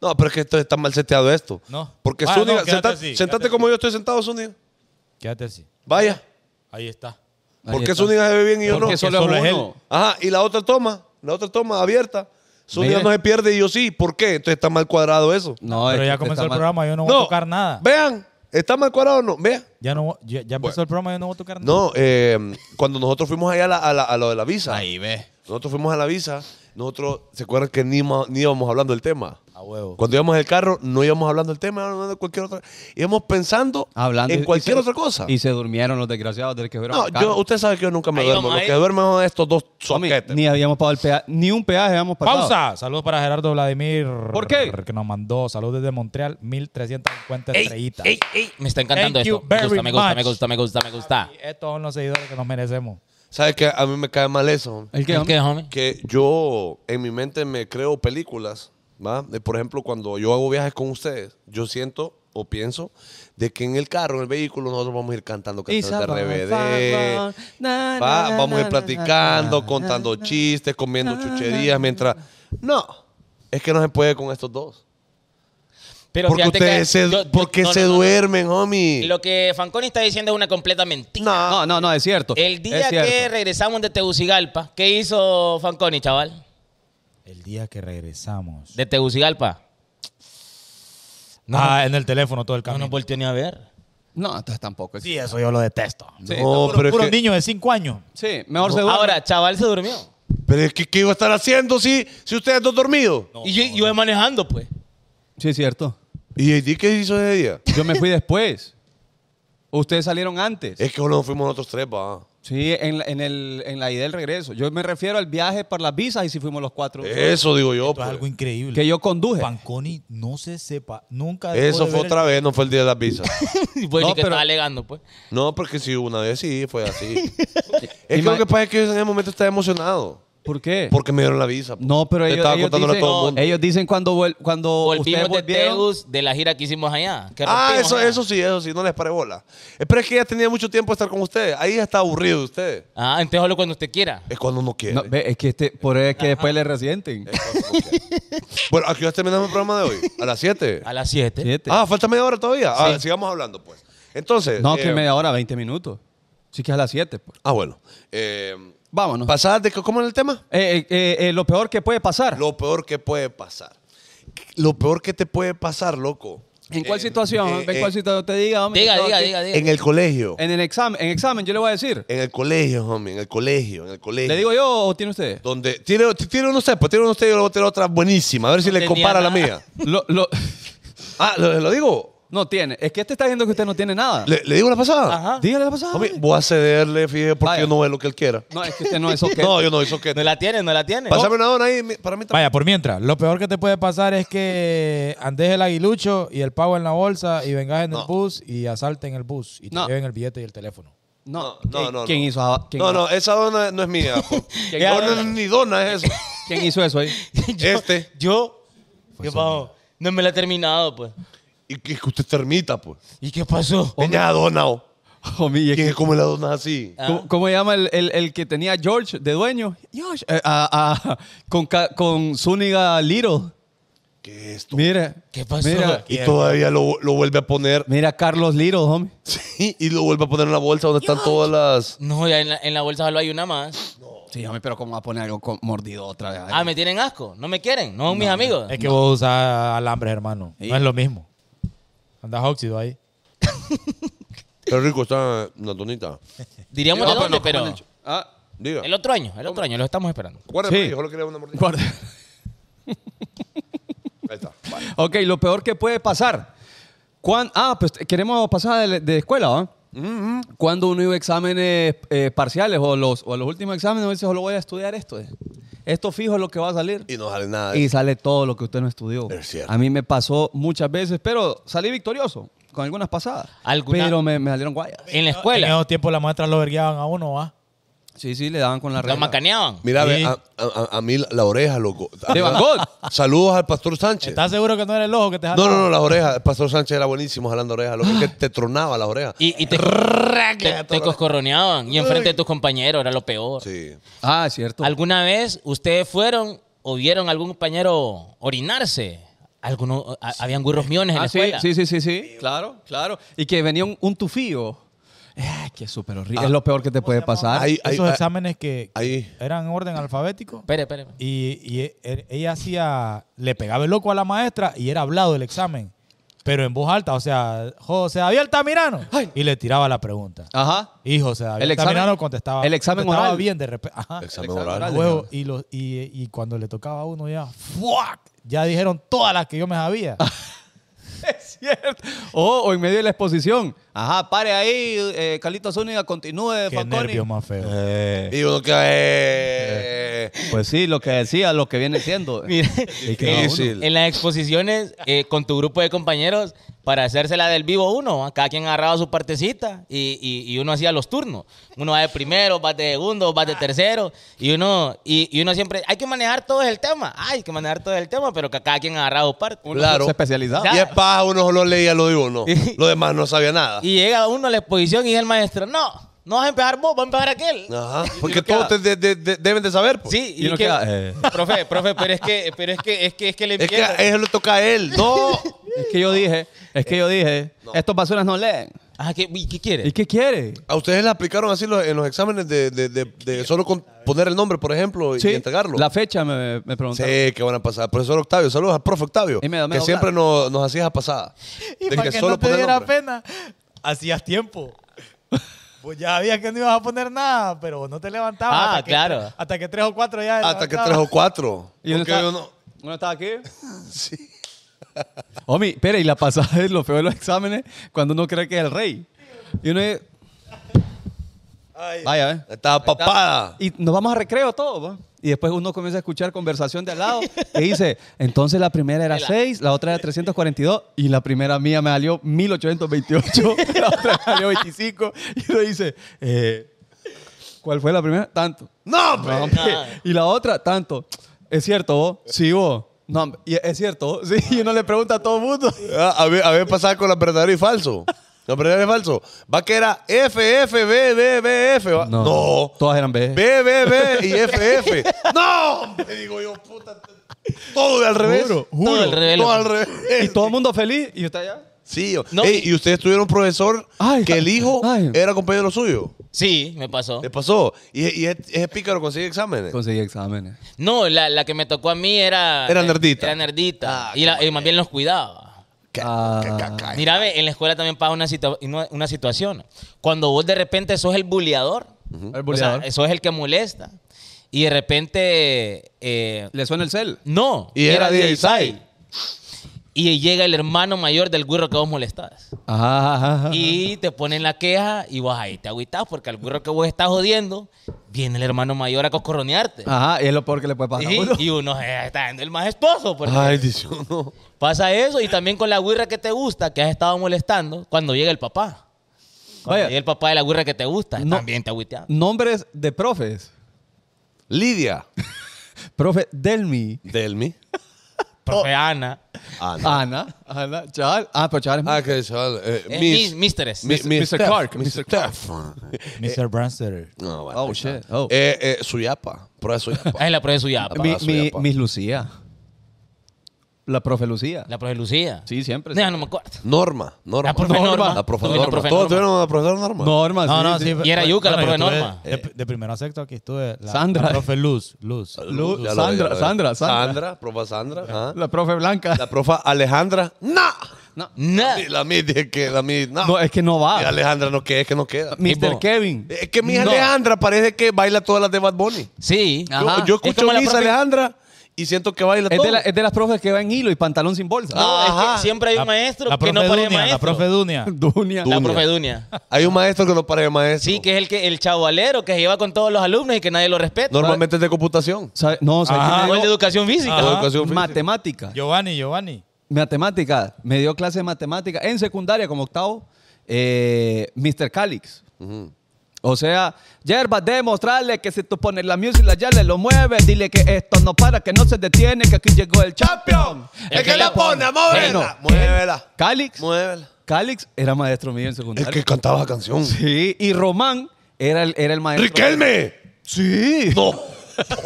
[SPEAKER 3] No, pero es que esto está mal seteado esto.
[SPEAKER 2] No.
[SPEAKER 3] Porque
[SPEAKER 2] Ah,
[SPEAKER 3] Zúñiga,
[SPEAKER 2] no, quédate
[SPEAKER 3] senta-
[SPEAKER 2] así,
[SPEAKER 3] sentate
[SPEAKER 2] quédate
[SPEAKER 3] como yo estoy sentado, Zúñiga.
[SPEAKER 2] Quédate así.
[SPEAKER 3] Vaya.
[SPEAKER 2] Ahí está.
[SPEAKER 1] Ahí
[SPEAKER 3] ¿Por qué
[SPEAKER 1] está.
[SPEAKER 3] Zúñiga se ve bien y yo
[SPEAKER 1] Porque
[SPEAKER 3] no?
[SPEAKER 1] solo,
[SPEAKER 2] solo
[SPEAKER 1] es
[SPEAKER 2] es
[SPEAKER 1] uno.
[SPEAKER 3] Ajá, y la otra toma, la otra toma abierta. Zúñiga
[SPEAKER 1] Mire.
[SPEAKER 3] no se pierde y yo sí. ¿Por qué? Entonces está mal cuadrado eso.
[SPEAKER 1] No, es
[SPEAKER 2] Pero
[SPEAKER 1] que
[SPEAKER 2] ya
[SPEAKER 1] usted
[SPEAKER 2] comenzó
[SPEAKER 1] está
[SPEAKER 2] el
[SPEAKER 1] mal.
[SPEAKER 2] programa, yo no voy a tocar nada.
[SPEAKER 3] Vean, ¿está mal cuadrado o no? Vean.
[SPEAKER 2] Ya, no, voy- ya, ya empezó el programa, yo no voy a tocar nada.
[SPEAKER 3] No, eh, cuando nosotros fuimos allá a, la- a la- a lo de la visa,
[SPEAKER 2] Ahí ve.
[SPEAKER 3] nosotros fuimos a la visa, nosotros, ¿se acuerdan que ni, ma- ni íbamos hablando del tema?
[SPEAKER 2] A huevo.
[SPEAKER 3] Cuando íbamos en el carro, no íbamos hablando del tema, íbamos hablando de cualquier otra. Íbamos pensando
[SPEAKER 1] Hablando y-
[SPEAKER 3] en
[SPEAKER 1] y
[SPEAKER 3] cualquier
[SPEAKER 1] se-
[SPEAKER 3] otra cosa.
[SPEAKER 1] Y se durmieron los desgraciados del que fueron
[SPEAKER 3] No,
[SPEAKER 1] al
[SPEAKER 3] yo,
[SPEAKER 1] carro.
[SPEAKER 3] usted sabe que yo nunca me
[SPEAKER 4] Ahí
[SPEAKER 3] duermo.
[SPEAKER 4] vamos,
[SPEAKER 3] Lo
[SPEAKER 4] ahí.
[SPEAKER 3] que duermen son estos dos
[SPEAKER 1] Homie,
[SPEAKER 3] soquetes.
[SPEAKER 1] Ni habíamos pagado el peaje, ni un peaje habíamos pagado.
[SPEAKER 2] Pausa. Saludos para Gerardo Vladimir.
[SPEAKER 1] ¿Por qué?
[SPEAKER 2] Que nos mandó saludos desde Montreal, 1350 estrellitas.
[SPEAKER 4] Ey, ey, me está encantando
[SPEAKER 2] Thank you
[SPEAKER 4] esto. Me gusta,
[SPEAKER 2] very
[SPEAKER 4] me gusta, me
[SPEAKER 2] much.
[SPEAKER 4] gusta, me gusta, me gusta.
[SPEAKER 2] Y estos son los seguidores que nos merecemos.
[SPEAKER 3] ¿Sabe que a mí me cae mal eso?
[SPEAKER 1] ¿El qué,
[SPEAKER 4] ¿El
[SPEAKER 1] homie?
[SPEAKER 4] qué, homie?
[SPEAKER 3] Que yo en mi mente me creo películas, ¿va? De, por ejemplo, cuando yo hago viajes con ustedes, yo siento o pienso de que en el carro, en el vehículo, nosotros vamos a ir cantando canciones de RBD.
[SPEAKER 1] Na,
[SPEAKER 3] va,
[SPEAKER 1] na, na,
[SPEAKER 3] vamos
[SPEAKER 1] na,
[SPEAKER 3] a ir platicando,
[SPEAKER 1] na,
[SPEAKER 3] contando
[SPEAKER 1] na, na.
[SPEAKER 3] chistes, comiendo
[SPEAKER 1] na, na,
[SPEAKER 3] chucherías, mientras... No, es que no se puede con estos dos.
[SPEAKER 4] Pero
[SPEAKER 3] porque
[SPEAKER 4] fíjate que-
[SPEAKER 3] ustedes se,
[SPEAKER 4] yo- yo-
[SPEAKER 3] porque
[SPEAKER 4] no, no,
[SPEAKER 3] se
[SPEAKER 4] no, no.
[SPEAKER 3] duermen, homie.
[SPEAKER 4] Lo que Fanconi está diciendo es una completa mentira.
[SPEAKER 1] No, no, no, es cierto.
[SPEAKER 4] El
[SPEAKER 1] Es
[SPEAKER 4] día
[SPEAKER 1] cierto.
[SPEAKER 4] que regresamos de Tegucigalpa, ¿qué hizo Fanconi, chaval?
[SPEAKER 2] El día que regresamos.
[SPEAKER 4] De Tegucigalpa. No,
[SPEAKER 2] ah, en el teléfono todo el
[SPEAKER 4] no, no
[SPEAKER 2] camino.
[SPEAKER 4] nos volteó ni a ver.
[SPEAKER 1] No, entonces tampoco. es-
[SPEAKER 2] sí, eso yo lo detesto.
[SPEAKER 1] Sí,
[SPEAKER 3] No,
[SPEAKER 2] Puro,
[SPEAKER 3] pero,
[SPEAKER 2] puro
[SPEAKER 3] es que,
[SPEAKER 2] niño de 5 años.
[SPEAKER 1] sí, mejor se duerme.
[SPEAKER 4] Ahora, chaval se durmió.
[SPEAKER 3] pero es que ¿qué iba a estar haciendo si, si ustedes dos dormidos?
[SPEAKER 4] y yo, yo manejando, pues.
[SPEAKER 1] Sí, es cierto.
[SPEAKER 3] ¿Y el día qué hizo ese día?
[SPEAKER 1] Yo me fui después. Ustedes salieron antes.
[SPEAKER 3] Es que no fuimos nosotros tres, va.
[SPEAKER 1] Sí, en la, en, el, en la ida del regreso. Yo me refiero al viaje por las visas y si fuimos los cuatro.
[SPEAKER 3] Eso digo yo.
[SPEAKER 2] Esto es
[SPEAKER 3] pues.
[SPEAKER 2] algo increíble.
[SPEAKER 1] Que yo conduje.
[SPEAKER 2] Panconi no se sepa. Nunca. dejó
[SPEAKER 3] Eso
[SPEAKER 2] de
[SPEAKER 3] fue
[SPEAKER 2] ver
[SPEAKER 3] otra vez, no fue el día de las visas.
[SPEAKER 4] Y pues
[SPEAKER 1] No,
[SPEAKER 4] ni que
[SPEAKER 1] pero-
[SPEAKER 4] estaba alegando, pues.
[SPEAKER 3] No, porque si una vez sí, fue así. es que
[SPEAKER 1] Ima-
[SPEAKER 3] lo que pasa es que yo en ese momento estaba emocionado.
[SPEAKER 1] ¿Por qué?
[SPEAKER 3] Porque me dieron la visa. pues.
[SPEAKER 1] no, pero
[SPEAKER 3] Te
[SPEAKER 1] ellos,
[SPEAKER 3] estaba
[SPEAKER 1] ellos
[SPEAKER 3] contándole
[SPEAKER 1] dicen, eh,
[SPEAKER 3] a todo el mundo.
[SPEAKER 1] ellos dicen cuando, vuel- cuando ustedes
[SPEAKER 4] Volvimos de
[SPEAKER 1] volvieron.
[SPEAKER 4] Tegus de la gira que hicimos allá. que
[SPEAKER 3] ah,
[SPEAKER 4] rompimos
[SPEAKER 3] eso,
[SPEAKER 4] allá.
[SPEAKER 3] eso sí, eso sí, no les paré bola. Eh, Pero es que ya tenía mucho tiempo de estar con ustedes. Ahí ya está aburrido de ustedes.
[SPEAKER 4] Ah, entonces solo cuando usted quiera.
[SPEAKER 3] Es cuando uno quiere.
[SPEAKER 1] No, ve, es que este, por eso es que después le resienten.
[SPEAKER 3] bueno, aquí ya terminamos el programa de hoy. A las 7.
[SPEAKER 4] A las 7.
[SPEAKER 1] Siete.
[SPEAKER 3] Ah, falta media hora todavía. Ah, sigamos hablando, pues. Entonces.
[SPEAKER 1] no,
[SPEAKER 3] eh,
[SPEAKER 1] que media hora, 20 minutos. Sí que es a las pues. 7.
[SPEAKER 3] Ah, bueno. Eh,
[SPEAKER 1] Vámonos.
[SPEAKER 3] ¿Pasadas de cómo era el tema?
[SPEAKER 1] Eh, eh, eh, eh, lo peor que puede pasar.
[SPEAKER 3] Lo peor que puede pasar. Lo peor que te puede pasar, loco.
[SPEAKER 1] ¿En cuál
[SPEAKER 3] Eh,
[SPEAKER 1] situación?
[SPEAKER 3] eh,
[SPEAKER 1] ¿En
[SPEAKER 3] eh,
[SPEAKER 1] cuál situación? Te diga, hombre,
[SPEAKER 4] Diga,
[SPEAKER 1] yo
[SPEAKER 4] diga,
[SPEAKER 1] aquí-
[SPEAKER 4] diga, diga.
[SPEAKER 3] En el colegio.
[SPEAKER 1] En el examen, en examen, yo le voy a decir.
[SPEAKER 3] En el colegio, homie. En el colegio. En el colegio.
[SPEAKER 1] ¿Le digo yo o tiene usted?
[SPEAKER 3] Donde. Tiene, tiene uno usted, pues tiene uno usted, yo le voy a tirar otra buenísima. A ver si le
[SPEAKER 4] tenía
[SPEAKER 3] compara a la
[SPEAKER 4] nada.
[SPEAKER 3] mía.
[SPEAKER 1] Lo- lo-
[SPEAKER 3] Ah, ¿lo, lo digo?
[SPEAKER 1] No tiene. Es que este está viendo que usted no tiene nada. Ah,
[SPEAKER 3] ¿Le, le digo la pasada?
[SPEAKER 4] Ajá.
[SPEAKER 1] Dígale la pasada.
[SPEAKER 3] Homie, voy a cederle, fíjese, porque
[SPEAKER 1] Vaya.
[SPEAKER 3] yo no veo lo que él quiera.
[SPEAKER 1] No, es que usted no es ok.
[SPEAKER 3] No, yo no, eso que.
[SPEAKER 4] No la tiene, no la tiene.
[SPEAKER 3] Pásame una dona ahí, mi- para mí también.
[SPEAKER 2] Vaya, por mientras, lo peor que te puede pasar es que andes el aguilucho y el pago en la bolsa y vengas en el
[SPEAKER 3] No.
[SPEAKER 2] bus y asalten el bus y te
[SPEAKER 1] No.
[SPEAKER 2] lleven el billete y el teléfono.
[SPEAKER 1] No,
[SPEAKER 3] No,
[SPEAKER 1] ¿quién-
[SPEAKER 3] no,
[SPEAKER 1] ¿Quién
[SPEAKER 3] no.
[SPEAKER 1] hizo a- quién-
[SPEAKER 3] No, no, esa dona no es mía. po.
[SPEAKER 1] ¿Quién-
[SPEAKER 3] No, no, ni dona es eso.
[SPEAKER 1] ¿Quién hizo eso ahí?
[SPEAKER 3] Este.
[SPEAKER 4] Yo, ¿qué pasó? No me la he terminado, pues.
[SPEAKER 3] Y que que usted termita, pues.
[SPEAKER 4] ¿Y qué pasó?
[SPEAKER 3] Venía a donao.
[SPEAKER 1] Homie, y es
[SPEAKER 3] ¿Quién
[SPEAKER 1] que-
[SPEAKER 3] es como la dona así?
[SPEAKER 1] ¿Cómo, cómo se llama el, el- el que tenía George de dueño? George. eh, a- a- con, ca- con Zúñiga Little.
[SPEAKER 3] ¿Qué es esto?
[SPEAKER 1] Mira.
[SPEAKER 4] ¿Qué pasó?
[SPEAKER 1] Mira,
[SPEAKER 3] Y todavía lo, lo vuelve a poner.
[SPEAKER 1] mira a Carlos Little, homie.
[SPEAKER 3] Sí, y lo vuelve a poner en la bolsa donde están todas las.
[SPEAKER 4] No, ya en la, en la bolsa solo hay una más.
[SPEAKER 1] Sí, homie, pero ¿cómo va a poner algo con- mordido otra vez?
[SPEAKER 4] Ah, me tienen asco. No me quieren. No, mis amigos.
[SPEAKER 2] Es que vos usas alambres, hermano.
[SPEAKER 1] Sí.
[SPEAKER 2] No es lo mismo. Andas óxido ahí.
[SPEAKER 3] Qué rico está la donita.
[SPEAKER 4] Diríamos
[SPEAKER 1] Ah,
[SPEAKER 4] de
[SPEAKER 3] pues,
[SPEAKER 4] dónde,
[SPEAKER 1] no,
[SPEAKER 4] pero.
[SPEAKER 1] ¿cómo han hecho? Ah,
[SPEAKER 3] Diga.
[SPEAKER 4] El otro año, el otro año, lo estamos esperando.
[SPEAKER 3] Guárdame,
[SPEAKER 1] Sí.
[SPEAKER 3] yo le quería una mordida.
[SPEAKER 1] guarda.
[SPEAKER 3] Ahí está. Vale.
[SPEAKER 1] Ok, lo peor que puede pasar. Cuan- ah, pues queremos pasar de, de escuela, ¿va? Cuando uno iba a exámenes eh, parciales o los, o los últimos exámenes, dice, solo voy a estudiar esto. eh. Esto fijo es lo que va a salir.
[SPEAKER 3] Y no sale nada. de
[SPEAKER 1] Y
[SPEAKER 3] eso.
[SPEAKER 1] sale todo lo que usted no estudió.
[SPEAKER 3] Es cierto.
[SPEAKER 1] A mí me pasó muchas veces, pero salí victorioso con algunas pasadas.
[SPEAKER 4] Alguna-
[SPEAKER 1] Pero me, me salieron guayas.
[SPEAKER 4] En la
[SPEAKER 2] En
[SPEAKER 4] escuela,
[SPEAKER 2] esos tiempos las maestras lo vergueaban a uno, ¿va?
[SPEAKER 1] Sí, sí, le daban con la
[SPEAKER 4] los
[SPEAKER 1] regla.
[SPEAKER 4] macaneaban.
[SPEAKER 3] Mira,
[SPEAKER 2] Sí.
[SPEAKER 3] ve, a, a- a- a mí la, la oreja, loco.
[SPEAKER 1] De Van Gogh.
[SPEAKER 3] Saludos al pastor Sánchez.
[SPEAKER 2] ¿Estás seguro que no era el ojo que te
[SPEAKER 3] No,
[SPEAKER 2] jalaba?
[SPEAKER 3] no, no, las orejas. El pastor Sánchez era buenísimo jalando orejas, loco. que te tronaba las orejas.
[SPEAKER 4] Y, y te, te, te coscorroneaban. Y enfrente de tus compañeros era lo peor.
[SPEAKER 3] Sí.
[SPEAKER 1] Ah, cierto.
[SPEAKER 4] ¿Alguna vez ustedes fueron o vieron a algún compañero orinarse? Algunos, a- habían gurros miones en
[SPEAKER 1] Ah,
[SPEAKER 4] la
[SPEAKER 1] sí,
[SPEAKER 4] escuela.
[SPEAKER 1] sí, sí, sí, sí. Claro, claro. Y que venía un, un tufillo. Eh, que es súper horrible. es lo peor que te puede pasar.
[SPEAKER 3] Ah. Ahí, ahí,
[SPEAKER 2] Esos
[SPEAKER 3] ahí.
[SPEAKER 2] exámenes que
[SPEAKER 3] ahí.
[SPEAKER 2] eran en orden alfabético.
[SPEAKER 4] Espere, espere.
[SPEAKER 2] Y, y e- e- ella hacía, le pegaba el loco a la maestra y era hablado el examen. Pero en voz alta, o sea, José David Altamirano.
[SPEAKER 1] Ay.
[SPEAKER 2] Y le tiraba la pregunta.
[SPEAKER 1] Ajá.
[SPEAKER 2] Y José David
[SPEAKER 1] El examen-
[SPEAKER 2] Altamirano contestaba.
[SPEAKER 1] el examen
[SPEAKER 2] contestaba
[SPEAKER 1] oral.
[SPEAKER 2] bien de repente. Ajá.
[SPEAKER 3] Examen
[SPEAKER 1] Examen
[SPEAKER 3] oral.
[SPEAKER 1] oral.
[SPEAKER 2] Huevo, y, los, y, y cuando le tocaba a uno ya, ¡fuck! Ya dijeron todas las que yo me sabía.
[SPEAKER 1] Es cierto. O, o en medio de la exposición. Ajá, pare ahí, eh, Carlito Zúñiga, continúe,
[SPEAKER 2] Qué
[SPEAKER 1] Falconi.
[SPEAKER 2] nervio más feo.
[SPEAKER 3] Y uno que. eh,
[SPEAKER 1] Pues sí, lo que decía, lo que viene siendo.
[SPEAKER 4] Mira,
[SPEAKER 1] Y que
[SPEAKER 4] en,
[SPEAKER 1] va
[SPEAKER 3] uno.
[SPEAKER 4] en las exposiciones, eh, con tu grupo de compañeros, para hacérsela del vivo uno, ¿va? cada quien agarraba su partecita y, y- y uno hacía los turnos. Uno va de primero, va de segundo, va de
[SPEAKER 1] Ah.
[SPEAKER 4] tercero, y uno, y, y uno siempre, hay que manejar todo el tema, "Ah, hay que manejar todo el tema, pero que cada quien agarraba su parte.
[SPEAKER 1] Uno
[SPEAKER 3] Claro.
[SPEAKER 1] se especializaba.
[SPEAKER 4] Ya.
[SPEAKER 3] Y es paja, uno solo leía lo de uno. Lo demás no sabía nada.
[SPEAKER 4] Y llega uno a la exposición y dice el maestro, no, no vas a empezar vos, va a empezar aquel.
[SPEAKER 3] Ajá.
[SPEAKER 1] Y
[SPEAKER 3] Porque
[SPEAKER 1] uno queda-
[SPEAKER 3] todos te- de- de- de- deben de saber. pues.
[SPEAKER 4] Sí,
[SPEAKER 1] Y
[SPEAKER 4] y,
[SPEAKER 1] uno
[SPEAKER 4] que-
[SPEAKER 1] queda, eh.
[SPEAKER 4] profe, profe, pero es que, pero es que, es que, es que le
[SPEAKER 3] Es que
[SPEAKER 4] empieza-
[SPEAKER 3] a él le toca a él. No.
[SPEAKER 1] Es que yo dije, es que yo dije, estos basuras no leen.
[SPEAKER 4] Ah, ¿qué, y qué quiere?
[SPEAKER 1] ¿Y qué quiere?
[SPEAKER 3] ¿A ustedes les aplicaron así los- en los exámenes de, de- de- de solo con- poner el nombre, por ejemplo, y- y entregarlo?
[SPEAKER 1] La fecha me, me preguntaron.
[SPEAKER 3] Sí, qué buena pasada. Profesor Octavio, saludos al profe Octavio,
[SPEAKER 1] Y me da- me
[SPEAKER 3] que
[SPEAKER 1] da
[SPEAKER 3] siempre nos, nos hacías a pasada.
[SPEAKER 2] Y
[SPEAKER 3] De
[SPEAKER 2] para
[SPEAKER 3] que
[SPEAKER 2] que
[SPEAKER 3] solo
[SPEAKER 2] no te
[SPEAKER 3] poner
[SPEAKER 2] diera
[SPEAKER 3] nombre.
[SPEAKER 2] pena, hacías tiempo. Pues ya sabías que no ibas a poner nada, pero vos no te levantabas.
[SPEAKER 4] Ah,
[SPEAKER 2] hasta que-
[SPEAKER 4] claro.
[SPEAKER 2] hasta que tres o cuatro ya. te
[SPEAKER 3] Hasta que tres
[SPEAKER 2] levantabas.
[SPEAKER 3] o cuatro.
[SPEAKER 1] ¿Y uno
[SPEAKER 3] Porque
[SPEAKER 1] está,
[SPEAKER 3] uno-
[SPEAKER 1] uno está aquí?
[SPEAKER 3] Sí.
[SPEAKER 1] Homie, espera, y la pasada es lo peor de los exámenes cuando uno cree que es el rey. Y uno dice,
[SPEAKER 2] Ay,
[SPEAKER 1] vaya, ¿eh?
[SPEAKER 3] Estaba papada.
[SPEAKER 1] Y nos vamos a recreo todos, ¿va? Y después uno comienza a escuchar conversación de al lado que dice, entonces la primera era 6, la otra era 342 y la primera mía me salió 1828, la otra me salió 25 y uno dice, eh, ¿cuál fue la primera? Tanto.
[SPEAKER 3] ¡No, hombre!
[SPEAKER 1] No, hombre. Y la otra, tanto. ¿Es cierto vos? Sí, vos. No, hombre. Y es cierto vos? Sí, y uno le pregunta a todo el mundo.
[SPEAKER 3] Ah, A ver, a ver pasada con la verdadera y falso. La verdadera y falso. Va que era F, F, B, B, B, F. va. No.
[SPEAKER 1] Todas eran B.
[SPEAKER 3] B, B, B y F, F. ¡No! hombre! digo yo, puta. Todo al revés.
[SPEAKER 1] Juro,
[SPEAKER 4] juro. Todo al revés.
[SPEAKER 3] Todo al
[SPEAKER 1] Y
[SPEAKER 3] revés.
[SPEAKER 1] todo el mundo feliz y está allá.
[SPEAKER 3] Sí, yo-
[SPEAKER 4] No,
[SPEAKER 3] Ey, y ustedes tuvieron un profesor
[SPEAKER 1] Ay,
[SPEAKER 3] que el hijo
[SPEAKER 1] ay.
[SPEAKER 3] era compañero suyo.
[SPEAKER 4] Sí, me pasó.
[SPEAKER 1] eh,
[SPEAKER 3] ¿Le pasó? Y, y ese ese pícaro consigue exámenes.
[SPEAKER 1] Conseguí exámenes.
[SPEAKER 4] No, la, la que me tocó a mí era... eh,
[SPEAKER 3] Era nerdita.
[SPEAKER 4] Era nerdita.
[SPEAKER 3] Ah,
[SPEAKER 4] y, la- y más bien los cuidaba.
[SPEAKER 1] Ah.
[SPEAKER 4] Mira, ve, en la escuela también pasa una, situa- una- una situación. Cuando vos de repente sos el buleador,
[SPEAKER 1] El
[SPEAKER 4] o sea,
[SPEAKER 1] buleador.
[SPEAKER 4] sos el que molesta, y de repente... eh,
[SPEAKER 1] Le suena el cel.
[SPEAKER 4] no.
[SPEAKER 3] Y era DJ
[SPEAKER 4] DJ Sai. y llega el hermano mayor del güiro que vos molestás.
[SPEAKER 1] Ah,
[SPEAKER 4] Y te ponen la queja y vos ahí te agüitás porque al güiro que vos estás jodiendo, viene el hermano mayor a coscorronearte.
[SPEAKER 1] Ajá, y es lo peor que le puede pasar a
[SPEAKER 4] Y,
[SPEAKER 1] Ah, uno.
[SPEAKER 4] y uno eh, está dando el más esposo. Porque
[SPEAKER 3] Ay, dice uno.
[SPEAKER 4] Pasa eso y también con la güira que te gusta, que has estado molestando, cuando llega el papá. Cuando
[SPEAKER 1] Vaya.
[SPEAKER 4] llega el papá de la güira que te gusta,
[SPEAKER 1] No.
[SPEAKER 4] también te agüitea.
[SPEAKER 1] Nombres de profes.
[SPEAKER 3] Lidia.
[SPEAKER 1] Profe Delmi.
[SPEAKER 3] Delmi. Ah,
[SPEAKER 4] Profe Ana.
[SPEAKER 3] Ana.
[SPEAKER 1] Ana. Ana. Chaval. Ah, pero chaval es
[SPEAKER 3] Ah, que chaval. eh,
[SPEAKER 4] Eh,
[SPEAKER 3] Miss.
[SPEAKER 4] mis- misteres.
[SPEAKER 3] Mi-
[SPEAKER 1] Mr. Clark.
[SPEAKER 3] Mr. Clark.
[SPEAKER 2] Mr. Branster.
[SPEAKER 3] No, vale,
[SPEAKER 1] Oh,
[SPEAKER 3] pesado.
[SPEAKER 1] shit. Oh.
[SPEAKER 3] Eh, eh, Suyapa. Prueba de Suyapa.
[SPEAKER 4] Ah, es la profe Suyapa.
[SPEAKER 1] mi,
[SPEAKER 3] Apaga,
[SPEAKER 1] mi,
[SPEAKER 3] soy, apa.
[SPEAKER 1] Miss Lucía. La profe Lucía.
[SPEAKER 4] La profe Lucía.
[SPEAKER 1] Sí, siempre.
[SPEAKER 4] No, no me acuerdo.
[SPEAKER 3] Norma. Norma.
[SPEAKER 4] La profe Norma.
[SPEAKER 3] La profe
[SPEAKER 4] Tuve una
[SPEAKER 3] Norma.
[SPEAKER 4] profe
[SPEAKER 3] Todos
[SPEAKER 4] Norma.
[SPEAKER 3] tuvieron una profesora Norma.
[SPEAKER 1] Norma,
[SPEAKER 2] No,
[SPEAKER 1] sí,
[SPEAKER 2] no,
[SPEAKER 1] sí.
[SPEAKER 2] ah, sí.
[SPEAKER 4] Y era yuca la
[SPEAKER 2] yo
[SPEAKER 4] profe
[SPEAKER 2] tuve-
[SPEAKER 4] Norma.
[SPEAKER 2] De, de primero a sexto aquí estuve. La,
[SPEAKER 1] Sandra.
[SPEAKER 2] La profe Luz. Luz.
[SPEAKER 1] Lu- Sandra,
[SPEAKER 3] Ya lo ya lo
[SPEAKER 1] Sandra, Sandra.
[SPEAKER 3] Sandra, profa Sandra. ajá.
[SPEAKER 1] La profe Blanca.
[SPEAKER 3] La profa Alejandra. ¡No!
[SPEAKER 1] No.
[SPEAKER 4] Nah.
[SPEAKER 3] La mid dije que la mid. No.
[SPEAKER 1] No, es que no
[SPEAKER 3] Y
[SPEAKER 1] va.
[SPEAKER 3] Alejandra no queda, es que no queda.
[SPEAKER 1] Mr.
[SPEAKER 4] Tipo-
[SPEAKER 1] Kevin.
[SPEAKER 3] Es que mi
[SPEAKER 1] No.
[SPEAKER 3] Alejandra parece que baila todas las de Bad Bunny.
[SPEAKER 4] Sí.
[SPEAKER 1] Ajá.
[SPEAKER 3] Yo, yo
[SPEAKER 4] Es
[SPEAKER 3] escucho
[SPEAKER 4] como la
[SPEAKER 3] Miss
[SPEAKER 4] profe-
[SPEAKER 3] Alejandra y siento que baila
[SPEAKER 1] Es
[SPEAKER 3] todo. Ah.
[SPEAKER 1] de, la- es de las profes que va en hilo y pantalón sin bolsa.
[SPEAKER 4] No, es que
[SPEAKER 3] Ajá.
[SPEAKER 4] siempre hay un maestro
[SPEAKER 2] la
[SPEAKER 4] que no
[SPEAKER 2] profe
[SPEAKER 4] parece
[SPEAKER 2] Dunia,
[SPEAKER 4] maestro.
[SPEAKER 2] La profe Dunia.
[SPEAKER 1] Dunia.
[SPEAKER 3] Du-
[SPEAKER 4] La
[SPEAKER 3] Dunia.
[SPEAKER 4] profe Dunia.
[SPEAKER 3] Hay un maestro que no parece maestro.
[SPEAKER 4] Sí, que es el que el chavalero que se lleva con todos los alumnos y que nadie lo respeta.
[SPEAKER 3] Normalmente es de computación.
[SPEAKER 1] ¿Sabe- No, ¿sabe
[SPEAKER 2] Ajá.
[SPEAKER 1] quién
[SPEAKER 4] O
[SPEAKER 1] me
[SPEAKER 4] el de
[SPEAKER 1] dio?
[SPEAKER 4] educación física.
[SPEAKER 3] O Ah, educación física.
[SPEAKER 1] Matemática.
[SPEAKER 2] Giovanni, Giovanni.
[SPEAKER 1] Matemática. Me dio clase de matemática en secundaria como octavo. eh, Mr. Calix. O sea, hierbas demostrarle que si tú pones la music, la ya le lo mueve. Dile que esto no para, que no se detiene, que aquí llegó el champion.
[SPEAKER 4] El que la pone, a
[SPEAKER 1] moverla.
[SPEAKER 3] Muévela.
[SPEAKER 1] Calix.
[SPEAKER 3] Muévela.
[SPEAKER 1] Calix era maestro mío en
[SPEAKER 3] El
[SPEAKER 1] secundaria.
[SPEAKER 3] que cantaba la canción.
[SPEAKER 1] Sí, y Román era el, era el maestro.
[SPEAKER 3] ¡Riquelme!
[SPEAKER 1] Sí.
[SPEAKER 3] No.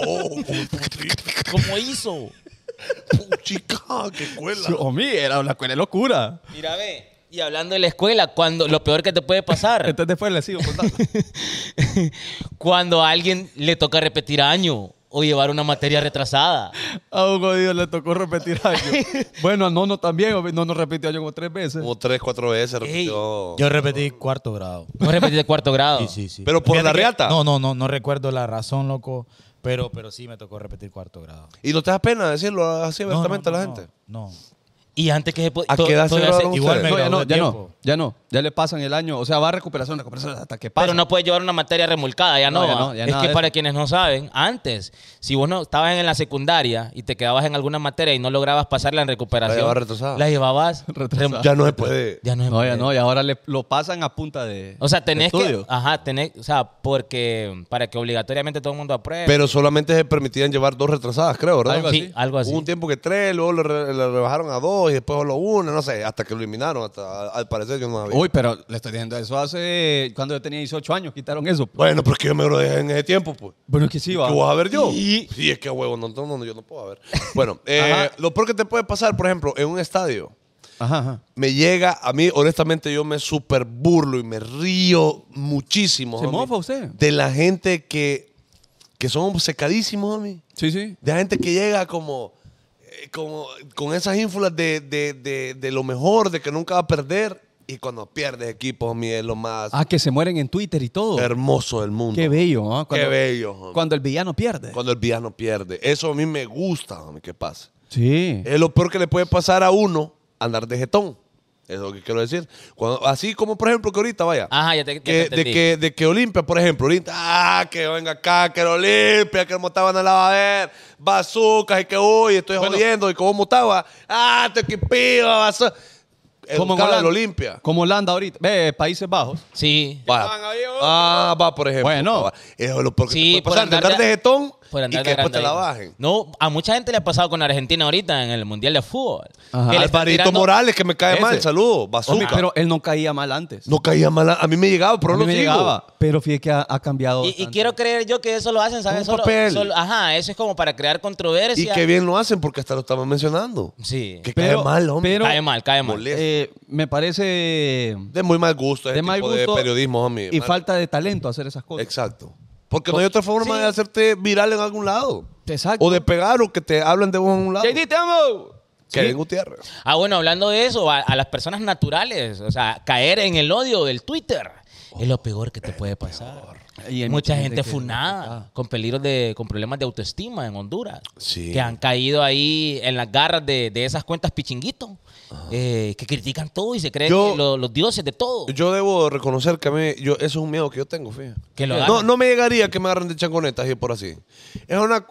[SPEAKER 3] Oh, puti-
[SPEAKER 4] ¿Cómo hizo?
[SPEAKER 3] chica, qué cuela.
[SPEAKER 1] Homie, era la escuela de locura.
[SPEAKER 4] Mira, ve. Y hablando de la escuela, cuando lo peor que te puede pasar,
[SPEAKER 1] Entonces después le sigo contando.
[SPEAKER 4] cuando a alguien le toca repetir año o llevar una materia retrasada.
[SPEAKER 1] A un jodido le tocó repetir año. Bueno, a Nono también, homie, Nono repitió año como tres veces.
[SPEAKER 3] Como tres, cuatro veces repitió.
[SPEAKER 2] Yo repetí cuarto grado.
[SPEAKER 4] No repetir de cuarto grado.
[SPEAKER 2] Sí, sí, sí.
[SPEAKER 3] Pero por la
[SPEAKER 2] que-
[SPEAKER 3] riata.
[SPEAKER 2] No, no, no, no recuerdo la razón, loco. Pero, pero sí me tocó repetir cuarto grado.
[SPEAKER 3] ¿Y no te da pena decirlo así
[SPEAKER 2] No, no,
[SPEAKER 3] abiertamente
[SPEAKER 2] no,
[SPEAKER 3] a la
[SPEAKER 2] no,
[SPEAKER 3] gente?
[SPEAKER 2] No.
[SPEAKER 4] Y antes que se po-
[SPEAKER 3] ¿A
[SPEAKER 4] to-
[SPEAKER 3] qué edad se
[SPEAKER 4] todavía
[SPEAKER 3] graduaron
[SPEAKER 2] igual
[SPEAKER 3] ustedes?
[SPEAKER 2] me-
[SPEAKER 1] No, ya no,
[SPEAKER 2] de
[SPEAKER 1] ya no,
[SPEAKER 2] tiempo.
[SPEAKER 1] ya no. Ya le pasan el año. O sea, va recuperación, recuperación hasta que pasa.
[SPEAKER 4] Pero no puedes llevar una materia remolcada, ya
[SPEAKER 1] No,
[SPEAKER 4] no.
[SPEAKER 1] ya
[SPEAKER 4] ah.
[SPEAKER 1] no, ya
[SPEAKER 4] es
[SPEAKER 1] nada
[SPEAKER 4] que
[SPEAKER 1] de
[SPEAKER 4] para
[SPEAKER 1] eso.
[SPEAKER 4] quienes no saben, antes, si vos no estabas en la secundaria y te quedabas en alguna materia y no lograbas pasarla en recuperación,
[SPEAKER 3] La llevabas retrasada.
[SPEAKER 4] la llevabas
[SPEAKER 1] Retrasada.
[SPEAKER 4] rem-
[SPEAKER 3] Ya no se puede.
[SPEAKER 4] Ya no es
[SPEAKER 1] No, ya
[SPEAKER 4] materia.
[SPEAKER 1] no. Y ahora le- lo pasan a punta de
[SPEAKER 4] O sea, tenés que.
[SPEAKER 1] estudio.
[SPEAKER 4] Ajá, tenés. O sea, porque. Para que obligatoriamente todo el mundo apruebe. Ah,
[SPEAKER 3] Pero solamente se permitían llevar dos retrasadas, creo, ¿verdad?
[SPEAKER 1] Algo
[SPEAKER 4] Sí,
[SPEAKER 1] así.
[SPEAKER 4] algo así.
[SPEAKER 3] Hubo un tiempo que tres, luego le, re- le rebajaron a dos y después solo una, no sé, hasta que lo eliminaron. Hasta, al parecer yo no sabía.
[SPEAKER 1] Uy, pero le estoy diciendo eso hace... Cuando yo tenía 18 años, quitaron eso.
[SPEAKER 3] Bueno, pero es que yo me lo dejé en ese tiempo, pues.
[SPEAKER 1] Bueno, es que sí, va.
[SPEAKER 3] ¿Qué voy a ver yo?
[SPEAKER 4] Y-
[SPEAKER 3] Sí, es que a huevo, no, no, no, yo no puedo ver. Bueno, eh,
[SPEAKER 1] Ajá.
[SPEAKER 3] lo peor que te puede pasar, por ejemplo, en un estadio,
[SPEAKER 1] Ajá, ajá.
[SPEAKER 3] me llega, a mí, honestamente, yo me super burlo y me río muchísimo.
[SPEAKER 1] ¿Se
[SPEAKER 3] homie,
[SPEAKER 1] mofa usted?
[SPEAKER 3] De la gente que, que son obcecadísimos, homie.
[SPEAKER 1] Sí, sí.
[SPEAKER 3] De la gente que llega como, eh, como con esas ínfulas de, de, de, de lo mejor, de que nunca va a perder. Y cuando pierdes equipo, homie, es lo más
[SPEAKER 1] Ah, que se mueren en Twitter y todo.
[SPEAKER 3] hermoso del mundo.
[SPEAKER 1] Qué bello, ¿no?
[SPEAKER 3] Qué bello, homie.
[SPEAKER 1] Cuando el villano pierde.
[SPEAKER 3] Cuando el villano pierde. Eso a mí me gusta, homie, que pase.
[SPEAKER 1] Sí.
[SPEAKER 3] Es lo peor que le puede pasar a uno andar de jetón. Es lo que quiero decir. Cuando, así como, por ejemplo, que ahorita, vaya.
[SPEAKER 4] Ajá, Ah, ya te, ya te
[SPEAKER 3] que, de,
[SPEAKER 4] entendí.
[SPEAKER 3] que, de que Olimpia, por ejemplo, ahorita, ah, que venga acá, que era Olimpia, que el Motaba no la va a ver, bazucas, y que uy, estoy jodiendo, y como Motaba, ah, te que piba, bazooka.
[SPEAKER 1] Como
[SPEAKER 3] Como
[SPEAKER 1] en
[SPEAKER 3] el
[SPEAKER 1] Holanda.
[SPEAKER 3] Olimpia.
[SPEAKER 1] Como Holanda ahorita. Ve, Países Bajos.
[SPEAKER 4] Sí.
[SPEAKER 3] Va.
[SPEAKER 1] Van ahí, oh.
[SPEAKER 3] Ah, va, por ejemplo.
[SPEAKER 1] Bueno.
[SPEAKER 3] Va. Eso es lo peor que
[SPEAKER 4] Sí,
[SPEAKER 3] te puede pasar, de andar de jetón
[SPEAKER 4] por andar
[SPEAKER 3] y
[SPEAKER 4] de
[SPEAKER 3] que después te la
[SPEAKER 4] agrandadito.
[SPEAKER 3] bajen.
[SPEAKER 4] No, a mucha gente le ha pasado con Argentina ahorita en el Mundial de Fútbol.
[SPEAKER 1] Ajá.
[SPEAKER 4] Que le están
[SPEAKER 3] Alvarito
[SPEAKER 4] tirando-
[SPEAKER 3] Morales, que me cae
[SPEAKER 1] Ese.
[SPEAKER 3] mal, saludos,
[SPEAKER 1] Homie,
[SPEAKER 3] bazooka.
[SPEAKER 1] pero él no caía mal antes.
[SPEAKER 3] No caía mal. A mí me llegaba, pero
[SPEAKER 1] A
[SPEAKER 3] no
[SPEAKER 1] mí me
[SPEAKER 3] sigo.
[SPEAKER 1] llegaba, pero fíjate que ha, ha cambiado.
[SPEAKER 4] Y, y
[SPEAKER 1] bastante.
[SPEAKER 4] quiero creer yo que eso lo hacen, ¿sabes?
[SPEAKER 3] Un
[SPEAKER 4] Solo-
[SPEAKER 3] papel.
[SPEAKER 4] solo- ajá, eso es como para crear
[SPEAKER 3] Y
[SPEAKER 4] controversia.
[SPEAKER 3] qué bien lo hacen porque hasta lo estamos mencionando.
[SPEAKER 4] Sí.
[SPEAKER 3] Que
[SPEAKER 1] Pero-
[SPEAKER 3] cae mal, hombre.
[SPEAKER 1] pero-
[SPEAKER 4] cae mal, cae mal.
[SPEAKER 3] Molesta.
[SPEAKER 1] Eh, me parece
[SPEAKER 3] de muy mal gusto. Ese
[SPEAKER 1] de mal
[SPEAKER 3] este tipo
[SPEAKER 1] gusto
[SPEAKER 3] de periodismo, homie.
[SPEAKER 1] y
[SPEAKER 3] Mal-
[SPEAKER 1] falta de talento hacer esas cosas.
[SPEAKER 3] Exacto. Porque no hay otra forma
[SPEAKER 4] Sí.
[SPEAKER 3] de hacerte viral en algún lado.
[SPEAKER 1] Exacto.
[SPEAKER 3] O de pegar o que te hablen de vos en un lado.
[SPEAKER 1] JD, te amo.
[SPEAKER 3] Que
[SPEAKER 1] Sí.
[SPEAKER 3] Gutiérrez.
[SPEAKER 4] Ah, bueno, hablando de eso, a, a las personas naturales, o sea, caer en el odio del Twitter. es lo peor que te puede pasar.
[SPEAKER 1] Y hay
[SPEAKER 4] mucha gente
[SPEAKER 1] que-
[SPEAKER 4] funada, con peligros de, con problemas de autoestima en Honduras,
[SPEAKER 3] Sí.
[SPEAKER 4] que han caído ahí en las garras de, de esas cuentas pichinguitos, eh, que critican todo y se creen
[SPEAKER 3] Yo-
[SPEAKER 4] que lo- los dioses de todo.
[SPEAKER 3] Yo debo reconocer que a mí, yo, eso es un miedo que yo tengo, fíjate.
[SPEAKER 4] Que lo
[SPEAKER 3] no,
[SPEAKER 4] hagan.
[SPEAKER 3] no me llegaría que me agarren de changonetas y por así. Es una.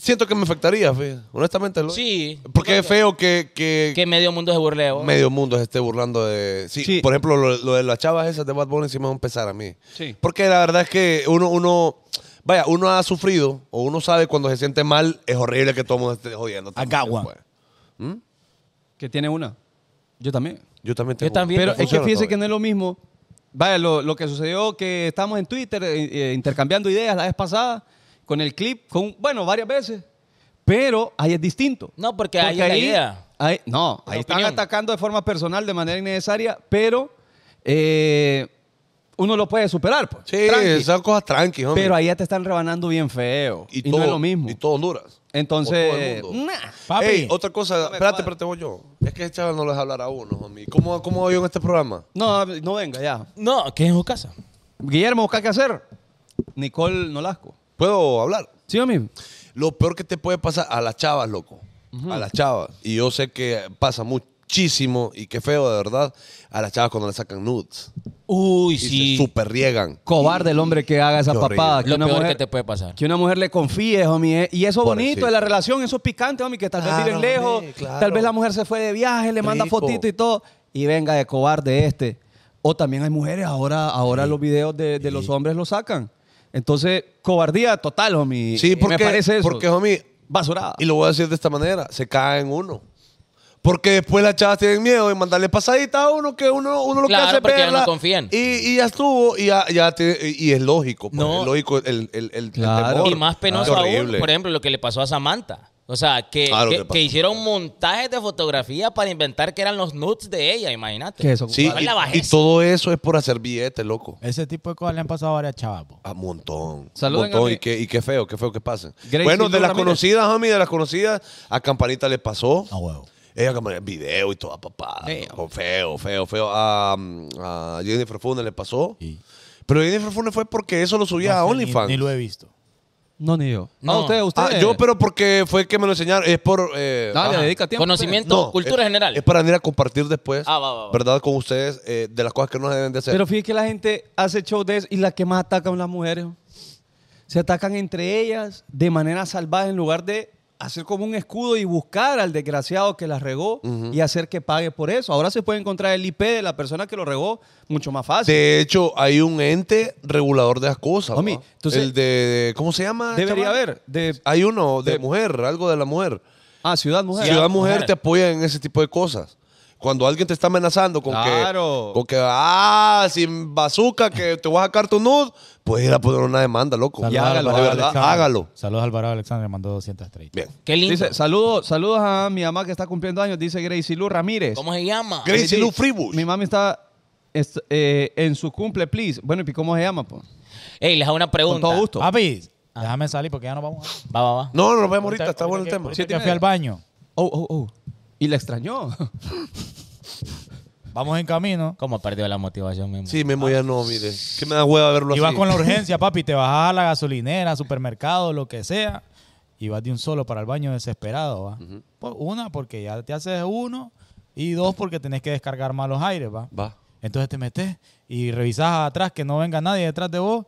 [SPEAKER 3] Siento que me afectaría, fíjate. Honestamente, lo-
[SPEAKER 4] Sí.
[SPEAKER 3] Porque es feo que, que,
[SPEAKER 4] que medio mundo se burle de vos.
[SPEAKER 3] medio mundo se esté burlando de. Sí,
[SPEAKER 1] Sí.
[SPEAKER 3] por ejemplo, lo, lo de las chavas esas de Bad Bunny sí me va a empezar a mí.
[SPEAKER 1] Sí.
[SPEAKER 3] Porque la verdad es que uno, uno. Vaya, uno ha sufrido o uno sabe cuando se siente mal, es horrible que todo el mundo esté jodiendo. también,
[SPEAKER 2] Acagua.
[SPEAKER 3] pues.
[SPEAKER 1] Que tiene una. Yo también.
[SPEAKER 3] Yo también
[SPEAKER 4] Yo
[SPEAKER 3] tengo.
[SPEAKER 4] también.
[SPEAKER 3] Pero
[SPEAKER 1] Pero
[SPEAKER 4] Bien, no
[SPEAKER 1] es que fíjese que
[SPEAKER 3] no.
[SPEAKER 1] no es lo mismo. Vaya, lo, lo que sucedió que estamos en Twitter eh, eh, intercambiando ideas la vez pasada con el clip, con, bueno, varias veces. Pero ahí es distinto.
[SPEAKER 4] No, porque ahí es la idea.
[SPEAKER 1] ahí- no,
[SPEAKER 4] La
[SPEAKER 1] ahí están
[SPEAKER 4] opinión.
[SPEAKER 1] atacando de forma personal, de manera innecesaria, pero eh, uno lo puede superar. Pues,
[SPEAKER 3] Sí,
[SPEAKER 1] tranqui.
[SPEAKER 3] esas cosas tranqui, hombre.
[SPEAKER 1] Pero ahí ya te están rebanando bien feo. Y,
[SPEAKER 3] todo-
[SPEAKER 1] no es lo mismo.
[SPEAKER 3] Y todo Honduras. O todo el
[SPEAKER 1] Entonces, mm,
[SPEAKER 3] mundo.
[SPEAKER 1] nah.
[SPEAKER 2] Papi.
[SPEAKER 3] Ey, otra cosa, espérate,
[SPEAKER 1] cuadra.
[SPEAKER 3] espérate, voy yo. Es que el chaval no les hablar a uno, homie. ¿Cómo, cómo voy yo en este programa?
[SPEAKER 1] no, no venga ya.
[SPEAKER 4] No, que es en su casa.
[SPEAKER 1] Guillermo, busca qué hacer. Nicole Nolasco.
[SPEAKER 3] ¿Puedo hablar?
[SPEAKER 1] ¿Sí, mami?
[SPEAKER 3] Lo peor que te puede pasar a las chavas, loco. A las chavas. Y yo sé que pasa muchísimo y qué feo, de verdad, a las chavas cuando le sacan nudes.
[SPEAKER 4] Uy,
[SPEAKER 3] Y
[SPEAKER 4] sí.
[SPEAKER 3] se super riegan.
[SPEAKER 1] Cobarde el hombre que haga esa
[SPEAKER 3] Qué horrible.
[SPEAKER 1] papada. Que
[SPEAKER 4] Lo
[SPEAKER 1] una,
[SPEAKER 4] peor
[SPEAKER 1] mujer,
[SPEAKER 4] que te puede pasar.
[SPEAKER 1] que una mujer le confíe, homie. eh. Y eso
[SPEAKER 3] Pobrecito.
[SPEAKER 1] bonito de la relación, eso es picante, homie, que tal vez
[SPEAKER 3] Claro,
[SPEAKER 1] viven lejos.
[SPEAKER 3] homie, claro.
[SPEAKER 1] Tal vez la mujer se fue de viaje, le manda
[SPEAKER 3] Rico.
[SPEAKER 1] fotito y todo. Y venga de cobarde este. O también hay mujeres, ahora, ahora los videos de, de los hombres los sacan. Entonces, cobardía total, homie.
[SPEAKER 3] Sí,
[SPEAKER 1] Y
[SPEAKER 3] porque,
[SPEAKER 1] me parece eso.
[SPEAKER 3] porque, homie,
[SPEAKER 1] Basurada.
[SPEAKER 3] y lo voy a decir de esta manera, se caen uno. Porque después las chavas tienen miedo de mandarle pasaditas a uno que uno, uno lo
[SPEAKER 4] Claro,
[SPEAKER 3] que hace es
[SPEAKER 4] porque ya no
[SPEAKER 3] verla,
[SPEAKER 4] confían.
[SPEAKER 3] Y, y ya estuvo, y ya, ya te- y y es lógico. pues,
[SPEAKER 4] No.
[SPEAKER 3] Es lógico el, el, el- el
[SPEAKER 1] Claro.
[SPEAKER 3] temor.
[SPEAKER 4] Y más penoso
[SPEAKER 3] Qué
[SPEAKER 4] aún,
[SPEAKER 3] Ah, horrible.
[SPEAKER 4] por ejemplo, lo que le pasó a Samantha. O sea, que,
[SPEAKER 3] Claro,
[SPEAKER 4] que,
[SPEAKER 3] que pasó.
[SPEAKER 4] que hicieron montajes de fotografía para inventar que eran los nudes de ella, imagínate.
[SPEAKER 1] ¿Qué es eso?
[SPEAKER 3] Sí,
[SPEAKER 4] ¿Cuál
[SPEAKER 3] y-
[SPEAKER 4] la
[SPEAKER 3] y,
[SPEAKER 4] bajeza?
[SPEAKER 3] todo eso es por hacer billetes, loco.
[SPEAKER 2] Ese tipo de cosas le han pasado a varias chavas, po.
[SPEAKER 3] A Ah, montón.
[SPEAKER 1] Saluden
[SPEAKER 3] montón.
[SPEAKER 1] a mi-
[SPEAKER 3] y, qué, y qué feo, qué feo que pase.
[SPEAKER 1] Gracie
[SPEAKER 3] bueno, de
[SPEAKER 1] Lu
[SPEAKER 3] las
[SPEAKER 1] Ramírez.
[SPEAKER 3] conocidas, homie, de las conocidas, a Campanita le pasó.
[SPEAKER 2] A huevo.
[SPEAKER 3] Ella Campanita, video y toda papá.
[SPEAKER 1] Feo.
[SPEAKER 3] Con Feo, feo, feo. A, mm, a Jennifer Funes le pasó.
[SPEAKER 2] Y-
[SPEAKER 3] Pero Jennifer Funes fue porque eso lo subía
[SPEAKER 2] No
[SPEAKER 3] a
[SPEAKER 2] sé, ni-
[SPEAKER 3] OnlyFans.
[SPEAKER 2] Ni, lo he visto.
[SPEAKER 1] No, ni yo.
[SPEAKER 4] No.
[SPEAKER 1] No, usted, usted.
[SPEAKER 3] Ah, yo, pero porque fue que me lo enseñaron. Es por. eh,
[SPEAKER 1] Dale,
[SPEAKER 3] ajá.
[SPEAKER 1] dedica tiempo.
[SPEAKER 4] Conocimiento. cultura
[SPEAKER 3] es-
[SPEAKER 4] general.
[SPEAKER 3] Es para venir a compartir después,
[SPEAKER 4] Ah, va, va, va.
[SPEAKER 3] ¿verdad? Con ustedes, eh, de las cosas que no se deben de hacer.
[SPEAKER 1] Pero fíjate que la gente hace show de eso y las que más atacan las mujeres. ¿no? Se atacan entre ellas de manera salvaje en lugar de hacer como un escudo y buscar al desgraciado que las regó y hacer que pague por eso. Ahora se puede encontrar el IP de la persona que lo regó mucho más fácil.
[SPEAKER 3] De hecho, hay un ente regulador de las cosas.
[SPEAKER 1] Homie,
[SPEAKER 3] ¿va?
[SPEAKER 1] entonces-
[SPEAKER 3] el de, de- ¿Cómo se llama?
[SPEAKER 1] Ah, Debería
[SPEAKER 3] chaval?
[SPEAKER 1] haber. De,
[SPEAKER 3] Hay uno de,
[SPEAKER 1] de-
[SPEAKER 3] mujer, algo de la mujer.
[SPEAKER 1] ah, Ciudad Mujer.
[SPEAKER 3] Ciudad mujer,
[SPEAKER 4] Mujer.
[SPEAKER 3] te apoya en ese tipo de cosas. Cuando alguien te está amenazando con
[SPEAKER 1] Claro.
[SPEAKER 3] que. Con que, ah, sin bazooka, que te voy a sacar tu nud, puedes ir a poner una demanda, loco.
[SPEAKER 1] Y hágalo,
[SPEAKER 3] De verdad,
[SPEAKER 2] Alexander.
[SPEAKER 3] hágalo.
[SPEAKER 2] Saludos a Alvarado Alexander, mandó 230.
[SPEAKER 3] Bien.
[SPEAKER 4] Qué lindo.
[SPEAKER 1] Dice, saludos, saludos a mi mamá que está cumpliendo años, dice Gracie Lu Ramírez.
[SPEAKER 4] ¿Cómo se llama?
[SPEAKER 3] Gracie
[SPEAKER 1] Gracie,
[SPEAKER 3] Lu Freebush.
[SPEAKER 1] Mi mami está est- eh, en su cumple, please. Bueno, ¿y cómo se llama? Po?
[SPEAKER 4] Ey, les hago una pregunta.
[SPEAKER 1] Con todo gusto.
[SPEAKER 2] Papi, déjame salir porque ya nos vamos.
[SPEAKER 4] Va, va, va.
[SPEAKER 3] No, nos vemos ahorita, está bueno el tema.
[SPEAKER 1] Sí,
[SPEAKER 2] Sí, que
[SPEAKER 1] tiene-
[SPEAKER 2] fui al baño.
[SPEAKER 1] Oh, oh, oh. Y la extrañó.
[SPEAKER 2] Vamos en camino.
[SPEAKER 4] ¿Cómo perdió la motivación, mismo?
[SPEAKER 3] Sí, Memo ya no, mire. Que me da hueva verlo
[SPEAKER 2] Y vas
[SPEAKER 3] así.
[SPEAKER 2] con la urgencia, papi. Te bajas a la gasolinera, supermercado, lo que sea. Y vas de un solo para el baño desesperado, ¿va? Por- Una, porque ya te haces uno. Y dos, porque tenés que descargar malos aires, ¿va?
[SPEAKER 3] Va.
[SPEAKER 2] Entonces te metes y revisas atrás que no venga nadie detrás de vos.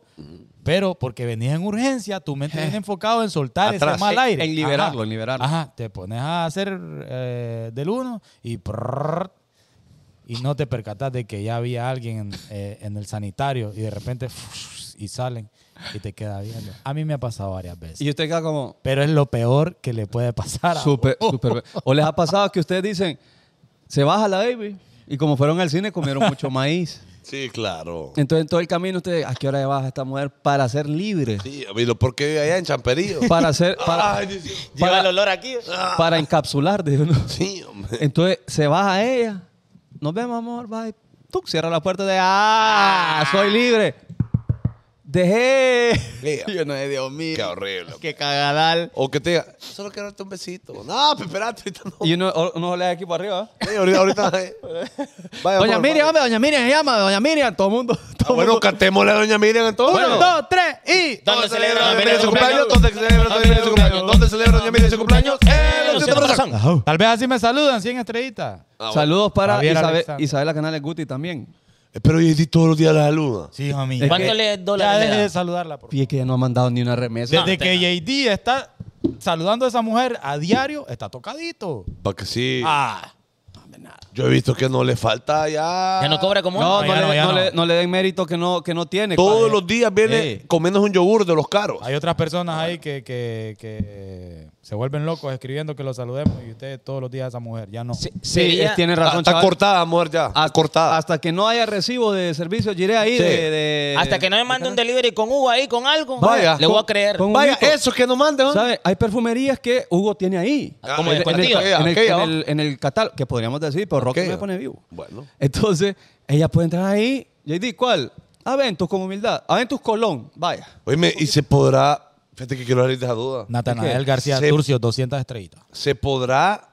[SPEAKER 2] Pero porque venís en urgencia, tu mente viene enfocado en soltar
[SPEAKER 3] Atrás.
[SPEAKER 2] ese mal
[SPEAKER 1] Eh. En-
[SPEAKER 2] aire.
[SPEAKER 1] en liberarlo, en liberarlo.
[SPEAKER 2] Ajá, te pones a hacer eh, del uno y prrrr, y no te percatas de que ya había alguien eh, en el sanitario y de repente fush, y salen y te queda viendo. A mí me ha pasado varias veces.
[SPEAKER 1] Y usted queda como Oh.
[SPEAKER 2] pero es lo peor que le puede pasar a
[SPEAKER 1] súper, súper. O les ha pasado que ustedes dicen, se baja la baby. Y como fueron al cine, comieron mucho maíz.
[SPEAKER 3] Sí, claro.
[SPEAKER 1] Entonces, en todo el camino, ustedes, ¿a qué hora se baja esta mujer para ser libre?
[SPEAKER 3] Sí, a mí lo porque vive allá en Champerío.
[SPEAKER 1] Para ser, para,
[SPEAKER 3] Ay, Dios mío.
[SPEAKER 4] Lleva
[SPEAKER 1] para-
[SPEAKER 4] el olor
[SPEAKER 3] Eh,
[SPEAKER 4] aquí.
[SPEAKER 1] para encapsular, digo, ¿no?
[SPEAKER 3] sí, hombre.
[SPEAKER 1] Entonces, se baja ella. Nos vemos, amor, bye. Tú cierra la puerta de, ah, soy libre. Dejé.
[SPEAKER 3] Mira.
[SPEAKER 1] Yo no, Dios mío.
[SPEAKER 3] Qué horrible.
[SPEAKER 1] Qué cagadal.
[SPEAKER 3] O que te diga, solo quiero darte un besito. No, pero espérate, ahorita no.
[SPEAKER 1] Y uno, uno le da aquí para arriba. ¿eh?
[SPEAKER 3] Eh, ahorita, ahorita. eh. Vaya,
[SPEAKER 1] Doña
[SPEAKER 3] amor,
[SPEAKER 1] Miriam,
[SPEAKER 3] vaya.
[SPEAKER 1] hombre, Doña Miriam, se llama, Doña Miriam, todo el mundo.
[SPEAKER 3] Ah,
[SPEAKER 1] Todo
[SPEAKER 3] bueno,
[SPEAKER 1] mundo.
[SPEAKER 3] cantémosle a Doña Miriam entonces.
[SPEAKER 1] Uno, dos, tres y.
[SPEAKER 3] Ah,
[SPEAKER 4] ¿Dónde celebra Doña Miriam
[SPEAKER 3] su
[SPEAKER 4] su
[SPEAKER 3] cumpleaños?
[SPEAKER 4] cumpleaños?
[SPEAKER 3] ¿Dónde celebra Doña Miriam su cumpleaños? ¿Dónde celebra Doña Miriam su cumpleaños? Eh,
[SPEAKER 4] Eh,
[SPEAKER 3] En el Centro Brazán.
[SPEAKER 2] Tal vez así me saludan, 100 estrellitas.
[SPEAKER 3] Ah, bueno.
[SPEAKER 1] Saludos para
[SPEAKER 2] Javier
[SPEAKER 1] Isabel,
[SPEAKER 2] Alexander.
[SPEAKER 1] Isabela Canales Guti también.
[SPEAKER 3] Eh, Pero yo di todos los días la saluda.
[SPEAKER 2] Sí, hijo mío.
[SPEAKER 1] Es
[SPEAKER 4] ¿Cuánto
[SPEAKER 1] que-
[SPEAKER 2] Ya
[SPEAKER 4] le dólares? le
[SPEAKER 2] deje
[SPEAKER 4] da?
[SPEAKER 2] de saludarla, por favor.
[SPEAKER 1] Y es que ya no ha mandado ni una remesa.
[SPEAKER 4] No,
[SPEAKER 2] Desde
[SPEAKER 4] te-
[SPEAKER 2] que JD está saludando a esa mujer a diario, está tocadito.
[SPEAKER 3] Para que sí.
[SPEAKER 2] Ah.
[SPEAKER 3] Yo he visto que no le falta ya.
[SPEAKER 4] Ya no cobra como
[SPEAKER 1] No, no,
[SPEAKER 4] uno.
[SPEAKER 2] ya
[SPEAKER 1] le,
[SPEAKER 2] no, ya
[SPEAKER 1] no
[SPEAKER 2] no.
[SPEAKER 1] le- no le den mérito que no, que no tiene.
[SPEAKER 3] Todos
[SPEAKER 1] Cuando-
[SPEAKER 3] los días viene
[SPEAKER 1] Ey.
[SPEAKER 3] comiéndose un yogur de los caros.
[SPEAKER 2] Hay otras personas ahí que, que- que se vuelven locos escribiendo que lo saludemos y ustedes todos los días a esa mujer. Ya no.
[SPEAKER 4] Se-
[SPEAKER 1] Sí,
[SPEAKER 4] sería-
[SPEAKER 1] es- tiene
[SPEAKER 3] Ah,
[SPEAKER 1] razón,
[SPEAKER 3] Está
[SPEAKER 1] chaval.
[SPEAKER 3] cortada, amor, ya.
[SPEAKER 1] Hasta-
[SPEAKER 3] Ah, cortada.
[SPEAKER 1] Hasta que no haya recibo de servicio, iré ahí
[SPEAKER 3] Sí.
[SPEAKER 1] de, de-
[SPEAKER 4] Hasta que no me mande un delivery con Hugo ahí, con algo.
[SPEAKER 3] Vaya.
[SPEAKER 4] Le voy a creer.
[SPEAKER 1] Con-
[SPEAKER 3] Vaya,
[SPEAKER 1] Huguito.
[SPEAKER 3] eso que nos manden. ¿no?
[SPEAKER 1] ¿Sabe? Hay perfumerías que Hugo tiene ahí.
[SPEAKER 3] Ah,
[SPEAKER 4] Como
[SPEAKER 1] en, en el,
[SPEAKER 4] descuentillo.
[SPEAKER 1] en el-
[SPEAKER 3] Aquella,
[SPEAKER 1] en
[SPEAKER 3] ¿no?
[SPEAKER 1] el- en el catálogo, que podríamos decir, pero Rocky
[SPEAKER 3] Aquella.
[SPEAKER 1] me pone vivo.
[SPEAKER 3] Bueno.
[SPEAKER 1] Entonces, ella puede entrar ahí. JD, ¿cuál? Aventus con humildad. Aventus Colón, vaya.
[SPEAKER 3] Oíme, y se podrá. Fíjate que quiero salir de esa duda.
[SPEAKER 2] Natanael
[SPEAKER 1] ¿Qué?
[SPEAKER 2] García
[SPEAKER 3] Se-
[SPEAKER 2] Turcio, 200 estrellitas.
[SPEAKER 3] Se podrá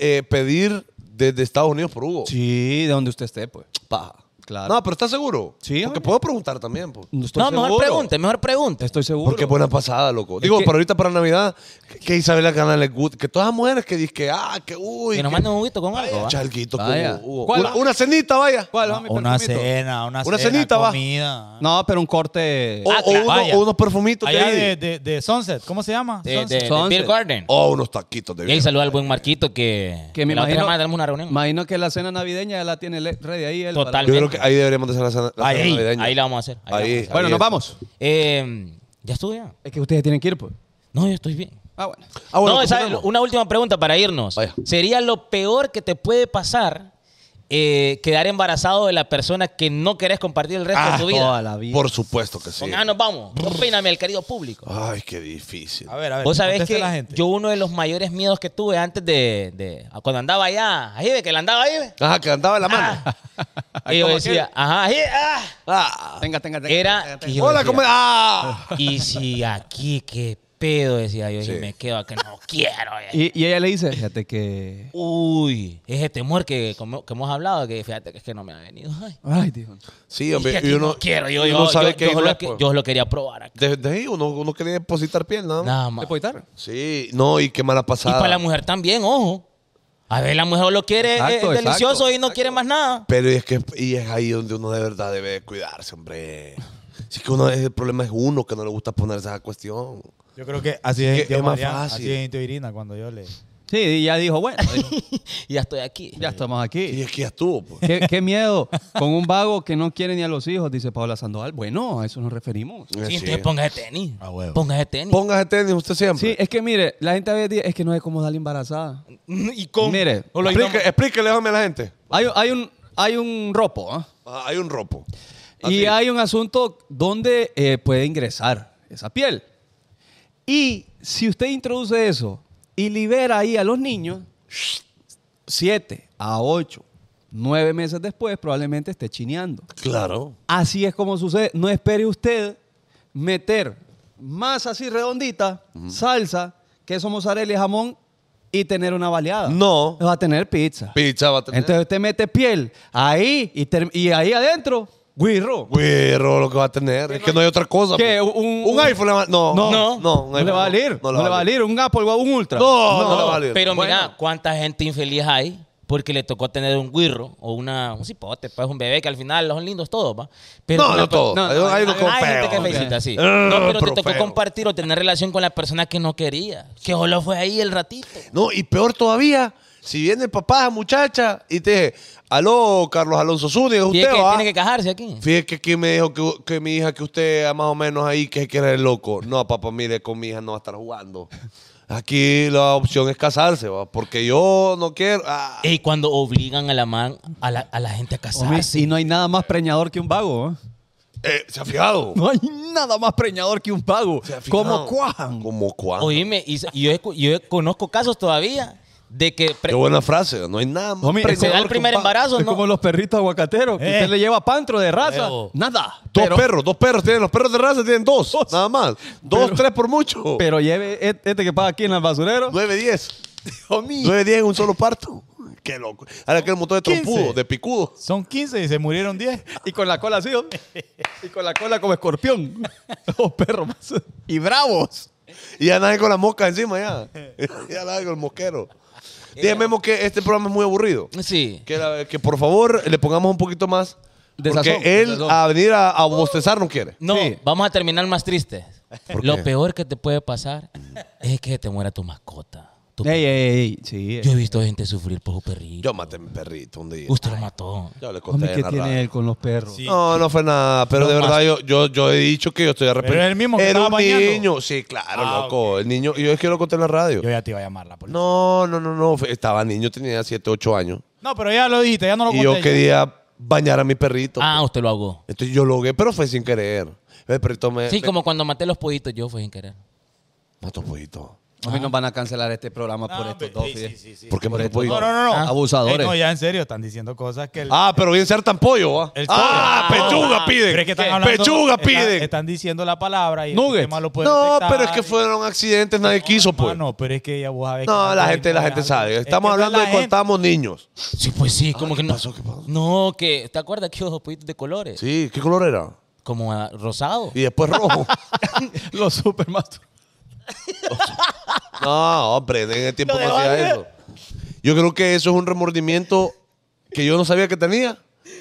[SPEAKER 3] eh, pedir desde Estados Unidos por Hugo.
[SPEAKER 1] Sí, de donde usted esté, pues.
[SPEAKER 3] Paja.
[SPEAKER 1] Claro.
[SPEAKER 3] No, pero ¿estás seguro?
[SPEAKER 1] Sí,
[SPEAKER 3] Porque
[SPEAKER 1] oye.
[SPEAKER 3] puedo preguntar también, pues.
[SPEAKER 1] No, estoy
[SPEAKER 4] No, mejor
[SPEAKER 1] seguro.
[SPEAKER 4] pregunte, mejor pregunte.
[SPEAKER 1] Estoy seguro.
[SPEAKER 3] Porque buena pasada, loco. Digo,
[SPEAKER 1] que-
[SPEAKER 3] pero ahorita para Navidad, que- que Isabela Canales Gut, que todas las mujeres que dicen que, ah, que uy.
[SPEAKER 4] Que nos
[SPEAKER 3] que-
[SPEAKER 4] manden un juguito con
[SPEAKER 3] Vaya,
[SPEAKER 4] algo. ¿va?
[SPEAKER 3] Charquito con
[SPEAKER 1] Vaya.
[SPEAKER 3] Hugo.
[SPEAKER 1] ¿Cuál?
[SPEAKER 3] Una, una cenita, vaya.
[SPEAKER 1] ¿Cuál,
[SPEAKER 2] Una,
[SPEAKER 1] homie,
[SPEAKER 2] una
[SPEAKER 1] perfumito?
[SPEAKER 2] cena, una,
[SPEAKER 3] Una
[SPEAKER 2] cena,
[SPEAKER 3] cenita, va.
[SPEAKER 2] comida.
[SPEAKER 1] No, pero un corte.
[SPEAKER 3] O,
[SPEAKER 4] Ah,
[SPEAKER 3] o
[SPEAKER 4] claro,
[SPEAKER 3] uno-
[SPEAKER 2] vaya.
[SPEAKER 3] o unos perfumitos que
[SPEAKER 2] Allá
[SPEAKER 3] hay.
[SPEAKER 2] de, de- de Sunset, ¿cómo se llama?
[SPEAKER 4] De, de,
[SPEAKER 2] Sunset.
[SPEAKER 4] de
[SPEAKER 1] Sunset.
[SPEAKER 4] Beer Garden.
[SPEAKER 3] O unos taquitos de
[SPEAKER 4] Y ahí
[SPEAKER 3] birria.
[SPEAKER 4] saluda al buen Marquito que,
[SPEAKER 1] que me
[SPEAKER 4] la otra
[SPEAKER 1] imagino,
[SPEAKER 4] semana tenemos una reunión.
[SPEAKER 1] imagino que la cena navideña ya la tiene le- ready ahí. él,
[SPEAKER 4] Total.
[SPEAKER 1] para-
[SPEAKER 3] Yo creo que ahí deberíamos de hacer la cena la
[SPEAKER 2] Ahí,
[SPEAKER 3] cena
[SPEAKER 4] ahí,
[SPEAKER 3] navideña.
[SPEAKER 4] ahí la vamos a hacer. ahí la
[SPEAKER 3] Ahí.
[SPEAKER 4] vamos a hacer.
[SPEAKER 1] Bueno, nos
[SPEAKER 3] está.
[SPEAKER 1] vamos.
[SPEAKER 4] Eh, ¿Ya estuvo ya?
[SPEAKER 1] Es que ustedes tienen que ir, pues.
[SPEAKER 4] No, yo estoy bien.
[SPEAKER 1] Ah, bueno.
[SPEAKER 3] Ah, bueno,
[SPEAKER 4] no, ¿sabes?
[SPEAKER 3] continuamos.
[SPEAKER 4] una última pregunta para irnos.
[SPEAKER 3] Vaya.
[SPEAKER 4] ¿Sería lo peor que te puede pasar eh, quedar embarazado de la persona que no querés compartir el resto
[SPEAKER 3] Ah,
[SPEAKER 4] de tu vida?
[SPEAKER 1] Toda la vida.
[SPEAKER 3] Por supuesto que sí.
[SPEAKER 4] Con- Ah, nos vamos. ¿Qué opina mi querido público?
[SPEAKER 3] Ay, qué difícil.
[SPEAKER 2] A ver, a ver.
[SPEAKER 4] Vos sabés
[SPEAKER 2] conteste
[SPEAKER 4] que
[SPEAKER 2] la gente.
[SPEAKER 4] yo uno de los mayores miedos que tuve antes de, de- cuando andaba allá, ahí ve que la andaba ahí, ve.
[SPEAKER 3] Ajá, que andaba en la
[SPEAKER 4] Ah.
[SPEAKER 3] mano.
[SPEAKER 4] y yo
[SPEAKER 1] como
[SPEAKER 4] decía, ajá, ahí, ah.
[SPEAKER 3] Ah.
[SPEAKER 1] Tenga, tenga, tenga.
[SPEAKER 4] era que yo
[SPEAKER 3] Hola,
[SPEAKER 4] decía,
[SPEAKER 3] ¿cómo es? Ah.
[SPEAKER 4] Y si aquí qué pedo decía yo,
[SPEAKER 3] Sí.
[SPEAKER 4] y me quedo acá, no quiero. eh.
[SPEAKER 1] Y, y ella le dice, fíjate que...
[SPEAKER 4] Uy, ese temor que, como- que hemos hablado, que fíjate que es que no me ha venido. Ay.
[SPEAKER 1] Ay, dijo.
[SPEAKER 3] Sí,
[SPEAKER 4] Es que
[SPEAKER 3] hombre.
[SPEAKER 4] aquí
[SPEAKER 3] Y uno,
[SPEAKER 4] no quiero, yo,
[SPEAKER 3] y
[SPEAKER 4] yo,
[SPEAKER 3] uno sabe
[SPEAKER 4] yo-
[SPEAKER 3] que
[SPEAKER 4] yo
[SPEAKER 3] ahí no es,
[SPEAKER 4] lo, que-
[SPEAKER 3] pues.
[SPEAKER 4] yo lo quería probar acá.
[SPEAKER 3] Desde ahí uno, uno quiere depositar piel, nada más.
[SPEAKER 4] Nada más.
[SPEAKER 1] ¿Te puedo quitar?
[SPEAKER 3] Sí, no, y qué mala
[SPEAKER 4] Y
[SPEAKER 3] pasada.
[SPEAKER 4] para la mujer también, ojo. A ver, la mujer lo quiere, es-
[SPEAKER 1] Exacto,
[SPEAKER 4] es,
[SPEAKER 1] exacto,
[SPEAKER 4] delicioso y no quiere más nada.
[SPEAKER 3] Pero es que y es ahí donde uno de verdad debe de cuidarse, hombre. Si es que uno, el problema es uno que no le gusta ponerse esa cuestión.
[SPEAKER 2] Yo creo que así
[SPEAKER 3] Que
[SPEAKER 2] es,
[SPEAKER 3] es
[SPEAKER 2] tío
[SPEAKER 3] más
[SPEAKER 2] Mariano,
[SPEAKER 3] fácil.
[SPEAKER 2] así es tío Irina cuando yo le...
[SPEAKER 1] Sí, y ya dijo, bueno, dijo,
[SPEAKER 4] Y ya estoy aquí.
[SPEAKER 1] ya estamos aquí.
[SPEAKER 3] Y es que ya estuvo, pues.
[SPEAKER 1] ¿Qué, qué miedo con un vago que no quiere ni a los hijos, dice Paola Sandoval. Bueno, a eso nos referimos.
[SPEAKER 4] Sí,
[SPEAKER 3] Eh, Sí.
[SPEAKER 4] entonces póngase tenis.
[SPEAKER 2] A huevo.
[SPEAKER 4] Póngase tenis.
[SPEAKER 3] Póngase tenis usted siempre.
[SPEAKER 1] Sí, es que mire, la gente a veces dice, es que no hay cómo darle embarazada.
[SPEAKER 4] y con.
[SPEAKER 1] Mire,
[SPEAKER 4] o lo
[SPEAKER 3] Explique-
[SPEAKER 4] ignoramos.
[SPEAKER 3] explíquele, hombre, a la gente.
[SPEAKER 1] Hay, hay un, hay un ropo, ¿ah?
[SPEAKER 3] Ah, hay un ropo.
[SPEAKER 1] Y
[SPEAKER 3] Así.
[SPEAKER 1] hay un asunto donde eh, puede ingresar esa piel. Y si usted introduce eso y libera ahí a los niños, siete a ocho, nueve meses después probablemente esté chineando.
[SPEAKER 3] Claro.
[SPEAKER 1] Así es como sucede. No espere usted meter más así redondita, salsa, queso mozzarella y jamón y tener una baleada.
[SPEAKER 3] No.
[SPEAKER 1] Va a tener pizza.
[SPEAKER 3] Picha va a tener.
[SPEAKER 1] Entonces usted mete piel ahí y, term- y ahí adentro, guirro.
[SPEAKER 3] Güero, lo que va a tener. Es que no hay otra cosa.
[SPEAKER 1] ¿Qué?
[SPEAKER 3] pues.
[SPEAKER 1] Un-
[SPEAKER 3] ¿Un iPhone. le va- No,
[SPEAKER 1] No,
[SPEAKER 3] no,
[SPEAKER 1] no,
[SPEAKER 3] un
[SPEAKER 1] le
[SPEAKER 3] iPhone
[SPEAKER 1] va a valer. No, le va a valer. Un Apple o un Ultra.
[SPEAKER 3] No, no, le va a valer.
[SPEAKER 4] Pero
[SPEAKER 1] Bueno.
[SPEAKER 4] mira, cuánta gente infeliz hay porque le tocó tener un guirro o una, un cipote, pues un bebé que al final son lindos todos, ¿va? Pero
[SPEAKER 3] no,
[SPEAKER 4] una
[SPEAKER 3] no todo.
[SPEAKER 1] no,
[SPEAKER 3] hay
[SPEAKER 1] no,
[SPEAKER 3] hay unos con
[SPEAKER 4] Hay gente
[SPEAKER 3] feo,
[SPEAKER 4] que
[SPEAKER 3] hombre.
[SPEAKER 4] felicita así.
[SPEAKER 3] Ah,
[SPEAKER 4] No, pero te tocó
[SPEAKER 3] feo.
[SPEAKER 4] compartir o tener relación con la persona que no quería. Que solo fue ahí el ratito.
[SPEAKER 3] No, y peor todavía, si viene el papá, muchacha, y te dice, aló, Carlos Alonso Zúñiga,
[SPEAKER 4] Y
[SPEAKER 3] usted
[SPEAKER 4] es que
[SPEAKER 3] va.
[SPEAKER 4] tiene que cajarse aquí.
[SPEAKER 3] Fíjese que aquí me dijo que, que mi hija, que usted más o menos ahí, que quiere el loco. No, papá, mire, con mi hija no va a estar jugando. Aquí la opción es casarse, ¿va? porque yo no quiero. Ah.
[SPEAKER 4] Y cuando obligan a la man, a la, a la gente a
[SPEAKER 1] Hombre,
[SPEAKER 4] casarse.
[SPEAKER 1] Y no hay nada más preñador que un vago. ¿eh?
[SPEAKER 3] Eh, ¿Se ha fijado?
[SPEAKER 1] No hay nada más preñador que un vago.
[SPEAKER 3] ¿Se ha fijado?
[SPEAKER 1] Como cuajan.
[SPEAKER 3] Como cuajan.
[SPEAKER 4] Oíme, y, y yo, escu- yo conozco casos todavía de que... pre-
[SPEAKER 3] Qué buena frase. No hay nada más.
[SPEAKER 1] Homie,
[SPEAKER 3] pre-
[SPEAKER 1] es
[SPEAKER 4] se da
[SPEAKER 1] como-
[SPEAKER 4] el primer embarazo,
[SPEAKER 1] Es
[SPEAKER 4] ¿no?
[SPEAKER 1] como los perritos aguacateros. que
[SPEAKER 2] Eh.
[SPEAKER 1] Usted le lleva pantro de raza.
[SPEAKER 2] Huevo.
[SPEAKER 1] Nada.
[SPEAKER 3] Dos
[SPEAKER 1] Pero-
[SPEAKER 3] perros, dos perros. Tienen los perros de raza, tienen dos. Nada más. Dos,
[SPEAKER 1] Pero-
[SPEAKER 3] tres por mucho.
[SPEAKER 1] Pero lleve et- este que paga aquí en el basurero.
[SPEAKER 3] Nueve, diez. Nueve, diez en un solo parto. Qué loco. Ahora aquel montón de
[SPEAKER 2] Quince.
[SPEAKER 3] trompudos, de picudos.
[SPEAKER 2] Son 15 y se murieron 10.
[SPEAKER 1] Y con la cola así, ¿no? Y con la cola como escorpión. Dos perros más.
[SPEAKER 2] Y bravos.
[SPEAKER 3] Y ya nadie con la mosca encima, ya. ya nadie con el mosquero. Dígame, Memo, que este programa es muy aburrido.
[SPEAKER 4] Sí.
[SPEAKER 3] Que, la- que por favor le pongamos un poquito más.
[SPEAKER 1] De
[SPEAKER 3] porque
[SPEAKER 1] sazón, de
[SPEAKER 3] él
[SPEAKER 1] sazón.
[SPEAKER 3] a venir a, a bostezar no quiere.
[SPEAKER 4] No,
[SPEAKER 1] Sí.
[SPEAKER 4] vamos a terminar más triste.
[SPEAKER 3] ¿Por
[SPEAKER 4] Lo
[SPEAKER 3] qué?
[SPEAKER 4] peor que te puede pasar es que te muera tu mascota. Tu-
[SPEAKER 1] Ey, ey, ey. Sí.
[SPEAKER 4] Yo he visto gente sufrir por su perrito.
[SPEAKER 3] Yo maté a mi perrito un día.
[SPEAKER 4] Usted lo mató.
[SPEAKER 3] Yo le
[SPEAKER 1] Homie,
[SPEAKER 3] conté en
[SPEAKER 1] ¿qué
[SPEAKER 3] la
[SPEAKER 1] tiene
[SPEAKER 3] radio.
[SPEAKER 1] él con los perros?
[SPEAKER 2] Sí.
[SPEAKER 3] No, no fue nada, pero
[SPEAKER 2] No
[SPEAKER 3] de
[SPEAKER 2] más.
[SPEAKER 3] verdad yo, yo, yo he dicho que yo estoy arrepentido.
[SPEAKER 2] Pero es el mismo que
[SPEAKER 3] Era
[SPEAKER 2] estaba
[SPEAKER 3] un
[SPEAKER 2] bañando.
[SPEAKER 3] niño, sí, claro,
[SPEAKER 2] Ah,
[SPEAKER 3] loco. El niño, yo es que lo conté en la radio.
[SPEAKER 2] Yo ya te iba a llamar la policía.
[SPEAKER 3] No, no, no, no. fue- Estaba niño, tenía 7, 8 años.
[SPEAKER 2] No, pero ya lo dijiste, Ah, ya no lo
[SPEAKER 3] y
[SPEAKER 2] conté.
[SPEAKER 3] yo quería bañar a mi perrito.
[SPEAKER 4] Ah, usted lo ahogó.
[SPEAKER 3] Entonces yo lo ahogué, pero fue sin querer. El perrito me.
[SPEAKER 4] Sí,
[SPEAKER 3] me-
[SPEAKER 4] como cuando maté los pollitos, yo fue sin querer.
[SPEAKER 3] Mató un pollito.
[SPEAKER 1] Homie, nos van a cancelar este programa
[SPEAKER 2] No,
[SPEAKER 1] por
[SPEAKER 2] hombre,
[SPEAKER 1] estos dos.
[SPEAKER 2] Ah, sí,
[SPEAKER 1] fíjate.
[SPEAKER 2] sí, sí, sí.
[SPEAKER 3] ¿Por qué
[SPEAKER 1] Por
[SPEAKER 3] mató un
[SPEAKER 1] estos
[SPEAKER 3] pollito?
[SPEAKER 2] No, no, no, no.
[SPEAKER 1] Ah, abusadores.
[SPEAKER 2] Ey, no, ya en serio, están diciendo cosas que el.
[SPEAKER 3] Ah, pero bien ser tan pollo, ¿ah?
[SPEAKER 2] El
[SPEAKER 3] Ah,
[SPEAKER 2] pollo.
[SPEAKER 3] pechuga piden.
[SPEAKER 2] Pero es que están
[SPEAKER 3] ¿Qué?
[SPEAKER 2] hablando-
[SPEAKER 3] pechuga
[SPEAKER 2] están-
[SPEAKER 3] piden.
[SPEAKER 2] Están diciendo la palabra y el
[SPEAKER 1] Nuggets.
[SPEAKER 2] sistema lo puede
[SPEAKER 3] no,
[SPEAKER 2] detectar.
[SPEAKER 3] pero es que fueron accidentes, nadie quiso, pues.
[SPEAKER 2] No, pero es que ya vos sabés
[SPEAKER 3] No,
[SPEAKER 2] que
[SPEAKER 3] la
[SPEAKER 2] es
[SPEAKER 3] gente, la
[SPEAKER 2] real.
[SPEAKER 3] gente sabe.
[SPEAKER 2] Es que no
[SPEAKER 3] Estamos
[SPEAKER 2] es Este,
[SPEAKER 3] hablando
[SPEAKER 2] la
[SPEAKER 3] de cuando
[SPEAKER 2] gente.
[SPEAKER 3] estábamos niños.
[SPEAKER 4] Sí, pues sí, como
[SPEAKER 3] ¿qué
[SPEAKER 4] que no.
[SPEAKER 3] pasó? ¿Qué pasó?
[SPEAKER 4] No, que. ¿Te acuerdas que los pollitos de colores?
[SPEAKER 3] Sí, ¿qué color era?
[SPEAKER 4] Como ah, rosado.
[SPEAKER 3] Y después rojo.
[SPEAKER 1] Los supermasters.
[SPEAKER 3] no, hombre, en el tiempo
[SPEAKER 4] Lo
[SPEAKER 3] no
[SPEAKER 4] dejó
[SPEAKER 3] hacía
[SPEAKER 4] ahí.
[SPEAKER 3] eso. Yo creo que eso es un remordimiento que yo no sabía que tenía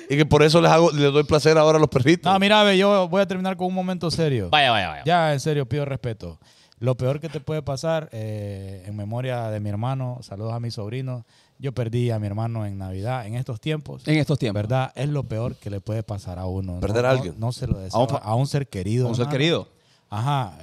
[SPEAKER 3] y que por eso les hago, les doy placer ahora a los perritos.
[SPEAKER 2] No, mira, ve, yo voy a terminar con un momento serio.
[SPEAKER 4] Vaya, vaya, vaya.
[SPEAKER 2] Ya, en serio, pido respeto. Lo peor que te puede pasar, eh, en memoria de mi hermano, saludos a mi sobrino. Yo perdí a mi hermano en Navidad, en estos tiempos.
[SPEAKER 1] En estos tiempos.
[SPEAKER 2] ¿Verdad? Es lo peor que le puede pasar a uno.
[SPEAKER 3] Perder
[SPEAKER 2] No-
[SPEAKER 3] a
[SPEAKER 2] no-
[SPEAKER 3] alguien.
[SPEAKER 2] No, se lo deseo.
[SPEAKER 1] A
[SPEAKER 2] A
[SPEAKER 1] un
[SPEAKER 2] un,
[SPEAKER 1] fa-
[SPEAKER 2] ser querido.
[SPEAKER 1] Con un ser
[SPEAKER 2] hermano.
[SPEAKER 1] querido.
[SPEAKER 2] Ajá.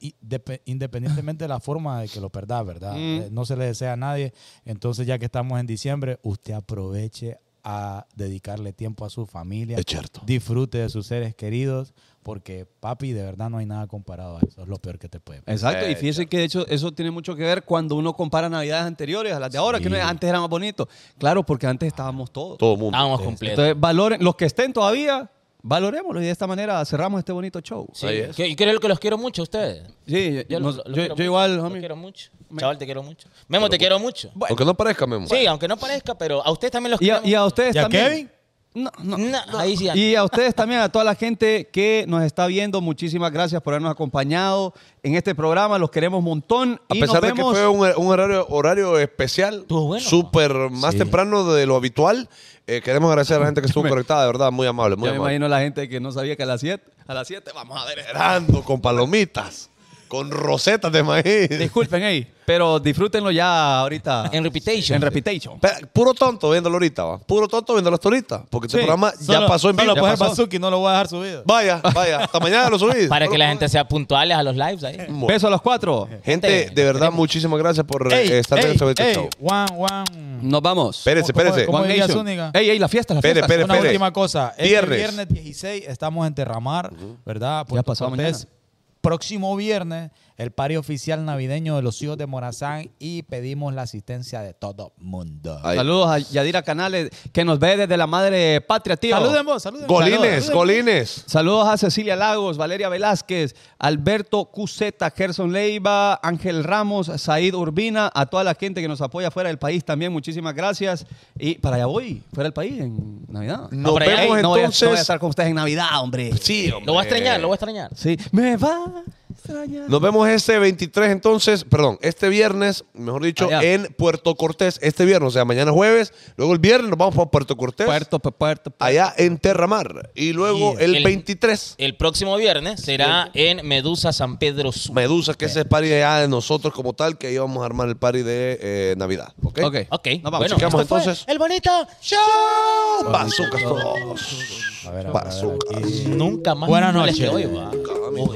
[SPEAKER 2] y depe- Independientemente de la forma de que lo perdás, ¿verdad? Eh, No se le desea a nadie. Entonces, ya que estamos en diciembre, usted aproveche a dedicarle tiempo a su familia.
[SPEAKER 3] Es cierto.
[SPEAKER 2] Disfrute de sus seres queridos, porque papi, de verdad no hay nada comparado a eso. Es lo peor que te puede pasar.
[SPEAKER 1] Exacto, y
[SPEAKER 3] Eh,
[SPEAKER 1] fíjense que de hecho eso tiene mucho que ver cuando uno compara navidades anteriores a las de ahora, que no- antes era más bonito. Claro, porque antes estábamos todos.
[SPEAKER 3] Todo el mundo.
[SPEAKER 4] Estábamos completos.
[SPEAKER 1] Entonces, valoren, los que estén todavía, valorémoslo y de esta manera cerramos este bonito show. Sí,
[SPEAKER 4] Sí.
[SPEAKER 3] Ahí es.
[SPEAKER 4] que- Y creo que los quiero mucho a ustedes.
[SPEAKER 1] yo,
[SPEAKER 4] lo-
[SPEAKER 1] nos-
[SPEAKER 4] lo
[SPEAKER 1] yo-
[SPEAKER 4] quiero
[SPEAKER 1] yo
[SPEAKER 4] mucho,
[SPEAKER 1] igual,
[SPEAKER 4] Lo
[SPEAKER 1] homie.
[SPEAKER 4] quiero mucho. Chaval, te quiero mucho. Memo, te quiero mucho.
[SPEAKER 3] Aunque no parezca, Memo.
[SPEAKER 4] Sí, aunque no parezca, pero a ustedes también los
[SPEAKER 1] Y a,
[SPEAKER 4] quiero.
[SPEAKER 1] y a ustedes
[SPEAKER 2] ¿Y a
[SPEAKER 1] también.
[SPEAKER 2] Kevin?
[SPEAKER 1] No, no.
[SPEAKER 4] No, ahí sí.
[SPEAKER 1] Y a ustedes también, a toda la gente que nos está viendo, muchísimas gracias por habernos acompañado en este programa. Los queremos un montón.
[SPEAKER 3] A
[SPEAKER 1] y nos
[SPEAKER 3] pesar de que
[SPEAKER 1] vemos.
[SPEAKER 3] fue un, un horario, horario especial,
[SPEAKER 4] Estuvo bueno,
[SPEAKER 3] súper más temprano de lo habitual, eh, queremos agradecer a la gente que estuvo conectada, de verdad, muy amable, muy
[SPEAKER 1] Yo me
[SPEAKER 3] amable.
[SPEAKER 1] imagino la gente que no sabía que a las 7, a las 7 vamos a ver. este- esto.
[SPEAKER 3] Esperando con palomitas, con rosetas de maíz.
[SPEAKER 1] Disculpen ahí, pero disfrútenlo ya ahorita.
[SPEAKER 4] En Reputation.
[SPEAKER 1] En Reputation.
[SPEAKER 3] Espera, puro tonto viéndolo ahorita, va. Puro tonto viéndolo hasta ahorita, porque este
[SPEAKER 1] Sí,
[SPEAKER 3] programa ya
[SPEAKER 2] Solo-
[SPEAKER 3] pasó en vivo.
[SPEAKER 2] Solo
[SPEAKER 3] Ya
[SPEAKER 2] puede
[SPEAKER 3] pasó.
[SPEAKER 2] Bazuki, no lo voy a dejar subido.
[SPEAKER 3] Vaya, vaya, hasta mañana lo subís.
[SPEAKER 4] Para que la
[SPEAKER 3] Solo-
[SPEAKER 4] gente sea puntuales a los lives ahí.
[SPEAKER 3] Bueno.
[SPEAKER 1] Besos a los cuatro.
[SPEAKER 3] Gente, de verdad, muchísimas gracias por eh, estar en este
[SPEAKER 2] ey,
[SPEAKER 3] show.
[SPEAKER 2] Juan, Juan.
[SPEAKER 1] Nos vamos.
[SPEAKER 3] Espérese,
[SPEAKER 2] ¿Cómo-
[SPEAKER 3] espérese.
[SPEAKER 2] cómo-
[SPEAKER 1] One
[SPEAKER 2] diría
[SPEAKER 1] Nation.
[SPEAKER 2] Zúñiga?
[SPEAKER 1] Ey, ey, la fiesta, la
[SPEAKER 3] Espere,
[SPEAKER 1] fiesta.
[SPEAKER 3] espere,
[SPEAKER 2] Una
[SPEAKER 3] espere.
[SPEAKER 2] última cosa. Este
[SPEAKER 3] Viernes.
[SPEAKER 2] viernes. 16 estamos en Terramar, ¿verdad? Puerto
[SPEAKER 1] pasado
[SPEAKER 2] Cortés.
[SPEAKER 1] mañana.
[SPEAKER 2] Próximo viernes, el party oficial navideño de los hijos de Morazán y pedimos la asistencia de todo mundo.
[SPEAKER 3] Ay.
[SPEAKER 1] Saludos a Yadira Canales, que nos ve desde la madre patria, tío.
[SPEAKER 2] Saluden vos, saluden.
[SPEAKER 3] Golines,
[SPEAKER 2] Saluden.
[SPEAKER 3] golines.
[SPEAKER 1] Saludos a Cecilia Lagos, Valeria Velázquez, Alberto Cuseta, Gerson Leiva, Ángel Ramos, Said Urbina, a toda la gente que nos apoya fuera del país también, muchísimas gracias. Y para allá voy, fuera del país en Navidad.
[SPEAKER 3] Nos
[SPEAKER 4] por ahí.
[SPEAKER 3] vemos
[SPEAKER 1] Ey,
[SPEAKER 3] entonces.
[SPEAKER 1] no, voy a, no voy a estar con ustedes en Navidad, hombre.
[SPEAKER 3] Sí, hombre.
[SPEAKER 4] Lo voy a extrañar, lo voy a extrañar.
[SPEAKER 1] Sí, me va a extrañar.
[SPEAKER 3] Nos vemos este 23 entonces, perdón, este viernes, mejor dicho,
[SPEAKER 1] Allá.
[SPEAKER 3] en Puerto Cortés. Este viernes, o sea, mañana jueves. Luego el viernes nos vamos para Puerto Cortés.
[SPEAKER 1] Puerto, pu- puerto, puerto.
[SPEAKER 3] Allá en Terramar. Y luego
[SPEAKER 2] Yeah.
[SPEAKER 3] el,
[SPEAKER 4] El-
[SPEAKER 3] 23,
[SPEAKER 4] El próximo viernes será en Medusa San Pedro Sur.
[SPEAKER 3] Medusa, que ese es party allá de nosotros como tal, que ahí vamos a armar el party de eh, Navidad. ¿Ok?
[SPEAKER 1] Ok.
[SPEAKER 4] Ok,
[SPEAKER 1] Nos vamos.
[SPEAKER 4] bueno,
[SPEAKER 3] Chicamos,
[SPEAKER 4] esto fue
[SPEAKER 3] entonces.
[SPEAKER 4] el bonito
[SPEAKER 3] ¡Chao! Bazucas todos.
[SPEAKER 2] A ver, a ver, a ver,
[SPEAKER 3] Bazucas.
[SPEAKER 2] aquí.
[SPEAKER 4] Nunca más
[SPEAKER 2] Buenas
[SPEAKER 4] no les
[SPEAKER 2] noches.
[SPEAKER 4] quedó, Iba. Uy.